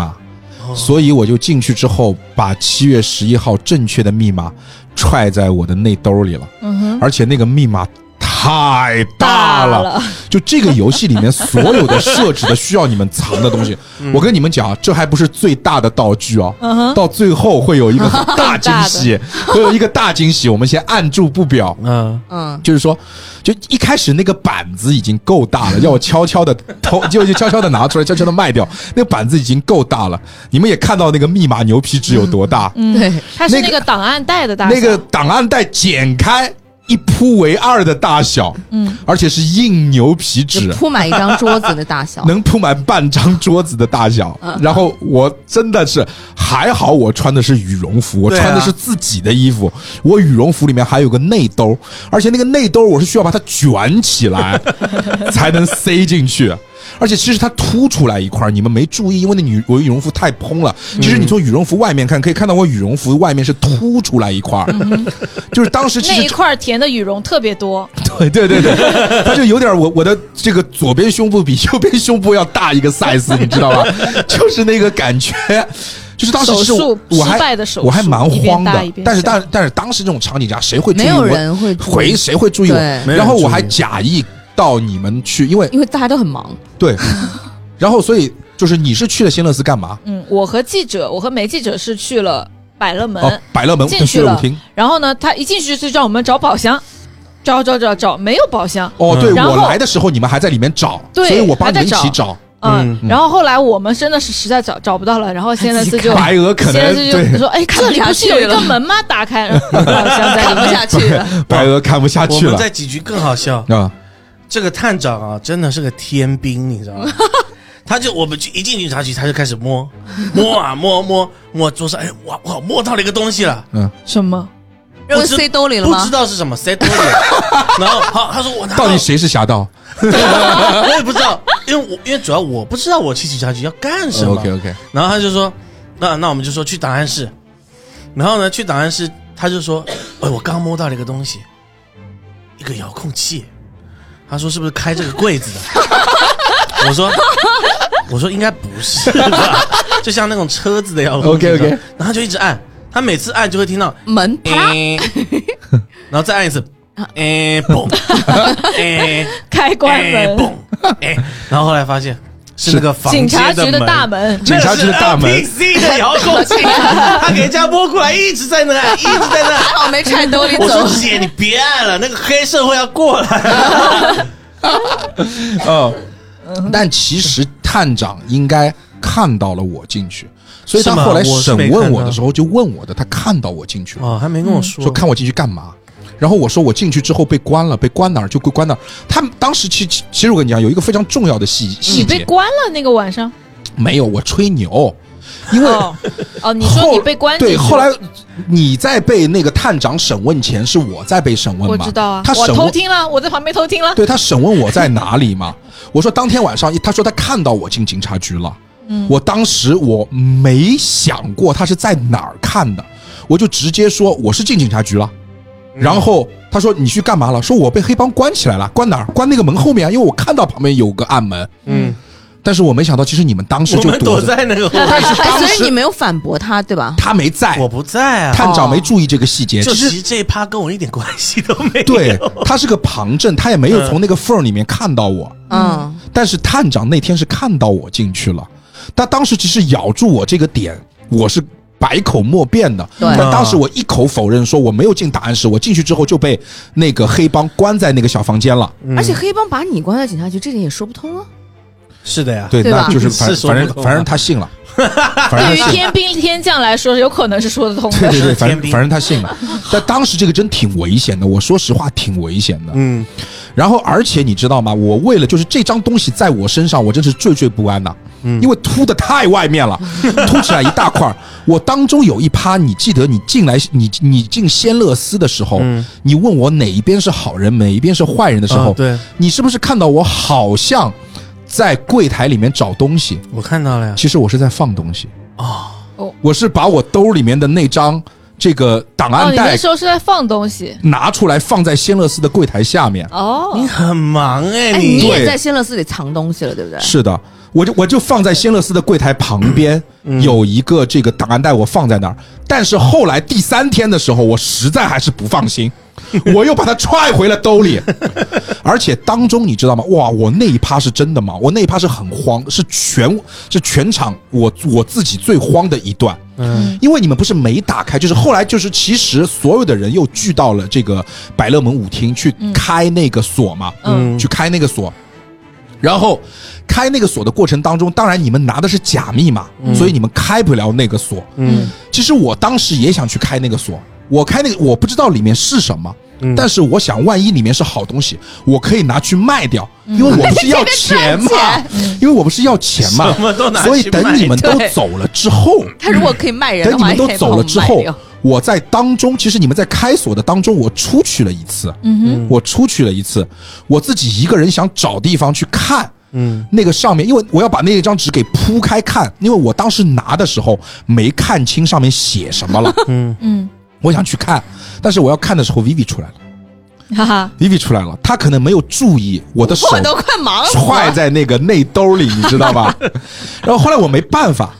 Speaker 4: 码。所以我就进去之后，把七月十一号正确的密码揣在我的内兜里了，
Speaker 7: 嗯哼，
Speaker 4: 而且那个密码太大了，
Speaker 7: 了，
Speaker 4: 就这个游戏里面所有的设置的需要你们藏的东西，我跟你们讲，这还不是最大的道具哦。
Speaker 7: 嗯哼，
Speaker 4: 到最后会有一个很大惊 喜，会有一个大惊喜，我们先按住不表。
Speaker 6: 嗯，
Speaker 3: 嗯，
Speaker 4: 就是说，就一开始那个板子已经够大了，要我悄悄的偷， 就就悄悄的拿出来，悄悄的卖掉。那个板子已经够大了，你们也看到那个密码牛皮纸有多大，
Speaker 7: 嗯，
Speaker 3: 对，
Speaker 7: 它是
Speaker 4: 那
Speaker 7: 那
Speaker 4: 个
Speaker 7: 个档案袋的大小，
Speaker 4: 那个档案袋剪开一铺为二的大小，
Speaker 7: 嗯，
Speaker 4: 而且是硬牛皮
Speaker 3: 就
Speaker 4: 纸。
Speaker 3: 铺满一张桌子的大小。
Speaker 4: 能铺满半张桌子的大小，
Speaker 6: 嗯
Speaker 4: 然后我真的是还好，我穿的是羽绒服，我
Speaker 6: 对啊
Speaker 4: 穿的是自己的衣服，我羽绒服里面还有个内兜，而且那个内兜我是需要把它卷起 来才能塞进去。而且其实它凸出来一块儿，你们没注意，因为那羽我羽绒服太蓬了。
Speaker 6: 嗯
Speaker 4: 其实你从羽绒服外面看，可以看到我羽绒服外面是凸出来一块儿，
Speaker 6: 嗯
Speaker 4: 就是当时其
Speaker 7: 那
Speaker 4: 实
Speaker 7: 一块填的羽绒特别多，
Speaker 4: 对对对对，他就有点我我的这个左边胸部比右边胸部要大一个 size，你知道吧？ 就是那个感觉，就是当时
Speaker 7: 手
Speaker 4: 是
Speaker 7: 术
Speaker 4: 我
Speaker 7: 失败
Speaker 4: 还
Speaker 7: 的手术，
Speaker 4: 我还蛮
Speaker 7: 一边
Speaker 4: 慌
Speaker 7: 大一
Speaker 4: 的，
Speaker 7: 边
Speaker 4: 但是
Speaker 7: 小
Speaker 4: 但但是当时这种场景下，谁会注意
Speaker 3: 没有
Speaker 4: 我
Speaker 3: 人会注意
Speaker 4: 回谁会注意我？
Speaker 3: 对
Speaker 6: 没人
Speaker 4: 然后
Speaker 6: 注
Speaker 4: 我
Speaker 6: 意
Speaker 4: 还假意到你们去，因为
Speaker 3: 因为大家都很忙，
Speaker 4: 对，然后所以就是你是去了仙乐寺干嘛？
Speaker 7: 嗯，我和记者，我和梅记者是去了百乐门，
Speaker 4: 哦，百乐门
Speaker 7: 进
Speaker 4: 跟
Speaker 7: 去
Speaker 4: 乐
Speaker 7: 了
Speaker 4: 舞厅。
Speaker 7: 然后呢，他一进去就让我们找宝箱，找找找找，没有宝箱，
Speaker 4: 哦，对
Speaker 7: 然
Speaker 4: 我
Speaker 7: 后
Speaker 4: 来的时候你们还在里面找，
Speaker 7: 对
Speaker 4: 所以我帮
Speaker 7: 还
Speaker 4: 你
Speaker 7: 在
Speaker 4: 们一起
Speaker 7: 找
Speaker 4: 找。
Speaker 7: 嗯，
Speaker 4: 嗯
Speaker 7: 然后后来我们真的是实在找找不到了，然后现在是就。
Speaker 4: 白鹅 可
Speaker 7: 现在
Speaker 4: 能
Speaker 7: 就
Speaker 4: 对
Speaker 7: 说，哎，这里不是有一个门吗？打开，然后宝 箱在
Speaker 3: 看
Speaker 7: 里
Speaker 3: 不
Speaker 7: 面。
Speaker 3: 下去了。
Speaker 7: 啊
Speaker 4: 白鹅看不下
Speaker 6: 嗯我
Speaker 4: 去
Speaker 6: 们
Speaker 4: 了
Speaker 6: 在几局更好笑。
Speaker 7: 哦
Speaker 4: 啊。
Speaker 6: 这个探长啊，真的是个天兵，你知道吗？他就我们去一进警察局，他就开始摸，摸啊摸摸摸桌上，哎哇哇摸到了一个东西了，
Speaker 7: 什么？
Speaker 3: 扔塞兜里了
Speaker 6: 不知
Speaker 3: 吗？
Speaker 6: 道是什么，塞兜里。然后好，他说我拿
Speaker 4: 到底谁是侠盗
Speaker 6: 我也不知道，因为我因为主要我不知道我去警察局要干什么。
Speaker 4: ？OK OK，
Speaker 6: 然后他就说，那那我们就说去档案室，然后呢去档案室，他就说，哎，我刚摸到了一个东西，一个遥控器，他说是不是开这个柜子的？ 我说，我说应该不是吧，就像那种车子的遥控器。
Speaker 4: OK，OK
Speaker 6: 然后他就一直按，他每次按就会听到，
Speaker 3: 门啪啦，
Speaker 6: 嗯， 然后再按一次，嗯， 嘣，嗯，
Speaker 7: 开关
Speaker 6: 哎
Speaker 7: 门，
Speaker 6: 嘣，哎，然后后来发现是那个房间
Speaker 7: 警察局
Speaker 6: 的
Speaker 7: 的大门。
Speaker 4: 警察局的大门
Speaker 6: p c 的遥控器，他给人家摸过来，一直在那按，一直在 那按。
Speaker 3: 我哦没揣兜里
Speaker 6: 我说
Speaker 3: 走。
Speaker 6: 姐，你别按了，那个黑社会要过来。
Speaker 4: 嗯，但其实探长应该看到了我进去，所以他
Speaker 6: 是吗
Speaker 4: 后来
Speaker 6: 我是
Speaker 4: 审
Speaker 6: 没
Speaker 4: 问
Speaker 6: 看
Speaker 4: 我的
Speaker 6: 到
Speaker 4: 时候就问我的，他看到我进去了，
Speaker 6: 哦，还没跟我说
Speaker 4: 说看我进去干嘛。然后我说我进去之后被关了，被关哪儿就被关哪儿。他们当时其其其实我跟你讲有一个非常重要的细
Speaker 7: 你
Speaker 4: 细
Speaker 7: 被
Speaker 4: 节，
Speaker 7: 关了那个晚上？
Speaker 4: 没有我吹牛，因为
Speaker 7: 哦哦，你说
Speaker 4: 后
Speaker 7: 你被关进去
Speaker 4: 对，
Speaker 7: 了
Speaker 4: 后来你在被那个探长审问前是我在被审问
Speaker 7: 我
Speaker 4: 嘛？
Speaker 7: 知道啊
Speaker 4: 他，
Speaker 7: 我
Speaker 4: 审
Speaker 7: 偷
Speaker 4: 问
Speaker 7: 听了，我在旁边偷听了。
Speaker 4: 对他审问我在哪里嘛，我说当天晚上，他说他看到我进警察局了。我当时我没想过他是在哪儿看的，我就直接说我是进警察局了。
Speaker 6: 嗯
Speaker 4: 然后他说你去干嘛了？说我被黑帮关起来了，关哪儿？关那个门后面啊，因为我看到旁边有个暗门。
Speaker 6: 嗯，
Speaker 4: 但是我没想到，其实你们当时
Speaker 6: 我
Speaker 4: 就
Speaker 6: 们
Speaker 4: 躲
Speaker 6: 躲
Speaker 4: 着，
Speaker 6: 在那个后面，
Speaker 4: 但是
Speaker 3: 哎，
Speaker 4: 当
Speaker 3: 所以你
Speaker 4: 时
Speaker 3: 没有反驳他，对吧？
Speaker 4: 他没在，
Speaker 6: 我不在哦啊。
Speaker 4: 探长没注意这个细节，
Speaker 6: 就
Speaker 4: 其
Speaker 6: 其
Speaker 4: 实
Speaker 6: 实这一趴跟我一点关系都没有。
Speaker 4: 对 他是个旁证，他也没有
Speaker 6: 嗯
Speaker 4: 从那个缝儿里面看到我。
Speaker 3: 嗯，
Speaker 4: 但是探长那天是看到我进去了，他当时其实咬住我这个点，我是百口莫辩的。
Speaker 3: 对
Speaker 4: 但当时我一口否认，说我没有进档案室，我进去之后就被那个黑帮关在那个小房间了。
Speaker 3: 而且黑帮把你关在警察局，这点也说不通啊。
Speaker 6: 是的呀，
Speaker 4: 对，
Speaker 3: 对吧
Speaker 4: 那就是反
Speaker 6: 是说
Speaker 4: 反
Speaker 6: 不
Speaker 4: 正
Speaker 6: 通啊
Speaker 4: 反正他信了，反正
Speaker 7: 对于
Speaker 4: 他 信了。
Speaker 7: 天兵天将来说，有可能是说得通
Speaker 4: 对
Speaker 7: 的。
Speaker 4: 对对，
Speaker 6: 是
Speaker 4: 反
Speaker 6: 天
Speaker 4: 正
Speaker 6: 兵
Speaker 4: 反正他信 了，但当时这个真挺危险的，我说实话挺危险的。
Speaker 6: 嗯，
Speaker 4: 然后，而且你知道吗？我为了就是这张东西在我身上，我真是惴惴不安呐、
Speaker 6: 嗯
Speaker 4: 因为凸的太外面 了，凸起来一大块儿。我当中有一趴，你记得你进来，你你进仙乐司的时候，你问我哪一边是好人，哪一边是坏人的时候，
Speaker 6: 嗯啊对
Speaker 4: 你是不是看到我好像在柜台里面找东西？
Speaker 6: 我看到了呀。
Speaker 4: 其实我是在放东西
Speaker 7: 哦
Speaker 4: 我是把我兜里面的那张这个档
Speaker 7: 哦，
Speaker 4: 案
Speaker 7: 你那
Speaker 4: 袋
Speaker 7: 时候是在放东西
Speaker 4: 拿出来，放在仙乐司的柜台下面。
Speaker 7: 哦
Speaker 6: 你，很忙哎，
Speaker 3: 哎，你
Speaker 4: 对
Speaker 3: 也在仙乐寺里藏东西了，对不对？
Speaker 4: 是的，我就我就放在仙乐斯的柜台旁边、有一个这个档案袋，我放在那儿。但是后来第三天的时候，我实在还是不放心，我又把它揣回了兜里。而且当中你知道吗？哇，我那一趴是真的吗？我那一趴是很慌，是全是全场我我自己最慌的一段。嗯，因为你们不是没打开，就是后来就是其实所有的人又聚到了这个百乐门舞厅去开那个锁嘛，
Speaker 7: 嗯
Speaker 4: 去开那个锁。然后开那个锁的过程当中，当然你们拿的是假密码，
Speaker 6: 嗯
Speaker 4: 所以你们开不了那个锁。嗯，其实我当时也想去开那个锁，我开那个我不知道里面是什么。
Speaker 6: 嗯
Speaker 4: 但是我想，万一里面是好东西，我可以拿去卖掉，
Speaker 6: 嗯
Speaker 4: 因为我不是要钱 嘛，因为我不是要钱嘛，
Speaker 6: 什么都拿去
Speaker 4: 所以等你们都
Speaker 3: 卖
Speaker 4: 走了之后，
Speaker 3: 他如果可以卖人
Speaker 4: 等
Speaker 3: 的
Speaker 4: 你
Speaker 3: 话，
Speaker 4: 们都
Speaker 3: 也可以把
Speaker 4: 走
Speaker 3: 我
Speaker 4: 了
Speaker 3: 们
Speaker 4: 之
Speaker 3: 卖
Speaker 4: 后
Speaker 3: 掉，
Speaker 4: 我在当中，其实你们在开锁的当中，我出去了一次，嗯我出去了一次，我自己一个人想找地方去看。嗯，那个上面，因为我要把那张纸给铺开看，因为我当时拿的时候没看清上面写什么了。嗯
Speaker 7: 嗯，
Speaker 4: 我想去看，但是我要看的时候，Vivi 出来了
Speaker 7: 哈哈，
Speaker 4: ，Vivi 出来了，她可能没有注意我的手
Speaker 3: 我都快忙死
Speaker 4: 揣
Speaker 3: 了。
Speaker 4: 在那个内兜里，你知道 吧？然后后来我没办法，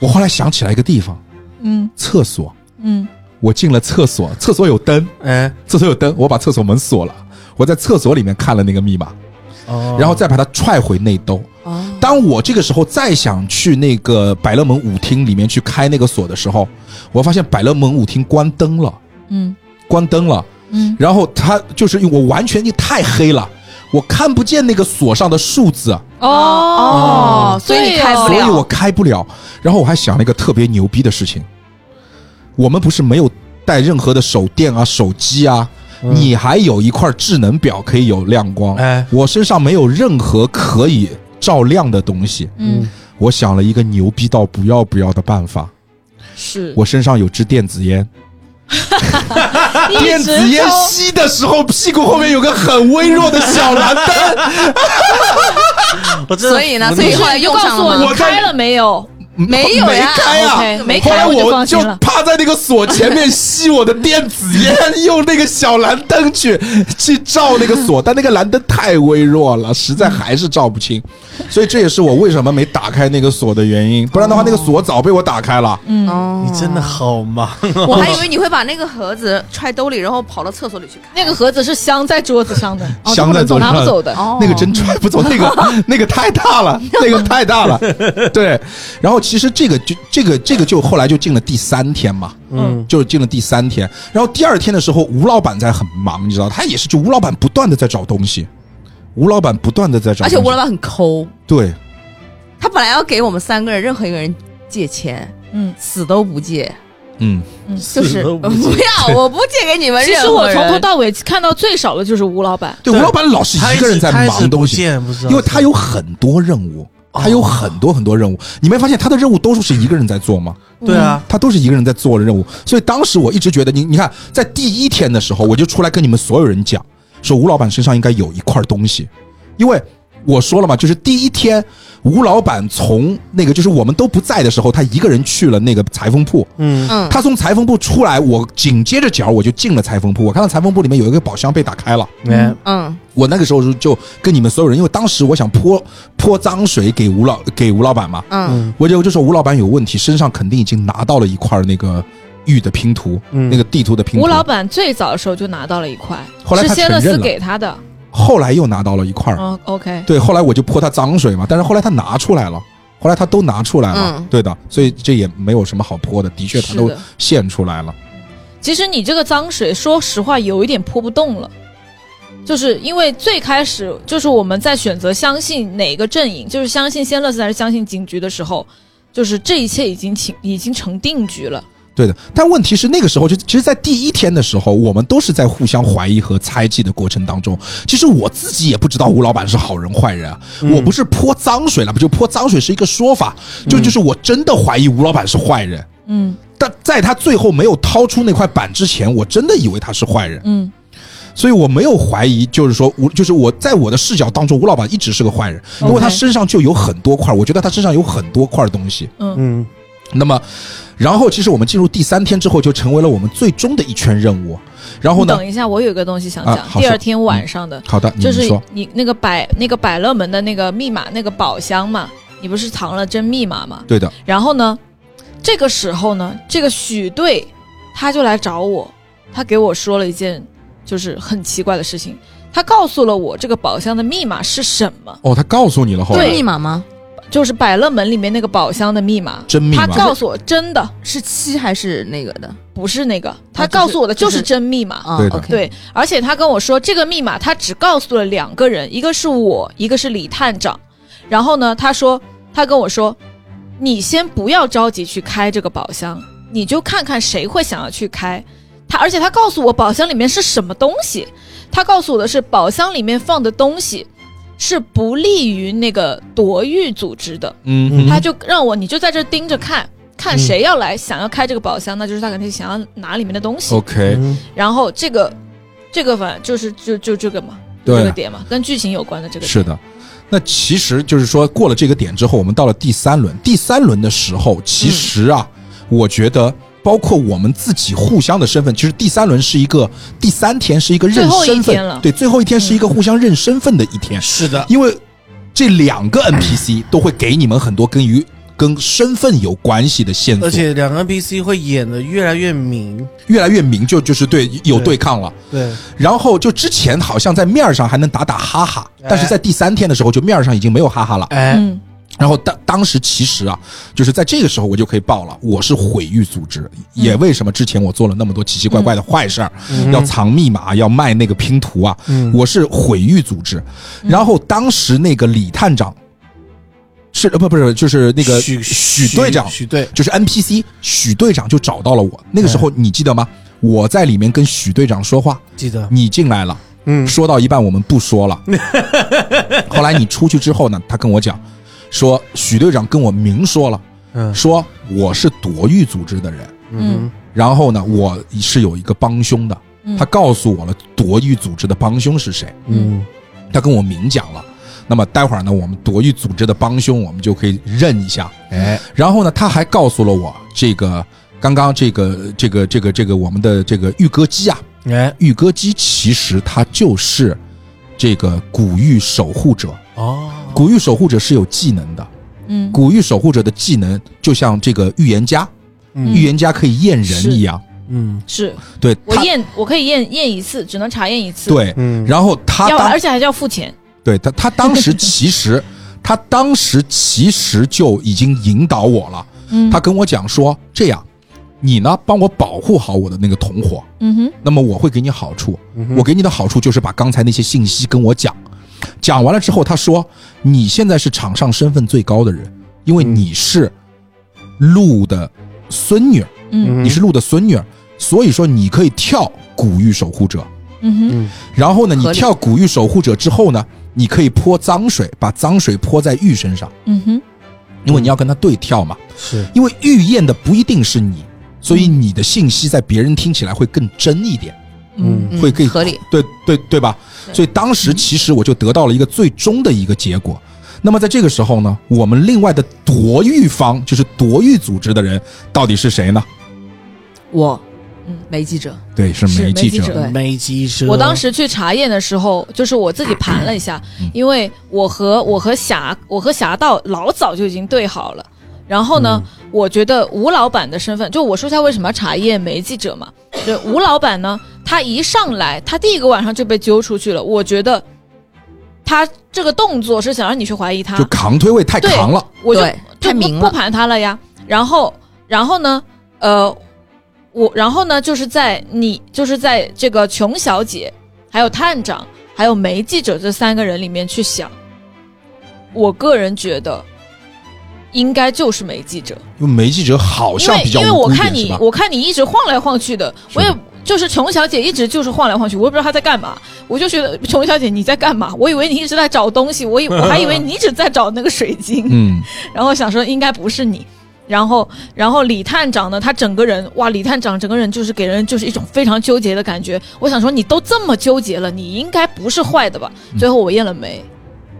Speaker 4: 我后来想起来一个地方，
Speaker 7: 嗯
Speaker 4: 厕所。
Speaker 7: 嗯，
Speaker 4: 我进了厕所，厕所有灯，
Speaker 6: 哎，
Speaker 4: 厕所有灯，我把厕所门锁了，我在厕所里面看了那个密码，
Speaker 6: 哦
Speaker 4: 然后再把它踹回内兜。当我这个时候再想去那个百乐门舞厅里面去开那个锁的时候，我发现百乐门舞厅关灯了，
Speaker 7: 嗯，
Speaker 4: 关灯了，
Speaker 7: 嗯，
Speaker 4: 然后它就是因为我完全你太黑了，我看不见那个锁上的数字，啊
Speaker 7: 哦
Speaker 3: 哦，所以你
Speaker 7: 对
Speaker 3: 开不
Speaker 7: 哦
Speaker 4: 所以
Speaker 3: 了
Speaker 4: 我开不了。然后我还想了一个特别牛逼的事情，我们不是没有带任何的手电啊、手机啊，你还有一块智能表可以有亮光。
Speaker 6: 哎
Speaker 4: 我身上没有任何可以照亮的东西。
Speaker 7: 嗯，
Speaker 4: 我想了一个牛逼到不要不要的办法，
Speaker 7: 是
Speaker 4: 我身上有支电子烟。电子烟吸的时候，屁股后面有个很微弱的小蓝灯，
Speaker 6: 我真的
Speaker 3: 所以呢，
Speaker 6: 服
Speaker 3: 所以
Speaker 6: 了
Speaker 3: 后来
Speaker 7: 就
Speaker 3: 用
Speaker 7: 告
Speaker 3: 上
Speaker 7: 诉
Speaker 3: 了
Speaker 7: 我你
Speaker 3: 吗
Speaker 4: 我
Speaker 7: 开了没有？
Speaker 3: 没有
Speaker 4: 没
Speaker 3: 呀
Speaker 4: 开啊
Speaker 7: OK，没
Speaker 4: 后来
Speaker 7: 开我 就
Speaker 4: 我
Speaker 7: 放
Speaker 4: 就
Speaker 7: 心了。
Speaker 4: 趴在那个锁前面吸我的电子烟，用那个小蓝灯去去照那个锁，但那个蓝灯太微弱了，实在还是照不清，所以这也是我为什么没打开那个锁的原因。不然的话，那个锁早被我打开了。
Speaker 7: 嗯
Speaker 3: 哦，
Speaker 6: 你真的好忙哦，
Speaker 3: 我还以为你会把那个盒子揣兜里，然后跑到厕所里去看。
Speaker 7: 那个盒子是镶在桌子上的，哦
Speaker 4: 镶在桌子上
Speaker 7: 拿不走的。
Speaker 3: 哦
Speaker 4: 那个真踹不走，那个 那个太大了，那个太大了。 对，然后其实这个就这个这个就后来就进了第三天嘛，嗯，就是进了第三天。然后第二天的时候，吴老板在很忙，你知道，他也是就吴老板不断的在找东西，吴老板不断的在找东
Speaker 3: 而
Speaker 4: 西，
Speaker 3: 且吴老板很抠，
Speaker 4: 对
Speaker 3: 他本来要给我们三个人任何一个人借钱，
Speaker 7: 嗯，
Speaker 3: 死都不借，
Speaker 4: 嗯，
Speaker 3: 就是
Speaker 6: 死都
Speaker 3: 不
Speaker 6: 不借
Speaker 3: 要，我不借给你们
Speaker 7: 其
Speaker 3: 任
Speaker 7: 实
Speaker 3: 何
Speaker 7: 我
Speaker 3: 人。
Speaker 7: 从头到尾看到最少的就是吴老板，
Speaker 4: 对，吴
Speaker 6: 对
Speaker 4: 老板老是
Speaker 6: 他
Speaker 4: 一个人在
Speaker 6: 他一直
Speaker 4: 忙东
Speaker 6: 不
Speaker 4: 西，
Speaker 6: 见不知道
Speaker 4: 因为他有很多任务，他有很多很多任务。你没发现他的任务都是一个人在做吗？
Speaker 6: 对啊，
Speaker 4: 他都是一个人在做任务，所以当时我一直觉得，你你看，在第一天的时候，我就出来跟你们所有人讲，说吴老板身上应该有一块东西，因为我说了嘛，就是第一天吴老板从那个就是我们都不在的时候，他一个人去了那个裁缝铺，
Speaker 6: 嗯
Speaker 3: 嗯，
Speaker 4: 他从裁缝铺出来，我紧接着脚我就进了裁缝铺，我看到裁缝铺里面有一个宝箱被打开了。
Speaker 6: 哎，
Speaker 3: 嗯
Speaker 4: 我那个时候就跟你们所有人，因为当时我想泼泼脏水给吴老给吴老板嘛，
Speaker 3: 嗯
Speaker 4: 我就我就说吴老板有问题，身上肯定已经拿到了一块那个玉的拼图，
Speaker 6: 嗯
Speaker 4: 那个地图的拼图。
Speaker 7: 吴老板最早的时候就拿到了一块，
Speaker 4: 后来
Speaker 7: 是
Speaker 4: 他
Speaker 7: 仙
Speaker 4: 承
Speaker 7: 乐
Speaker 4: 认
Speaker 7: 斯
Speaker 4: 了嗯
Speaker 7: 给他的。
Speaker 4: 后来又拿到了一块儿，
Speaker 7: 哦，OK，
Speaker 4: 对，后来我就泼他脏水嘛，但是后来他拿出来了，后来他都拿出来了，
Speaker 3: 嗯
Speaker 4: 对的，所以这也没有什么好泼的，的确他
Speaker 7: 是
Speaker 4: 都
Speaker 7: 的。
Speaker 4: 现出来了，
Speaker 7: 其实你这个脏水，说实话有一点泼不动了，就是因为最开始就是我们在选择相信哪个阵营，就是相信仙乐斯还是相信警局的时候，就是这一切已经情已经成定局了。
Speaker 4: 对的。但问题是那个时候就其实，在第一天的时候，我们都是在互相怀疑和猜忌的过程当中。其实我自己也不知道吴老板是好人坏人啊，我不是泼脏水了，不就泼脏水是一个说法，就就是我真的怀疑吴老板是坏人。
Speaker 7: 嗯
Speaker 4: 但在他最后没有掏出那块板之前，我真的以为他是坏人，
Speaker 7: 嗯
Speaker 4: 所以我没有怀疑，就是说吴，就是我在我的视角当中，吴老板一直是个坏人，因
Speaker 7: OK
Speaker 4: 为他身上就有很多块，我觉得他身上有很多块东西。
Speaker 7: 嗯
Speaker 6: 嗯
Speaker 4: 那么，然后其实我们进入第三天之后，就成为了我们最终的一圈任务。然后
Speaker 7: 你
Speaker 4: 呢
Speaker 7: 等，一下，我有一个东西想
Speaker 4: 啊
Speaker 7: 讲。
Speaker 4: 好
Speaker 7: 第
Speaker 4: 说
Speaker 7: 二天晚上的，
Speaker 4: 好的，嗯你
Speaker 7: 就
Speaker 4: 们
Speaker 7: 是
Speaker 4: 说，
Speaker 7: 你那个百那个百乐门的那个密码那个宝箱嘛，你不是藏了真密码吗？
Speaker 4: 对的，
Speaker 7: 然后呢，这个时候呢，这个许队他就来找我，他给我说了一件就是很奇怪的事情，他告诉了我这个宝箱的密码是什么，
Speaker 4: 哦，他告诉你了，后
Speaker 7: 对
Speaker 3: 是
Speaker 4: 来
Speaker 3: 密码吗？
Speaker 7: 就是百乐门里面那个宝箱的密码。
Speaker 4: 真密
Speaker 7: 他
Speaker 4: 码，
Speaker 7: 告诉我真的
Speaker 3: 是七还是那个的
Speaker 7: 不是那个，他
Speaker 3: 就是
Speaker 7: 告诉我的就
Speaker 3: 就是是
Speaker 7: 真密码。
Speaker 3: 啊
Speaker 4: 对的
Speaker 3: ？OK，
Speaker 7: 对，而且他跟我说，这个密码他只告诉了两个人，一个是我，一个是李探长。然后呢，他说，他跟我说，你先不要着急去开这个宝箱，你就看看谁会想要去开。他而且他告诉我宝箱里面是什么东西，他告诉我的是宝箱里面放的东西是不利于那个夺玉组织的。
Speaker 4: 嗯，
Speaker 7: 他就让我你就在这盯着看。看谁要来，想要开这个宝箱，那就是他肯定想要拿里面的东西。
Speaker 3: 哎
Speaker 4: OK，
Speaker 6: 嗯
Speaker 7: 然后这个这个反就是就就这个嘛，
Speaker 4: 对
Speaker 7: 这个点嘛，跟剧情有关的这个点
Speaker 4: 是，的。那其实就是说，过了这个点之后，我们到了第三轮。第三轮的时候，其实啊，我觉得包括我们自己互相的身份，其实第三轮是一个第三天是一个认
Speaker 7: 最后一
Speaker 4: 身
Speaker 7: 天了
Speaker 4: 份，对，最后一天是一个互相认身份的一天，
Speaker 6: 是的，
Speaker 4: 因为这两个 NPC 都会给你们很多跟于跟身份有关系的
Speaker 3: 嗯
Speaker 4: 线索
Speaker 6: 而，且两个 NPC 会演的越来越明，
Speaker 4: 越来越明就就是对有
Speaker 6: 对
Speaker 4: 对抗了。
Speaker 6: 对，
Speaker 4: 然后就之前好像在面儿上还能打打哈哈，但是
Speaker 6: 哎
Speaker 4: 在第三天的时候，就面儿上已经没有哈哈了。
Speaker 6: 哎，
Speaker 7: 嗯，
Speaker 4: 然后当当时其实啊，就是在这个时候我就可以报了，我是毁誉组织，
Speaker 6: 嗯
Speaker 4: 也为什么之前我做了那么多奇奇怪怪的坏事儿，
Speaker 6: 嗯
Speaker 4: 要藏密码，要卖那个拼图啊，我是毁誉组织。
Speaker 6: 嗯
Speaker 4: 然后当时那个李探长是呃不不是就是那个
Speaker 6: 许
Speaker 4: 许队长，
Speaker 6: 许队，
Speaker 4: 就是 NPC 许队长就找到了我。那个时候
Speaker 6: 嗯
Speaker 4: 你记得吗？我在里面跟许队长说话，
Speaker 6: 记得，
Speaker 4: 你进来了，
Speaker 6: 嗯
Speaker 4: 说到一半我们不说了。后来你出去之后呢，他跟我讲，说许队长跟我明说了，
Speaker 6: 嗯
Speaker 4: 说我是夺玉组织的人，
Speaker 6: 嗯
Speaker 4: 然后呢，我是有一个帮凶的，他告诉我了夺玉组织的帮凶是谁，
Speaker 6: 嗯
Speaker 4: 他跟我明讲了。那么待会儿呢，我们夺玉组织的帮凶，我们就可以认一下。
Speaker 6: 哎，
Speaker 4: 然后呢，他还告诉了我这个刚刚这个这个这个这个我们的这个玉歌姬啊，
Speaker 6: 哎，
Speaker 4: 玉歌姬其实她就是这个古玉守护者。
Speaker 6: 哦，
Speaker 4: 古玉守护者是有技能的，
Speaker 7: 嗯
Speaker 4: 古玉守护者的技能就像这个预言家，
Speaker 6: 嗯
Speaker 4: 预言家可以验人一样。
Speaker 6: 嗯
Speaker 7: 是
Speaker 4: 对，
Speaker 7: 我
Speaker 4: 他
Speaker 7: 验我可以验验一次，只能查验一次，，
Speaker 4: 对，
Speaker 6: 嗯，
Speaker 4: 然后他
Speaker 7: 要而
Speaker 4: 当
Speaker 7: 且还是要付钱，
Speaker 4: 对他他当时其实 他当时其实就已经引导我了，
Speaker 7: 嗯
Speaker 4: 他跟我讲说这样，你呢帮我保护好我的那个同伙，
Speaker 7: 嗯哼，
Speaker 4: 那么我会给你好处。
Speaker 6: 嗯哼
Speaker 4: 我给你的好处就是把刚才那些信息跟我讲，讲完了之后，他说你现在是场上身份最高的人，因为你是鹿的孙女儿，
Speaker 7: 嗯
Speaker 4: 你是鹿的孙女儿，所以说你可以跳古玉守护者。
Speaker 7: 嗯哼，
Speaker 6: 嗯
Speaker 4: 然后呢，你
Speaker 3: 合理
Speaker 4: 跳古玉守护者之后呢，你可以泼脏水，把脏水泼在玉身上，
Speaker 7: 嗯哼，
Speaker 4: 因为你要跟他对跳嘛。
Speaker 6: 是
Speaker 4: 因为
Speaker 3: 嗯
Speaker 4: 预验的不一定是你，所以你的信息在别人听起来会更真一点。
Speaker 1: 嗯
Speaker 3: 嗯
Speaker 4: 会更
Speaker 3: 合理，
Speaker 4: 对对对吧？所以当时其实我就得到了一个最终的一个结果。那么在这个时候呢，我们另外的夺玉方，就是夺玉组织的人，到底是谁呢？
Speaker 3: 我
Speaker 7: 嗯，
Speaker 3: 没记者，
Speaker 4: 对，是
Speaker 7: 是
Speaker 4: 梅
Speaker 7: 梅
Speaker 4: 记
Speaker 7: 记
Speaker 4: 者
Speaker 7: 者。
Speaker 6: 没机车
Speaker 7: 我当时去查验的时候，就是我自己盘了一下，因为我和我和侠我和侠盗老早就已经对好了。然后呢，我觉得吴老板的身份，就我说一下为什么要查验梅记者嘛。对，吴老板呢，他一上来，他第一个晚上就被揪出去了。我觉得他这个动作是想让你去怀疑他，
Speaker 4: 就扛推位太
Speaker 7: 对
Speaker 4: 扛了，
Speaker 7: 我就
Speaker 3: 对
Speaker 7: 就
Speaker 3: 太明
Speaker 7: 不
Speaker 3: 了
Speaker 7: 不盘他了呀。然后，然后呢，呃，我然后呢，就是在你就是在这个琼小姐、还有探长、还有梅记者这三个人里面去想，我个人觉得应该就是梅记者，
Speaker 4: 因为梅记者好
Speaker 7: 因
Speaker 4: 像
Speaker 7: 为
Speaker 4: 比较
Speaker 7: 因为
Speaker 4: 无
Speaker 7: 我
Speaker 4: 辜一
Speaker 7: 看
Speaker 4: 点，是
Speaker 7: 你
Speaker 4: 吧，？
Speaker 7: 我看你一直晃来晃去的，我也
Speaker 4: 是。
Speaker 7: 就是琼小姐一直就是晃来晃去，我也不知道她在干嘛。我就觉得琼小姐你在干嘛？我以为你一直在找东西，我以我还以为你一直在找那个水晶。
Speaker 4: 嗯，
Speaker 7: 然后想说应该不是你。然后，然后李探长呢，他整个人哇，李探长整个人就是给人就是一种非常纠结的感觉。我想说，你都这么纠结了，你应该不是坏的吧？
Speaker 4: 嗯
Speaker 7: 最后我验了梅，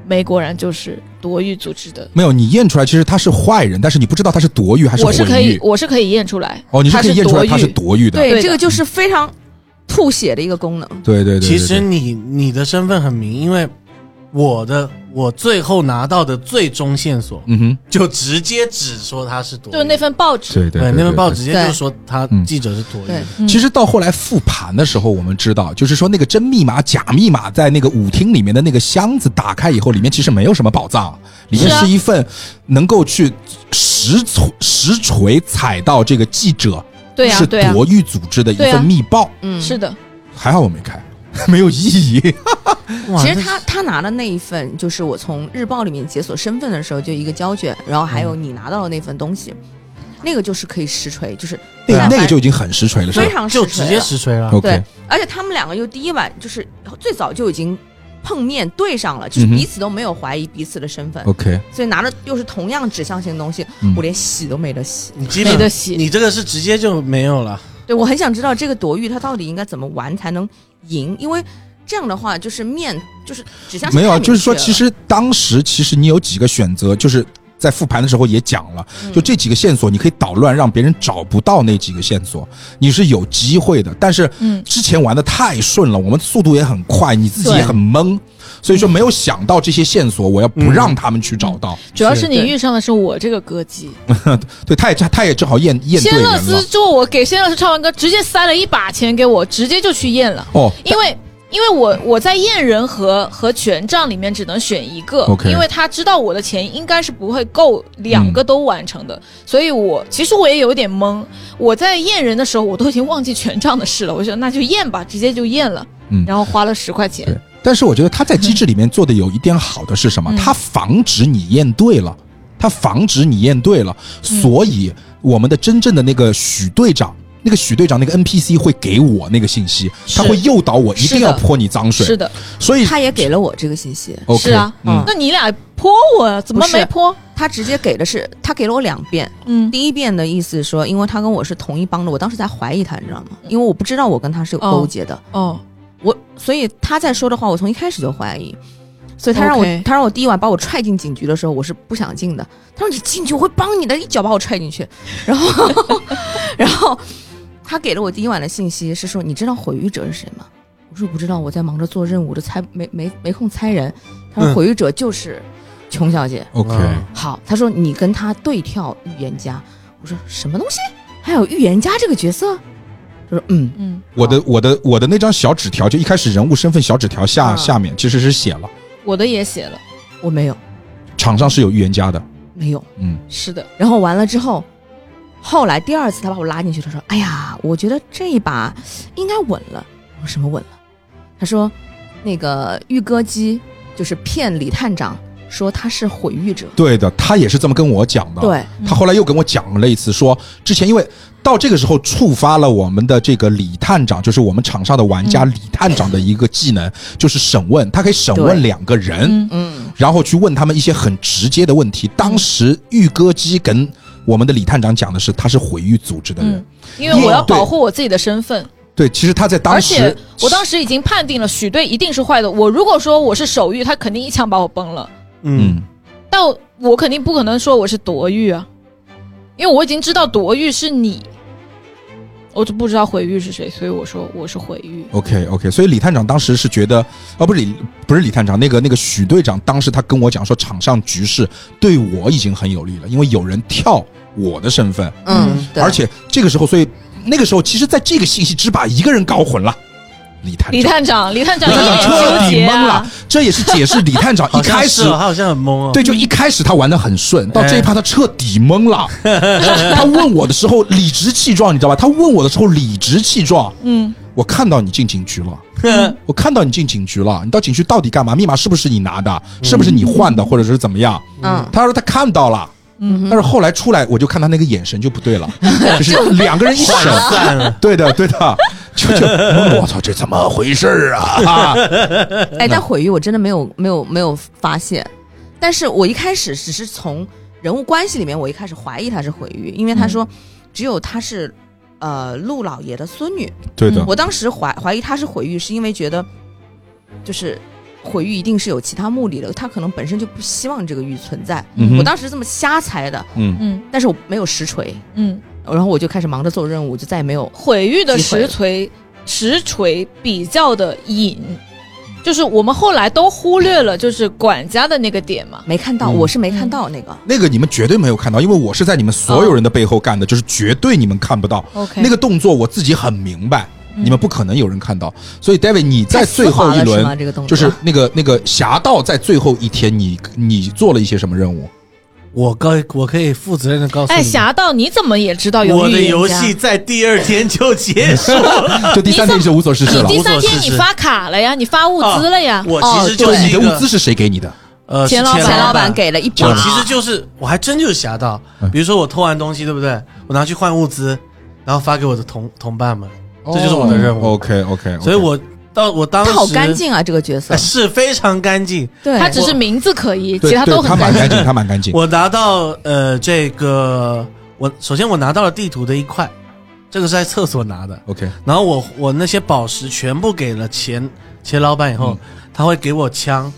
Speaker 7: 梅果然就是夺玉组织的。
Speaker 4: 没有，你验出来其实他是坏人，但是你不知道他是夺玉还
Speaker 7: 我是可
Speaker 4: 毁
Speaker 7: 以
Speaker 4: 玉，。
Speaker 7: 我是可以验出来，
Speaker 4: 哦，你是
Speaker 7: 他
Speaker 4: 可以验出来他是
Speaker 7: 夺
Speaker 4: 夺玉
Speaker 7: 玉
Speaker 4: 的，
Speaker 7: 对的
Speaker 3: 这个就是非常吐血的一个功能。
Speaker 4: 对对对对。
Speaker 6: 其
Speaker 4: 对
Speaker 6: 实你你的身份很明，因为我的我最后拿到的最终线索
Speaker 4: 嗯哼，
Speaker 6: 就直接只说他是夺
Speaker 7: 就是那份报纸，
Speaker 4: 对对
Speaker 6: 哎对那份报
Speaker 4: 纸。
Speaker 6: 纸直接就说他
Speaker 4: 嗯
Speaker 6: 记者是夺
Speaker 3: 对
Speaker 6: 玉，
Speaker 7: 嗯
Speaker 4: 其实到后来复盘的时候，我们知道，就是说那个真密码、假密码在那个舞厅里面的那个箱子打开以后，里面其实没有什么宝藏，里面
Speaker 7: 是啊
Speaker 4: 是一份能够去实锤、实锤踩到这个记者
Speaker 7: 对呀、
Speaker 4: 是
Speaker 7: 对呀、啊
Speaker 4: 夺玉组织的一
Speaker 7: 对啊
Speaker 4: 份密报。
Speaker 3: 嗯，
Speaker 7: 是的，
Speaker 4: 还好我没开， 没有意义。
Speaker 6: 哇
Speaker 3: 其实
Speaker 6: 那
Speaker 3: 他他拿的那一份，就是我从日报里面解锁身份的时候，就一个胶卷，然后还有
Speaker 4: 嗯
Speaker 3: 你拿到的那份东西，那个就是可以实锤，就是
Speaker 4: 那个
Speaker 7: 啊
Speaker 3: 但凡
Speaker 4: 啊那个就已经很实锤了，是吧
Speaker 3: 非常实
Speaker 6: 就
Speaker 3: 锤
Speaker 6: 直接
Speaker 3: 了
Speaker 6: 实锤了。
Speaker 4: ？OK，
Speaker 3: 对，而且他们两个又第一晚就是最早就已经碰面对上了，就是
Speaker 4: 嗯哼
Speaker 3: 彼此都没有怀疑彼此的身份，
Speaker 4: OK，
Speaker 3: 所以拿着又是同样指向性的东西，
Speaker 4: 嗯
Speaker 3: 我连洗都没得洗。
Speaker 6: 你基
Speaker 7: 没
Speaker 6: 本
Speaker 7: 得洗
Speaker 6: 你这个是直接就没有了。
Speaker 3: 对我很想知道这个夺玉它到底应该怎么玩才能赢，因为这样的话就是面就是指向性
Speaker 4: 没有，
Speaker 3: 太
Speaker 4: 啊，
Speaker 3: 明
Speaker 4: 就是说，
Speaker 3: 确
Speaker 4: 其
Speaker 3: 了
Speaker 4: 实当时其实你有几个选择，就是在复盘的时候也讲了，
Speaker 7: 嗯
Speaker 4: 就这几个线索你可以捣乱，让别人找不到那几个线索，你是有机会的。但是
Speaker 7: 嗯
Speaker 4: 之前玩的太顺了，我们速度也很快，你自己也很懵，所以说没有想到这些线索，我要不让他们去找到。
Speaker 7: 主要是你
Speaker 3: 对
Speaker 7: 遇上的是我这个歌姬，
Speaker 4: 对，他也他也正好验验对
Speaker 7: 仙
Speaker 4: 人
Speaker 7: 乐丝
Speaker 4: 了。
Speaker 7: 就我给仙乐丝唱完歌，直接塞了一把钱给我，直接就去验了。
Speaker 4: 哦，
Speaker 7: 因为因为我我在验人和和权杖里面只能选一个
Speaker 4: OK 嗯
Speaker 7: 因为他知道我的钱应该是不会够两个都完成的，所以我其实我也有点懵。我在验人的时候，我都已经忘记权杖的事了，我就想那就验吧，直接就验了，
Speaker 4: 嗯
Speaker 7: 然后花了十块
Speaker 4: 对
Speaker 7: 钱。，
Speaker 4: 但是我觉得他在机制里面做的有一点好的是什么？
Speaker 7: 嗯
Speaker 4: 他防止你验对了，他防止你验对了，所以我们的真正的那个许队长。那个许队长，那个 NPC 会给我那个信息，
Speaker 7: 是
Speaker 4: 他会诱导我一
Speaker 7: 是的
Speaker 4: 定要泼你脏水，
Speaker 7: 是的，
Speaker 4: 所以
Speaker 3: 他也给了我这个信息，
Speaker 4: OK，
Speaker 7: 是啊
Speaker 4: 嗯
Speaker 3: 嗯，
Speaker 7: 那你俩泼我怎么
Speaker 3: 不是
Speaker 7: 没泼？
Speaker 3: 他直接给的是他给了我两遍，
Speaker 7: 嗯，
Speaker 3: 第一遍的意思是说，因为他跟我是同一帮的，我当时在怀疑他，你知道吗？因为我不知道我跟他是有勾结的，
Speaker 7: 哦，
Speaker 3: 我所以他在说的话，我从一开始就怀疑。所以他让我
Speaker 7: OK
Speaker 3: 他让我第一晚把我踹进警局的时候，我是不想进的。他说你进去，我会帮你的，一脚把我踹进去。 然后， 然后他给了我第一晚的信息是说，你知道毁誉者是谁吗？我说我不知道，我在忙着做任务，我都猜没没没空猜人。他说
Speaker 6: 嗯
Speaker 3: 毁誉者就是琼小姐。
Speaker 4: ，OK，
Speaker 6: 嗯
Speaker 3: 好，他说你跟他对跳预言家。我说什么东西？还有预言家这个角色？他说嗯，
Speaker 7: 嗯，
Speaker 4: 我的我的我的那张小纸条，就一开始人物身份小纸条下、
Speaker 3: 啊
Speaker 4: 下面其实是写了，
Speaker 7: 我的也写了，
Speaker 3: 我没有
Speaker 4: 场上是有预言家的，
Speaker 3: 没有。
Speaker 4: 嗯，
Speaker 7: 是的，
Speaker 3: 然后完了之后，后来第二次他把我拉进去，他说：“哎呀，我觉得这一把应该稳了。”我说：“什么稳了？”他说：“那个玉歌姬就是骗李探长说他是毁誉者。
Speaker 4: 对的，他也是这么跟我讲的，
Speaker 3: 对，
Speaker 4: 他后来又跟我讲了一次说，之前因为到这个时候触发了我们的这个李探长，就是我们场上的玩
Speaker 7: 嗯
Speaker 4: 家李探长的一个技能，就是审问，他可以审问
Speaker 3: 对
Speaker 4: 两个人，
Speaker 7: 嗯，
Speaker 3: 嗯，
Speaker 4: 然后去问他们一些很直接的问题。当时玉歌姬跟我们的李探长讲的是，他是毁誉组织的人，
Speaker 7: 嗯因为我要
Speaker 4: 对
Speaker 7: 保护我自己的身份，
Speaker 4: 对，其实他在当
Speaker 7: 而
Speaker 4: 时，
Speaker 7: 且我当时已经判定了许队一定是坏的。我如果说我是手谕，他肯定一枪把我崩了。
Speaker 6: 嗯
Speaker 4: 嗯，
Speaker 7: 但我我肯定不可能说我是夺玉啊，因为我已经知道夺玉是你，我就不知道毁玉是谁，所以我说我是毁玉。
Speaker 4: OK OK，所以李探长当时是觉得，哦，不是李，不是李探长，那个那个许队长，当时他跟我讲说，场上局势对我已经很有利了，因为有人跳我的身份，
Speaker 3: 嗯，对
Speaker 4: 而且这个时候，所以那个时候，其实在这个信息只把一个人搞混了，李探
Speaker 7: 李
Speaker 4: 长，
Speaker 7: 探长，李探长
Speaker 4: 李
Speaker 7: 一
Speaker 4: 探
Speaker 7: 脸
Speaker 4: 长彻
Speaker 7: 纠
Speaker 4: 底
Speaker 7: 结
Speaker 4: 懵
Speaker 7: 啊
Speaker 4: 了！，这也是解释李探长一
Speaker 6: 好像
Speaker 4: 开始
Speaker 6: 是哦嗯他好像很懵哦。
Speaker 4: 对，就一开始他玩的很顺，到这一趴他彻底懵 了。他问我的时候理直气壮，你知道吧？他问我的时候理直气壮。嗯，我看到你进警局 了，我看到你进警局了，你到警局到底干嘛？密码是不是你拿的？是不是你换的，或者是怎么样？
Speaker 3: 嗯
Speaker 4: 他说他看到了。但是后来出来，我就看他那个眼神就不对了，就是两个人一
Speaker 6: 涣
Speaker 4: 闪，
Speaker 6: 散了，
Speaker 4: 对的对的，就就懵了我操，这怎么回事儿啊？
Speaker 3: 哎，但毁誉我真的没有没有没有发现，但是我一开始只是从人物关系里面，我一开始怀疑他是毁誉，因为他说只有他是呃陆老爷的孙女，
Speaker 4: 对的，
Speaker 3: 嗯我当时怀怀疑他是毁誉，是因为觉得就是毁誉一定是有其他目的的，他可能本身就不希望这个玉存在，
Speaker 4: 嗯哼
Speaker 3: 我当时这么瞎猜的，
Speaker 4: 嗯
Speaker 7: 嗯
Speaker 3: 但是我没有实锤，
Speaker 7: 嗯，
Speaker 3: 然后我就开始忙着做任务，就再也没有
Speaker 7: 毁玉的
Speaker 3: 机会
Speaker 7: 实锤实锤比较的隐，就是我们后来都忽略了就是管家的那个点嘛。
Speaker 3: 没看到，我是没看到那个。
Speaker 4: 那个你们绝对没有看到，因为我是在你们所有人的背后干的，就是绝对你们看不到。
Speaker 7: OK
Speaker 4: 那个动作我自己很明白，你们不可能有人看到。所以，David，你在最后一
Speaker 3: 太丝滑了是吗
Speaker 4: 轮，
Speaker 3: 这个动作
Speaker 4: 就是那个那个侠盗在最后一天你，你做了一些什么任务？
Speaker 6: 我告我可以负责任的告诉你，
Speaker 7: 哎，侠盗，你怎么也知道有
Speaker 6: 我
Speaker 7: 预
Speaker 6: 的
Speaker 7: 言
Speaker 6: 游
Speaker 7: 家
Speaker 6: 戏在第二天就结 束了。
Speaker 4: 就第三天就无所事事了
Speaker 7: 你。第
Speaker 6: 无所
Speaker 7: 三天
Speaker 6: 事
Speaker 7: 你
Speaker 6: 事
Speaker 7: 发卡了呀，你发物资了呀。
Speaker 6: 哦我其实
Speaker 3: 哦
Speaker 6: 就
Speaker 4: 对
Speaker 6: 是
Speaker 4: 你
Speaker 6: 一
Speaker 4: 的物
Speaker 6: 个
Speaker 4: 资是谁给你的？
Speaker 6: 呃，
Speaker 7: 钱老板
Speaker 3: 钱
Speaker 6: 钱
Speaker 3: 老板给了一把，
Speaker 6: 我其实就是，我还真就是侠盗。
Speaker 4: 嗯
Speaker 6: 比如说我偷完东西，对不对？我拿去换物资，然后发给我的同同伴们，这就是我的任务。
Speaker 4: OK 嗯 OK，
Speaker 6: 所以我到我当时
Speaker 3: 他好干、净啊，这个角色
Speaker 6: 哎，是非常干净。
Speaker 4: 嗯
Speaker 3: 对
Speaker 7: 他只
Speaker 6: 我
Speaker 7: 是名字可疑，
Speaker 4: 对
Speaker 7: 其他
Speaker 4: 对
Speaker 7: 都很
Speaker 4: 他蛮
Speaker 7: 干
Speaker 4: 干
Speaker 7: 净。
Speaker 4: 净，他蛮干净。
Speaker 6: 我拿到呃这个，我首先我拿到了地图的一块，这个是在厕所拿的。
Speaker 4: OK，
Speaker 6: 然后我我那些宝石全部给了钱钱老板以
Speaker 4: 嗯
Speaker 6: 后，他会给我枪，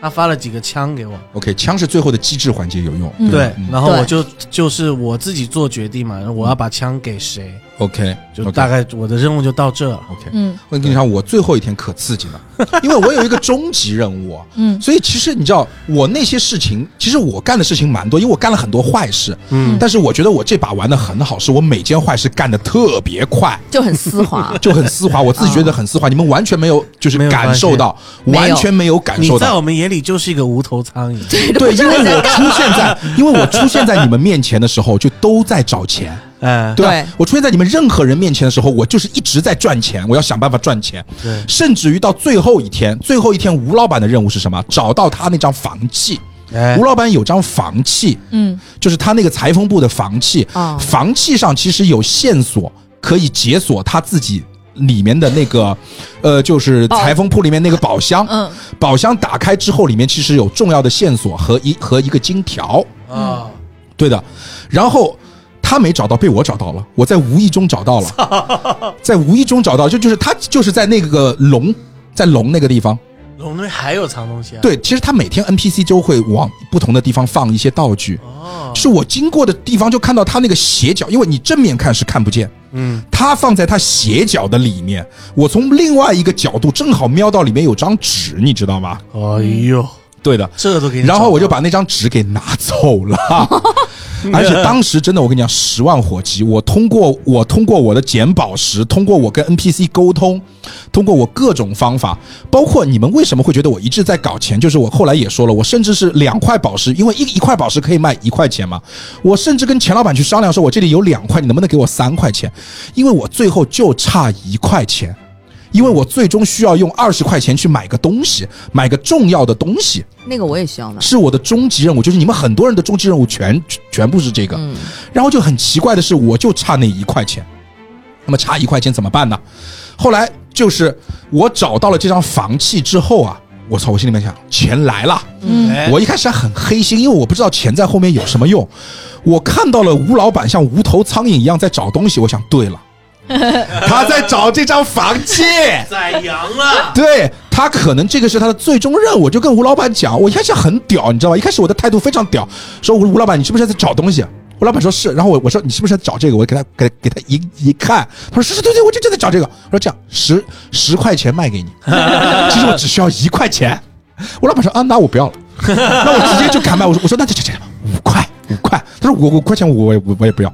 Speaker 6: 他发了几个枪给我。
Speaker 4: OK，枪是最后的机制环节有用。
Speaker 7: 嗯
Speaker 6: 对，
Speaker 4: 嗯
Speaker 6: 然后我
Speaker 3: 对
Speaker 6: 就就是我自己做决定嘛，我要把枪给谁，
Speaker 4: OK，
Speaker 6: 就大概我的任务就到这了。
Speaker 4: OK。
Speaker 7: 嗯
Speaker 4: 我跟你讲，我最后一天可刺激了，因为我有一个终极任务。啊
Speaker 7: 嗯
Speaker 4: 所以其实你知道，我那些事情，其实我干的事情蛮多，因为我干了很多坏事。
Speaker 6: 嗯
Speaker 4: 但是我觉得我这把玩的很好，是我每件坏事干的特别快，
Speaker 3: 就很丝
Speaker 4: 。
Speaker 3: 滑
Speaker 4: 就很丝滑，我自己觉得很丝滑。你们完全没有就是
Speaker 6: 没有
Speaker 4: 感受到，
Speaker 3: 现
Speaker 4: 完全没有感
Speaker 6: 你
Speaker 4: 受
Speaker 6: 在
Speaker 4: 到
Speaker 6: 我。们眼里就是一个无头苍蝇，
Speaker 4: 对，因为我出现在，因为我出现在你们面前的时候，就都在找钱。
Speaker 6: 哎，
Speaker 4: 对吧
Speaker 3: 对
Speaker 4: 我出现在你们任何人面前的时候，我就是一直在赚钱，我要想办法赚钱。
Speaker 6: 对
Speaker 4: 甚至于到最后一天，最后一天吴老板的任务是什么？找到他那张房契。
Speaker 6: 哎
Speaker 4: 吴老板有张房契，
Speaker 7: 嗯，
Speaker 4: 就是他那个裁缝部的房契。
Speaker 3: 哦
Speaker 4: 房契上其实有线索可以解锁他自己里面的那个，呃，就是裁缝铺里面那个宝箱。
Speaker 7: 嗯，
Speaker 4: 宝箱打开之后，里面其实有重要的线索和一和一个金条。
Speaker 6: 啊，
Speaker 4: 对的，然后他没找到，被我找到了，我在无意中找到了， 在无意中找到，就就是他就是在那个龙，在龙那个地方。
Speaker 6: 龙那边还有藏东西啊？，
Speaker 4: 对，其实他每天 NPC 就会往不同的地方放一些道具。
Speaker 6: 哦，
Speaker 4: 是我经过的地方就看到他那个斜角，因为你正面看是看不见，
Speaker 6: 嗯，
Speaker 4: 他放在他斜角的里面，我从另外一个角度正好瞄到里面有张纸，你知道吗？
Speaker 6: 哎呦，
Speaker 4: 对的，
Speaker 6: 这都给你找到，
Speaker 4: 然后我就把那张纸给拿走了， 而且当时真的，我跟你讲，十万火急。我通过我通过我的捡宝石，通过我跟 NPC 沟通，通过我各种方法，包括你们为什么会觉得我一直在搞钱，就是我后来也说了，我甚至是两块宝石，因为一一块宝石可以卖一块钱嘛。我甚至跟钱老板去商量说，我这里有两块，你能不能给我三块钱？因为我最后就差一块钱。因为我最终需要用二十块钱去买个东西，买个重要的东西。
Speaker 3: 那个我也需要呢。
Speaker 4: 是我的终极任务，就是你们很多人的终极任务全全部是这个。然后就很奇怪的是，我就差那一块钱，那么差一块钱怎么办呢？后来就是我找到了这张房契之后啊，我操，我心里面想，钱来了。
Speaker 6: 哎
Speaker 4: 我一开始还很黑心，因为我不知道钱在后面有什么用。我看到了吴老板像无头苍蝇一样在找东西，我想对了，他在找这张房契。
Speaker 6: 宰羊啊了，
Speaker 4: 对他可能这个是他的最终任务，我就跟吴老板讲，我一开始很屌，你知道吧？一开始我的态度非常屌，说吴吴老板，你是不是在找东西？吴老板说是，然后我我说你是不是在找这个？我给他给他给他一一看，他说是是对对，我就就在找这个。我说这样十十块钱卖给你，其实我只需要一块钱。吴老板说啊，那我不要了， 那我直接就砍卖。我说我说那就这这五块五块，他说我五块钱我也我我也不要。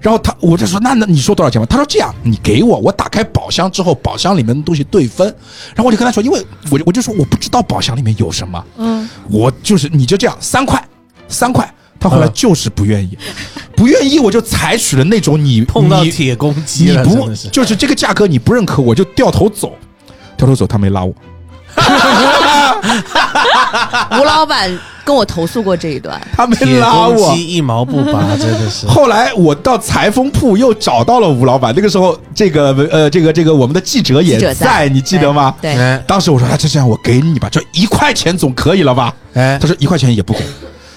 Speaker 4: 然后他我就说那那你说多少钱吧？他说这样，你给我，我打开宝箱之后，宝箱里面的东西对分。然后我就跟他说，因为我我就说我不知道宝箱里面有什么，嗯，我就是你就这样三块三块。他后来
Speaker 6: 嗯
Speaker 4: 就是不愿意，不愿意我就采取了那种你
Speaker 6: 碰到
Speaker 4: 你
Speaker 6: 铁公鸡
Speaker 4: 你
Speaker 6: 了，真
Speaker 4: 不
Speaker 6: 的是。
Speaker 4: 就是这个价格你不认可，我就掉头走，掉头走他没拉我，
Speaker 3: 吴老板跟我投诉过这一段，
Speaker 4: 他没
Speaker 6: 铁
Speaker 4: 拉
Speaker 6: 公
Speaker 4: 我。
Speaker 6: 鸡一毛不拔，真的 是。
Speaker 4: 后来我到裁缝铺又找到了吴老板，那个时候这个呃这个这个我们的记者 也
Speaker 3: 记者在
Speaker 4: 你记得吗？
Speaker 3: 对，
Speaker 6: 哎
Speaker 4: 当时我说啊，就这样，我给你吧，这一块钱总可以了吧？
Speaker 6: 哎
Speaker 4: 他，说一块钱也不给。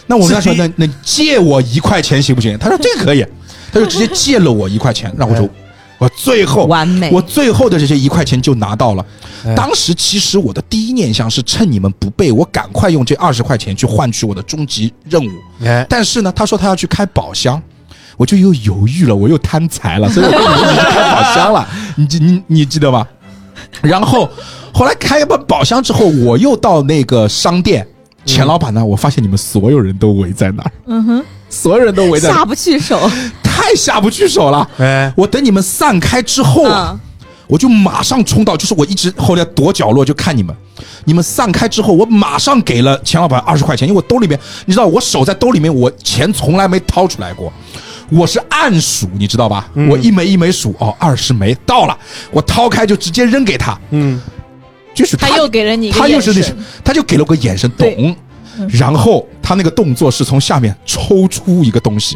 Speaker 4: 那我跟他说，
Speaker 6: 是
Speaker 4: 那
Speaker 6: 的
Speaker 4: 那你借我一块钱行不行？他说这个可以，他就直接借了我一块钱，让我就
Speaker 6: 哎
Speaker 4: 我最后
Speaker 3: 完美
Speaker 4: 我最后的这些一块钱就拿到了
Speaker 6: 哎。
Speaker 4: 当时其实我的第一念想是趁你们不备，我赶快用这二十块钱去换取我的终极任务。
Speaker 6: 哎，
Speaker 4: 但是呢，他说他要去开宝箱，我就又犹豫了，我又贪财了，所以我就没去开宝箱了。 你记你你记得吗？然后后来开完宝箱之后，我又到那个商店，钱老板呢，我发现你们所有人都围在那儿，嗯哼，所有人都围在 那
Speaker 3: 下
Speaker 4: 儿，
Speaker 3: 不去手，
Speaker 4: 太下不去手了。
Speaker 6: 哎，
Speaker 4: 我等你们散开之后啊，
Speaker 3: 嗯，
Speaker 4: 我就马上冲到，就是我一直后来躲角落就看你们，你们散开之后，我马上给了钱老板二十块钱，因为我兜里面，你知道我手在兜里面，我钱从来没掏出来过，我是暗数，你知道吧？
Speaker 6: 嗯
Speaker 4: 我一枚一枚数，哦，二十枚到了，我掏开就直接扔给他，
Speaker 6: 嗯，
Speaker 4: 就是
Speaker 5: 他又给了你一个
Speaker 4: 他又
Speaker 5: 眼
Speaker 4: 是那
Speaker 5: 神，
Speaker 4: 他就给了我个眼神，懂。然后他那个动作是从下面抽出一个东西，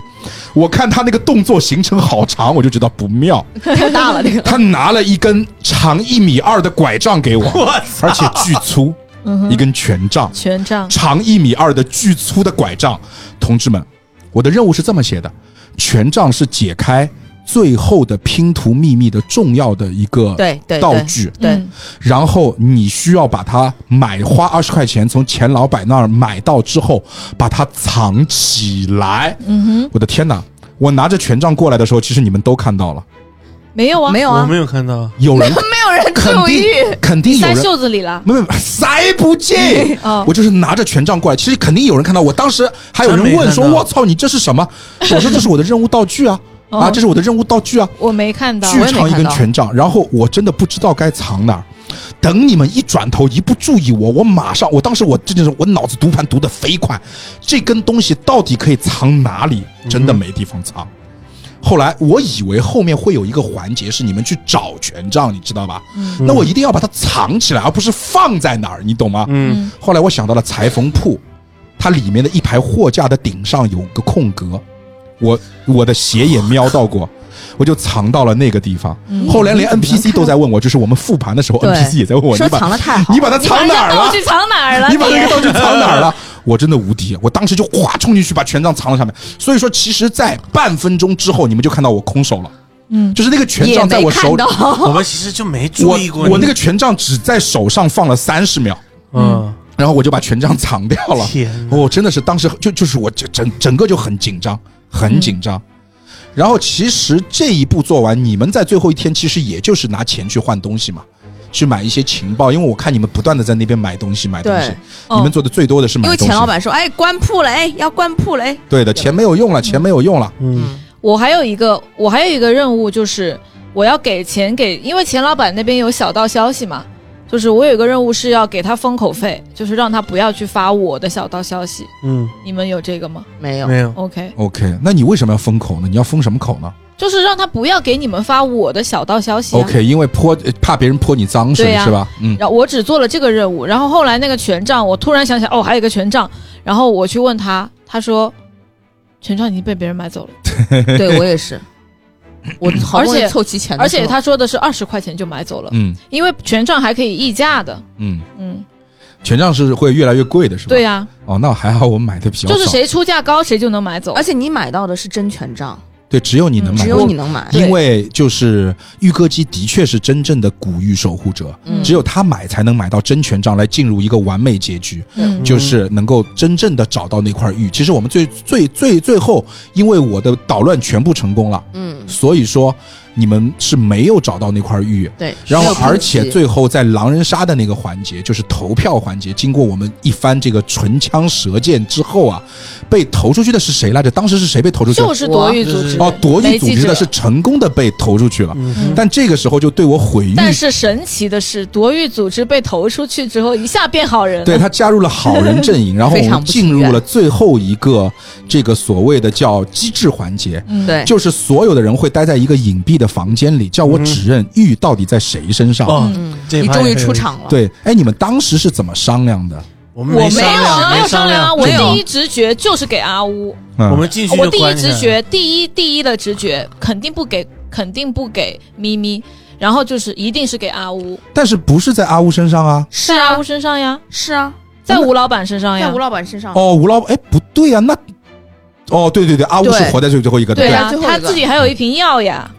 Speaker 4: 我看他那个动作行程好长，我就知道不妙。
Speaker 3: 太大了这个，
Speaker 4: 他拿了一根长一米二的拐杖给我，
Speaker 6: 我操，
Speaker 4: 而且巨粗，
Speaker 5: 嗯
Speaker 4: 一根权杖，
Speaker 5: 权杖，
Speaker 4: 长一米二的巨粗的拐杖。同志们，我的任务是这么写的：权杖是解开最后的拼图秘密的重要的一个
Speaker 3: 对对
Speaker 4: 道具。
Speaker 3: 对
Speaker 5: 嗯
Speaker 4: 然后你需要把它买，花二十块钱从钱老板那儿买到之后，把它藏起来。嗯哼，我的天哪！我拿着权杖过来的时候，其实你们都看到了，
Speaker 5: 没有啊，
Speaker 3: 没有
Speaker 6: 我
Speaker 3: 啊，
Speaker 6: 没有看到，嗯
Speaker 4: 有 人
Speaker 3: 没有人
Speaker 4: 肯
Speaker 3: 注
Speaker 4: 定
Speaker 3: 意，
Speaker 4: 肯定有
Speaker 5: 塞
Speaker 4: 人
Speaker 5: 袖子里了。
Speaker 4: 没没没塞不 进，
Speaker 6: 哦
Speaker 4: 我就是拿着权杖过来，其实肯定有人看到我。当时还有人问说：“
Speaker 6: 真没看到
Speaker 4: 我操，你这是什么？”我说：“这是我的任务道具啊，
Speaker 6: 哦
Speaker 4: 啊， 这是我的任务道具啊。”
Speaker 5: 我没看到，
Speaker 4: 巨长一根
Speaker 3: 到
Speaker 4: 权杖，然后我真的不知道该藏哪儿。等你们一转头，一不注意我，我马上，我当时我真的是我脑子读盘读的飞快，这根东西到底可以藏哪里？真的没地方藏。后来我以为后面会有一个环节是你们去找权杖，你知道吧？
Speaker 5: 嗯
Speaker 4: 那我一定要把它藏起来，而不是放在哪儿，你懂吗？
Speaker 6: 嗯，
Speaker 4: 后来我想到了裁缝铺，它里面的一排货架的顶上有个空格，我我的鞋也瞄到过，我就藏到了那个地方。后来连 NPC 都在问我，就是我们复盘的时候
Speaker 3: 对
Speaker 4: ，NPC 也在问我，
Speaker 3: 说
Speaker 4: 你把
Speaker 3: 藏的太好，
Speaker 4: 你把它藏哪儿
Speaker 5: 你把人家
Speaker 4: 了
Speaker 5: 道？具藏哪儿了？
Speaker 4: 你把那个道具藏哪儿了？我真的无敌，我当时就哗冲进去把权杖藏了上面。所以说，其实，在半分钟之后，你们就看到我空手了。嗯，就是那个权
Speaker 3: 也
Speaker 4: 杖在
Speaker 3: 没
Speaker 4: 我手
Speaker 3: 看
Speaker 4: 里
Speaker 3: 到，，
Speaker 6: 我们其实就没注
Speaker 4: 我
Speaker 6: 意过
Speaker 4: 我那
Speaker 6: 你
Speaker 4: 个，权杖只在手上放了三十秒。
Speaker 6: 嗯，
Speaker 4: 然后我就把权杖藏掉了。
Speaker 6: 天哪
Speaker 4: 我、真的是当时就就是我整整整个就很紧张，很紧张。然后其实这一步做完，你们在最后一天其实也就是拿钱去换东西嘛，去买一些情报，因为我看你们不断的在那边买东西买东西
Speaker 3: 对，
Speaker 4: 你们做的最多的是买
Speaker 3: 因为
Speaker 4: 东西。
Speaker 3: 钱老板说，哎，关铺了，哎，要关铺了，哎，
Speaker 4: 对的，钱没有用了，钱没有用了。
Speaker 5: 我还有一个，我还有一个任务就是我要给钱给，因为钱老板那边有小道消息嘛，就是我有一个任务是要给他封口费，就是让他不要去发我的小道消息。
Speaker 6: 嗯，
Speaker 5: 你们有这个吗
Speaker 3: 没有，
Speaker 6: 没有，
Speaker 5: ？OK，
Speaker 4: OK，那你为什么要封口呢？你要封什么口呢、
Speaker 5: 就是让他不要给你们发我的小道消息、啊。
Speaker 4: o k 因为泼呃怕别人泼你脏水、
Speaker 5: 对呀
Speaker 4: 是吧？嗯，
Speaker 5: 然后我只做了这个任务，然后后来那个权杖，我突然想起来，哦，还有一个权杖，然后我去问他，他说权杖已经被别人买走了，
Speaker 3: 对我也是，我好不容
Speaker 5: 而
Speaker 3: 易
Speaker 5: 且
Speaker 3: 凑齐钱的
Speaker 5: 而
Speaker 3: 时候，
Speaker 5: 且他说的是二十块钱就买走了，
Speaker 4: 嗯
Speaker 5: 因为权杖还可以议价的，
Speaker 4: 嗯，
Speaker 5: 嗯，
Speaker 4: 权杖是会越来越贵的，是吧？
Speaker 5: 对、呀、
Speaker 4: 哦，那还好我买的比较少。
Speaker 5: 就是谁出价高谁就能买走，
Speaker 3: 而且你买到的是真权杖，
Speaker 4: 对，只有你能买，
Speaker 3: 嗯只有你能买，
Speaker 4: 因为就是玉歌姬的确是真正的古玉守护者，
Speaker 3: 嗯
Speaker 4: 只有她买才能买到真权杖，来进入一个完美结局，
Speaker 5: 嗯
Speaker 4: 就是能够真正的找到那块玉。其实我们最最最最后，因为我的捣乱全部成功了，
Speaker 3: 嗯，
Speaker 4: 所以说你们是没有找到那块玉。
Speaker 3: 对。
Speaker 4: 然后
Speaker 3: 没有，
Speaker 4: 而
Speaker 3: 分歧
Speaker 4: 且最后在狼人杀的那个环节，就是投票环节，经过我们一番这个唇枪舌剑之后啊，被投出去的是谁来着？当时是谁被投出去？
Speaker 5: 就是夺玉组织
Speaker 4: 哦，夺玉
Speaker 5: 没
Speaker 4: 组
Speaker 5: 记
Speaker 4: 织的
Speaker 5: 者
Speaker 4: 是成功的被投出去了，
Speaker 6: 嗯
Speaker 4: 但这个时候就对我毁誉。
Speaker 5: 但是神奇的是，夺玉组织被投出去之后，一下变好人了。
Speaker 4: 对他加入了好人阵营，然后我
Speaker 3: 非
Speaker 4: 们
Speaker 3: 常不
Speaker 4: 进入
Speaker 3: 情
Speaker 4: 了
Speaker 3: 愿
Speaker 4: 最后一个这个所谓的叫机制环节，
Speaker 3: 对，
Speaker 4: 就是所有的人会待在一个隐蔽的房间里，叫我指认玉到底在谁身上。
Speaker 6: 嗯哦，这
Speaker 3: 嗯你
Speaker 6: 盘
Speaker 3: 终于
Speaker 6: 也可以
Speaker 3: 出，场了，，
Speaker 4: 对，哎，你们当时是怎么商量的？
Speaker 6: 我们
Speaker 5: 我
Speaker 6: 没
Speaker 5: 没
Speaker 6: 商
Speaker 5: 有啊，
Speaker 6: 量，
Speaker 5: 没有
Speaker 6: 商
Speaker 5: 商量啊！我
Speaker 4: 这种
Speaker 5: 第一直觉就是给阿乌，
Speaker 4: 嗯
Speaker 6: 我们进去
Speaker 5: 我
Speaker 6: 就
Speaker 5: 第一
Speaker 6: 关起来
Speaker 5: 直觉，第一第一的直觉肯定不给，肯定不给咪咪，然后就是一定是给阿乌，
Speaker 4: 但是不是在阿乌身上啊？
Speaker 5: 是阿乌身上呀，
Speaker 3: 是哎啊，
Speaker 5: 在吴老板身上呀
Speaker 3: 在吴，老板身上，
Speaker 4: 哦，吴老，哎，不对啊，那，哦，对对对，阿乌是
Speaker 3: 对
Speaker 4: 活在最最后一个的，
Speaker 5: 对
Speaker 3: 对
Speaker 7: 啊
Speaker 5: 呀，
Speaker 3: 最后一个
Speaker 5: 他自己还有一瓶药呀。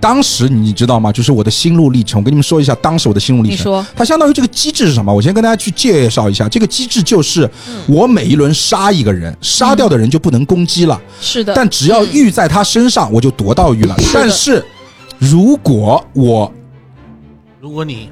Speaker 4: 当时你知道吗？就是我的心路历程，我跟你们说一下当时我的心路历
Speaker 5: 你
Speaker 4: 程。
Speaker 5: 说，
Speaker 4: 它相当于这个机制是什么？我先跟大家去介绍一下，这个机制就是
Speaker 5: 嗯
Speaker 4: 我每一轮杀一个人，杀掉的人就不能攻击了，
Speaker 5: 是的，
Speaker 4: 但只要玉在他身上，我就夺到玉了。但是如果我
Speaker 6: 如果你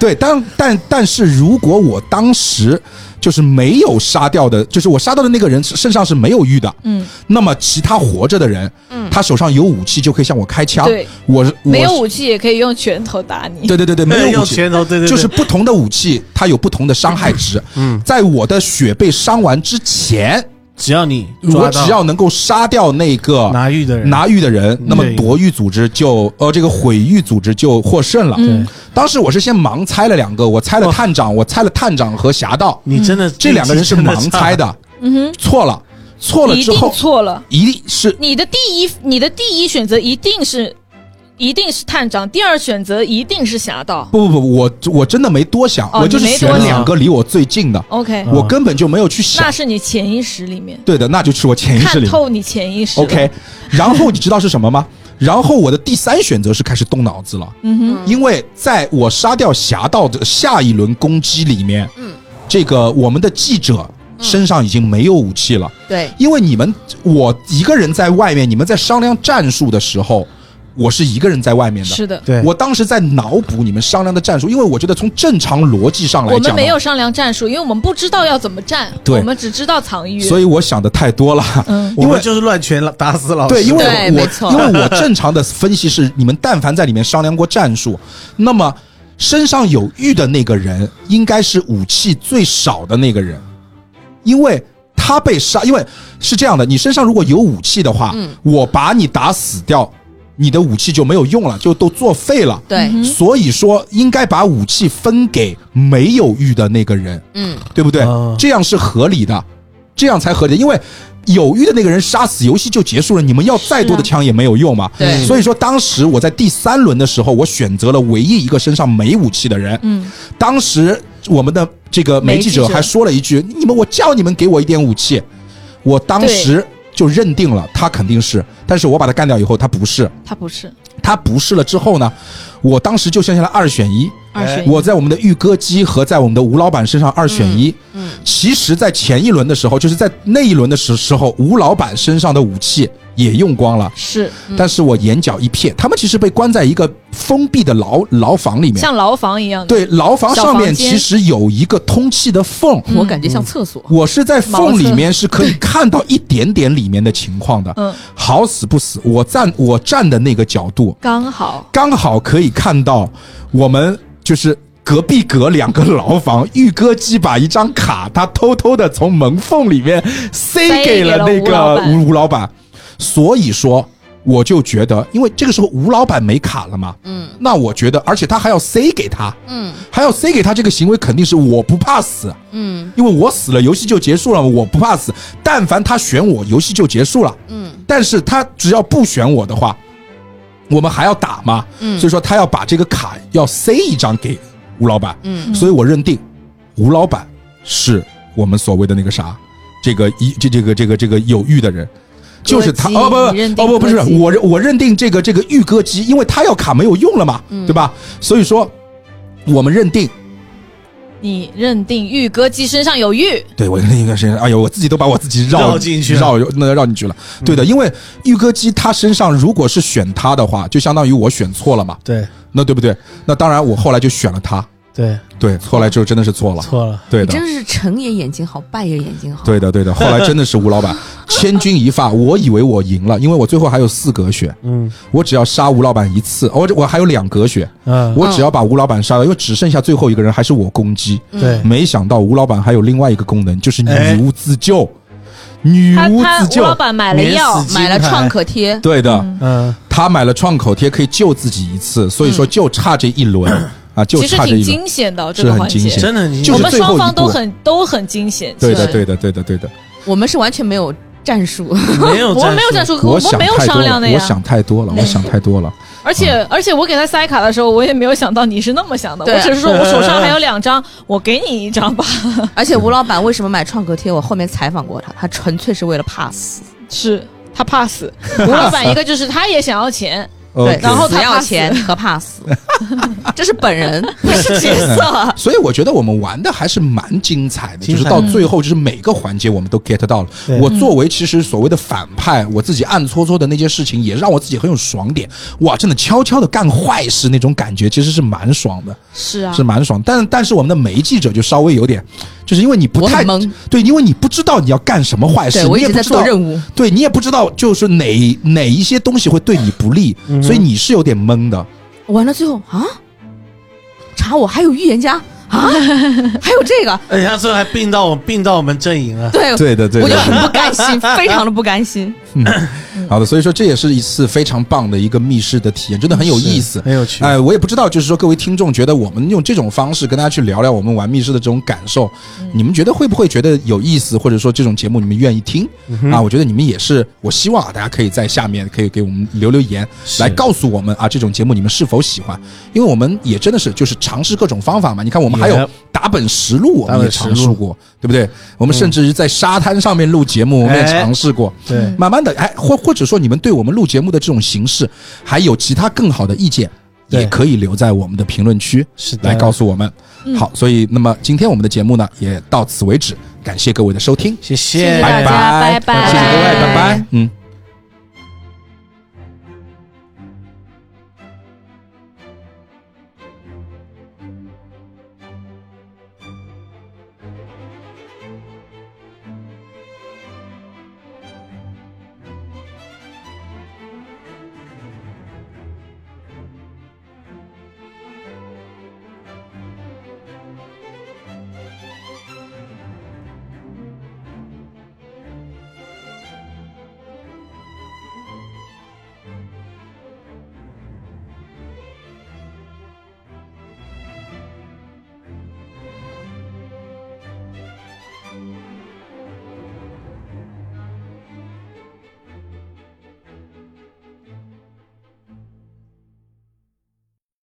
Speaker 4: 对，但但但是如果我当时就是没有杀掉的，就是我杀掉的那个人身上是没有玉的，
Speaker 5: 嗯，
Speaker 4: 那么其他活着的人，他手上有武器就可以向我开枪。
Speaker 5: 对，
Speaker 4: 我是我
Speaker 5: 没有
Speaker 4: 是
Speaker 5: 武器也可以用拳头打你。
Speaker 4: 对对对对，没有武
Speaker 6: 用
Speaker 4: 器。
Speaker 6: 拳头，对对，对
Speaker 4: 就是不同的武器，它有不同的伤害值。嗯，在我的血被伤完之前，
Speaker 6: 只要你
Speaker 4: 我
Speaker 6: 抓
Speaker 4: 只
Speaker 6: 到
Speaker 4: 要能够杀掉那个
Speaker 6: 拿玉的人，嗯
Speaker 4: 拿玉的人，那么
Speaker 6: 对
Speaker 4: 夺玉组织就呃这个毁玉组织就获胜了。
Speaker 5: 嗯，
Speaker 4: 当时我是先盲猜了两个，我猜了探长，我猜了探长和侠盗，
Speaker 6: 你真的
Speaker 4: 嗯这两个人是盲猜，的，
Speaker 5: 嗯哼，
Speaker 4: 错了，错了
Speaker 5: 一
Speaker 4: 之
Speaker 5: 定
Speaker 4: 后
Speaker 5: 错了。
Speaker 4: 一定是
Speaker 5: 你的第一，你的第一选择一定是，一定是探长；第二选择一定是侠盗。
Speaker 4: 不不不，我我真的没多想，
Speaker 5: 哦
Speaker 4: 我就是
Speaker 5: 你没
Speaker 4: 选
Speaker 5: 多
Speaker 6: 想
Speaker 4: 两个离我最近的，
Speaker 5: OK，、
Speaker 6: 嗯
Speaker 4: 我根本就没有去想
Speaker 5: 那。是你潜意识里面
Speaker 4: 对的，那就是我啊潜意识
Speaker 5: 看
Speaker 4: 里
Speaker 5: 透你潜意识了。
Speaker 4: OK，然后你知道是什么 吗？然后我的第三选择是开始动脑子了，
Speaker 5: 嗯哼，
Speaker 4: 因为在我杀掉侠盗的下一轮攻击里面，嗯，这个我们的记者身上已经没有武器
Speaker 5: 嗯
Speaker 4: 了，
Speaker 3: 对，
Speaker 4: 因为你们我一个人在外面，你们在商量战术的时候，我是一个人在外面的。
Speaker 5: 是的。
Speaker 6: 对
Speaker 4: 我当时在脑补你们商量的战术，因为我觉得从正常逻辑上来
Speaker 5: 我
Speaker 4: 讲的
Speaker 5: 们
Speaker 4: 话，
Speaker 5: 没有商量战术，因为我们不知道要怎么战，
Speaker 4: 对
Speaker 5: 我们只知道藏玉。
Speaker 4: 所以我想的太多了。
Speaker 5: 嗯，
Speaker 6: 我
Speaker 4: 因为
Speaker 6: 们就是乱拳打死老师，
Speaker 4: 对，因为
Speaker 3: 对没
Speaker 4: 我
Speaker 3: 错
Speaker 4: 因为我正常的分析是，你们但凡在里面商量过战术，那么身上有玉的那个人应该是武器最少的那个人，因为他被杀，因为是这样的，你身上如果有武器的话，
Speaker 3: 嗯
Speaker 4: 我把你打死掉，你的武器就没有用了，就都作废了。
Speaker 3: 对，
Speaker 4: 所以说，应该把武器分给没有玉的那个人。
Speaker 3: 嗯，
Speaker 4: 对不对？
Speaker 6: 啊
Speaker 4: 这样是合理的，这样才合理的。因为有欲的那个人杀死，游戏就结束了。你们要再多的
Speaker 5: 啊
Speaker 4: 枪也没有用嘛。
Speaker 3: 对
Speaker 4: 所以说当时我在第三轮的时候，我选择了唯一一个身上没武器的人。
Speaker 5: 嗯，
Speaker 4: 当时我们的这个媒体
Speaker 5: 媒
Speaker 4: 者
Speaker 5: 体者
Speaker 4: 还说了一句：“你们，我叫你们给我一点武器。”我当时就认定了他肯定是，但是我把他干掉以后，他不是，
Speaker 5: 他不是
Speaker 4: 他不是了之后呢，我当时就剩下了二选一。
Speaker 5: 二选一。
Speaker 4: 我在我们的玉歌姬和在我们的吴老板身上二选一。
Speaker 3: 嗯嗯
Speaker 4: 其实，在前一轮的时候，就是在那一轮的时时候，吴老板身上的武器也用光了，
Speaker 5: 是
Speaker 4: 但是我眼角一瞥，他们其实被关在一个封闭的牢牢房里面。
Speaker 5: 嗯像牢房一样的。
Speaker 4: 对，牢房
Speaker 5: 小
Speaker 4: 上面
Speaker 5: 房间嗯
Speaker 4: 其实有一个通气的缝，
Speaker 3: 我感觉像厕所，
Speaker 4: 我是在
Speaker 5: 茅
Speaker 4: 缝
Speaker 5: 厕
Speaker 4: 里面是可以看到一点点里面的情况的。
Speaker 5: 嗯，
Speaker 4: 好死不死，我站我站的那个角度，
Speaker 5: 刚好
Speaker 4: 刚好可以看到我们就是隔壁隔两个牢房，玉歌姬把一张卡，他偷偷的从门缝里面塞给了那
Speaker 5: 塞给了
Speaker 4: 个
Speaker 5: 吴老板
Speaker 4: 吴吴老板，所以说。我就觉得，因为这个时候吴老板没卡了嘛，嗯，那我觉得，而且他还要塞给他，
Speaker 3: 嗯
Speaker 4: 还要塞给他这个行为肯定是我不怕死，
Speaker 3: 嗯
Speaker 4: 因为我死了，游戏就结束了，我不怕死。但凡他选我，游戏就结束了。
Speaker 3: 嗯，
Speaker 4: 但是他只要不选我的话，我们还要打嘛。
Speaker 3: 嗯
Speaker 4: 所以说他要把这个卡要塞一张给吴老板。
Speaker 3: 嗯
Speaker 4: 所以我认定吴老板是我们所谓的那个啥，这个一这这个这个这个有欲的人。就是他
Speaker 3: 歌姬
Speaker 4: 哦
Speaker 3: 你认
Speaker 4: 不
Speaker 3: 定
Speaker 4: 哦不不是
Speaker 3: 歌姬
Speaker 4: 我认我认定这个这个玉歌姬，因为他要卡没有用了嘛，
Speaker 3: 嗯
Speaker 4: 对吧？所以说我们认定，
Speaker 7: 你认定玉歌姬身上有玉，
Speaker 4: 对我认定谁？哎呦，我自己都把我自己绕
Speaker 6: 绕进去了嗯
Speaker 4: 绕那绕进去了。对的，因为玉歌姬她身上如果是选她的话，就相当于我选错了嘛，
Speaker 8: 对
Speaker 4: 那对不对？那当然我后来就选了她，
Speaker 8: 对，
Speaker 4: 对，后来就真的是错了，
Speaker 8: 错了，
Speaker 4: 对
Speaker 3: 你
Speaker 4: 的。
Speaker 3: 真是成也眼睛好，败也眼睛好。
Speaker 4: 对的，对 的。后来真的是吴老板千钧一发，我以为我赢了，因为我最后还有四格血，
Speaker 8: 嗯
Speaker 4: 我只要杀吴老板一次，哦，我还有两格血，
Speaker 8: 嗯，
Speaker 4: 我只要把吴老板杀了，因为只剩下最后一个人还是我攻击。
Speaker 3: 嗯
Speaker 8: 对
Speaker 4: 没想到吴老板还有另外一个功能，就是
Speaker 6: 哎
Speaker 4: 女巫自救，女
Speaker 7: 他
Speaker 4: 巫
Speaker 7: 他
Speaker 4: 自
Speaker 7: 吴老
Speaker 4: 救。
Speaker 7: 板买了药
Speaker 6: 免死，金
Speaker 3: 买了
Speaker 6: 牌
Speaker 3: 创可贴，
Speaker 4: 对的，
Speaker 8: 嗯
Speaker 4: 他买了创口贴可以救自己一次，所以说就差这一轮啊，就
Speaker 7: 嗯其实
Speaker 4: 差这
Speaker 7: 挺
Speaker 4: 一轮。
Speaker 7: 惊险的哦这
Speaker 4: 是
Speaker 7: 个
Speaker 4: 很
Speaker 7: 环
Speaker 4: 惊险
Speaker 7: 节，
Speaker 6: 真的，你
Speaker 4: 就
Speaker 7: 我
Speaker 4: 是
Speaker 7: 们
Speaker 4: 最后
Speaker 7: 双
Speaker 4: 一
Speaker 7: 方都
Speaker 4: 步
Speaker 7: 很都很惊险。
Speaker 4: 对的，
Speaker 3: 对
Speaker 4: 对的，对的，对的。
Speaker 3: 我们是完全没有战 术。
Speaker 6: 没有
Speaker 7: 我们没有
Speaker 6: 战
Speaker 7: 战
Speaker 6: 术，
Speaker 7: 术，我
Speaker 4: 想
Speaker 7: 们没有
Speaker 4: 太多
Speaker 7: 商
Speaker 4: 了
Speaker 7: 量的，
Speaker 4: 我
Speaker 7: 呀。
Speaker 4: 想啊太多了，我想太多了。
Speaker 7: 而且、而且我给他塞卡的时候，我也没有想到你是那么想的，
Speaker 3: 对
Speaker 7: 我只是说我手上还有两张，我给你一张吧。
Speaker 3: 而且吴老板为什么买创可贴？我后面采访过他，他纯粹是为了怕死。
Speaker 7: 是他怕死，吴老板一个就是他也想要钱，
Speaker 3: 对
Speaker 4: OK，
Speaker 7: 然后
Speaker 3: 死
Speaker 7: 他
Speaker 3: 要
Speaker 7: 怕死
Speaker 3: 钱和怕死， 这是本 人，不是角色。
Speaker 4: 所以我觉得我们玩的还是蛮精彩的，
Speaker 8: 精
Speaker 4: 就
Speaker 8: 彩
Speaker 4: 是到最后就是每个环节我们都 get 到了
Speaker 8: 对。
Speaker 4: 我作为其实所谓的反派，我自己暗搓搓的那些事情也让我自己很有爽点。哇，真的悄悄的干坏事那种感觉其实是蛮爽的，
Speaker 7: 是啊
Speaker 4: 是蛮爽。但但是我们的媒记者就稍微有点，就是因为你不
Speaker 3: 我
Speaker 4: 太
Speaker 3: 很懵，
Speaker 4: 对，因为你不知道你要干什么坏
Speaker 3: 对
Speaker 4: 事，
Speaker 3: 我
Speaker 4: 你
Speaker 3: 一
Speaker 4: 也
Speaker 3: 直
Speaker 4: 不
Speaker 3: 在
Speaker 4: 知
Speaker 3: 做
Speaker 4: 道。
Speaker 3: 任务，
Speaker 4: 对你也不知道，就是哪哪一些东西会对你不利，所以你是有点懵的。
Speaker 3: 我玩到最后啊，查我还有预言家啊，还有这个，
Speaker 6: 哎而且他最后还并到我并到我们阵营了。
Speaker 3: 对，
Speaker 4: 对的，对
Speaker 3: 我就很不甘心，非常的不甘心。
Speaker 8: 嗯
Speaker 4: 好的，所以说这也是一次非常棒的一个密室的体验，真的很有意思。
Speaker 8: 很有趣，
Speaker 4: 哎，我也不知道，就是说各位听众觉得我们用这种方式跟大家去聊聊我们玩密室的这种感受，
Speaker 8: 嗯
Speaker 4: 你们觉得会不会觉得有意思，或者说这种节目你们愿意听、
Speaker 8: 嗯
Speaker 4: 啊？我觉得你们也是，我希望啊，大家可以在下面可以给我们留留言，来告诉我们啊，这种节目你们是否喜欢？因为我们也真的是就是尝试各种方法嘛。你看，我们还
Speaker 8: Yep
Speaker 4: 有打本实录，我
Speaker 8: 打
Speaker 4: 们
Speaker 8: 本嗯
Speaker 4: 也尝
Speaker 8: 实
Speaker 4: 试
Speaker 8: 录
Speaker 4: 过，对不对？我们甚至于在沙滩上面录节目，我们也
Speaker 6: 哎
Speaker 4: 尝试过。
Speaker 8: 对，
Speaker 4: 慢慢的，哎，或或者说你们对我们录节目的这种形式，还有其他更好的意见，
Speaker 8: 对
Speaker 4: 也可以留在我们的评论区
Speaker 8: 是的
Speaker 4: 来告诉我们。
Speaker 7: 嗯
Speaker 4: 好，所以那么今天我们的节目呢，也到此为止，感谢各位的收听，
Speaker 6: 谢
Speaker 7: 谢
Speaker 6: 谢
Speaker 7: 谢大家
Speaker 4: 拜
Speaker 7: 拜拜
Speaker 4: 谢谢各位，拜拜，嗯。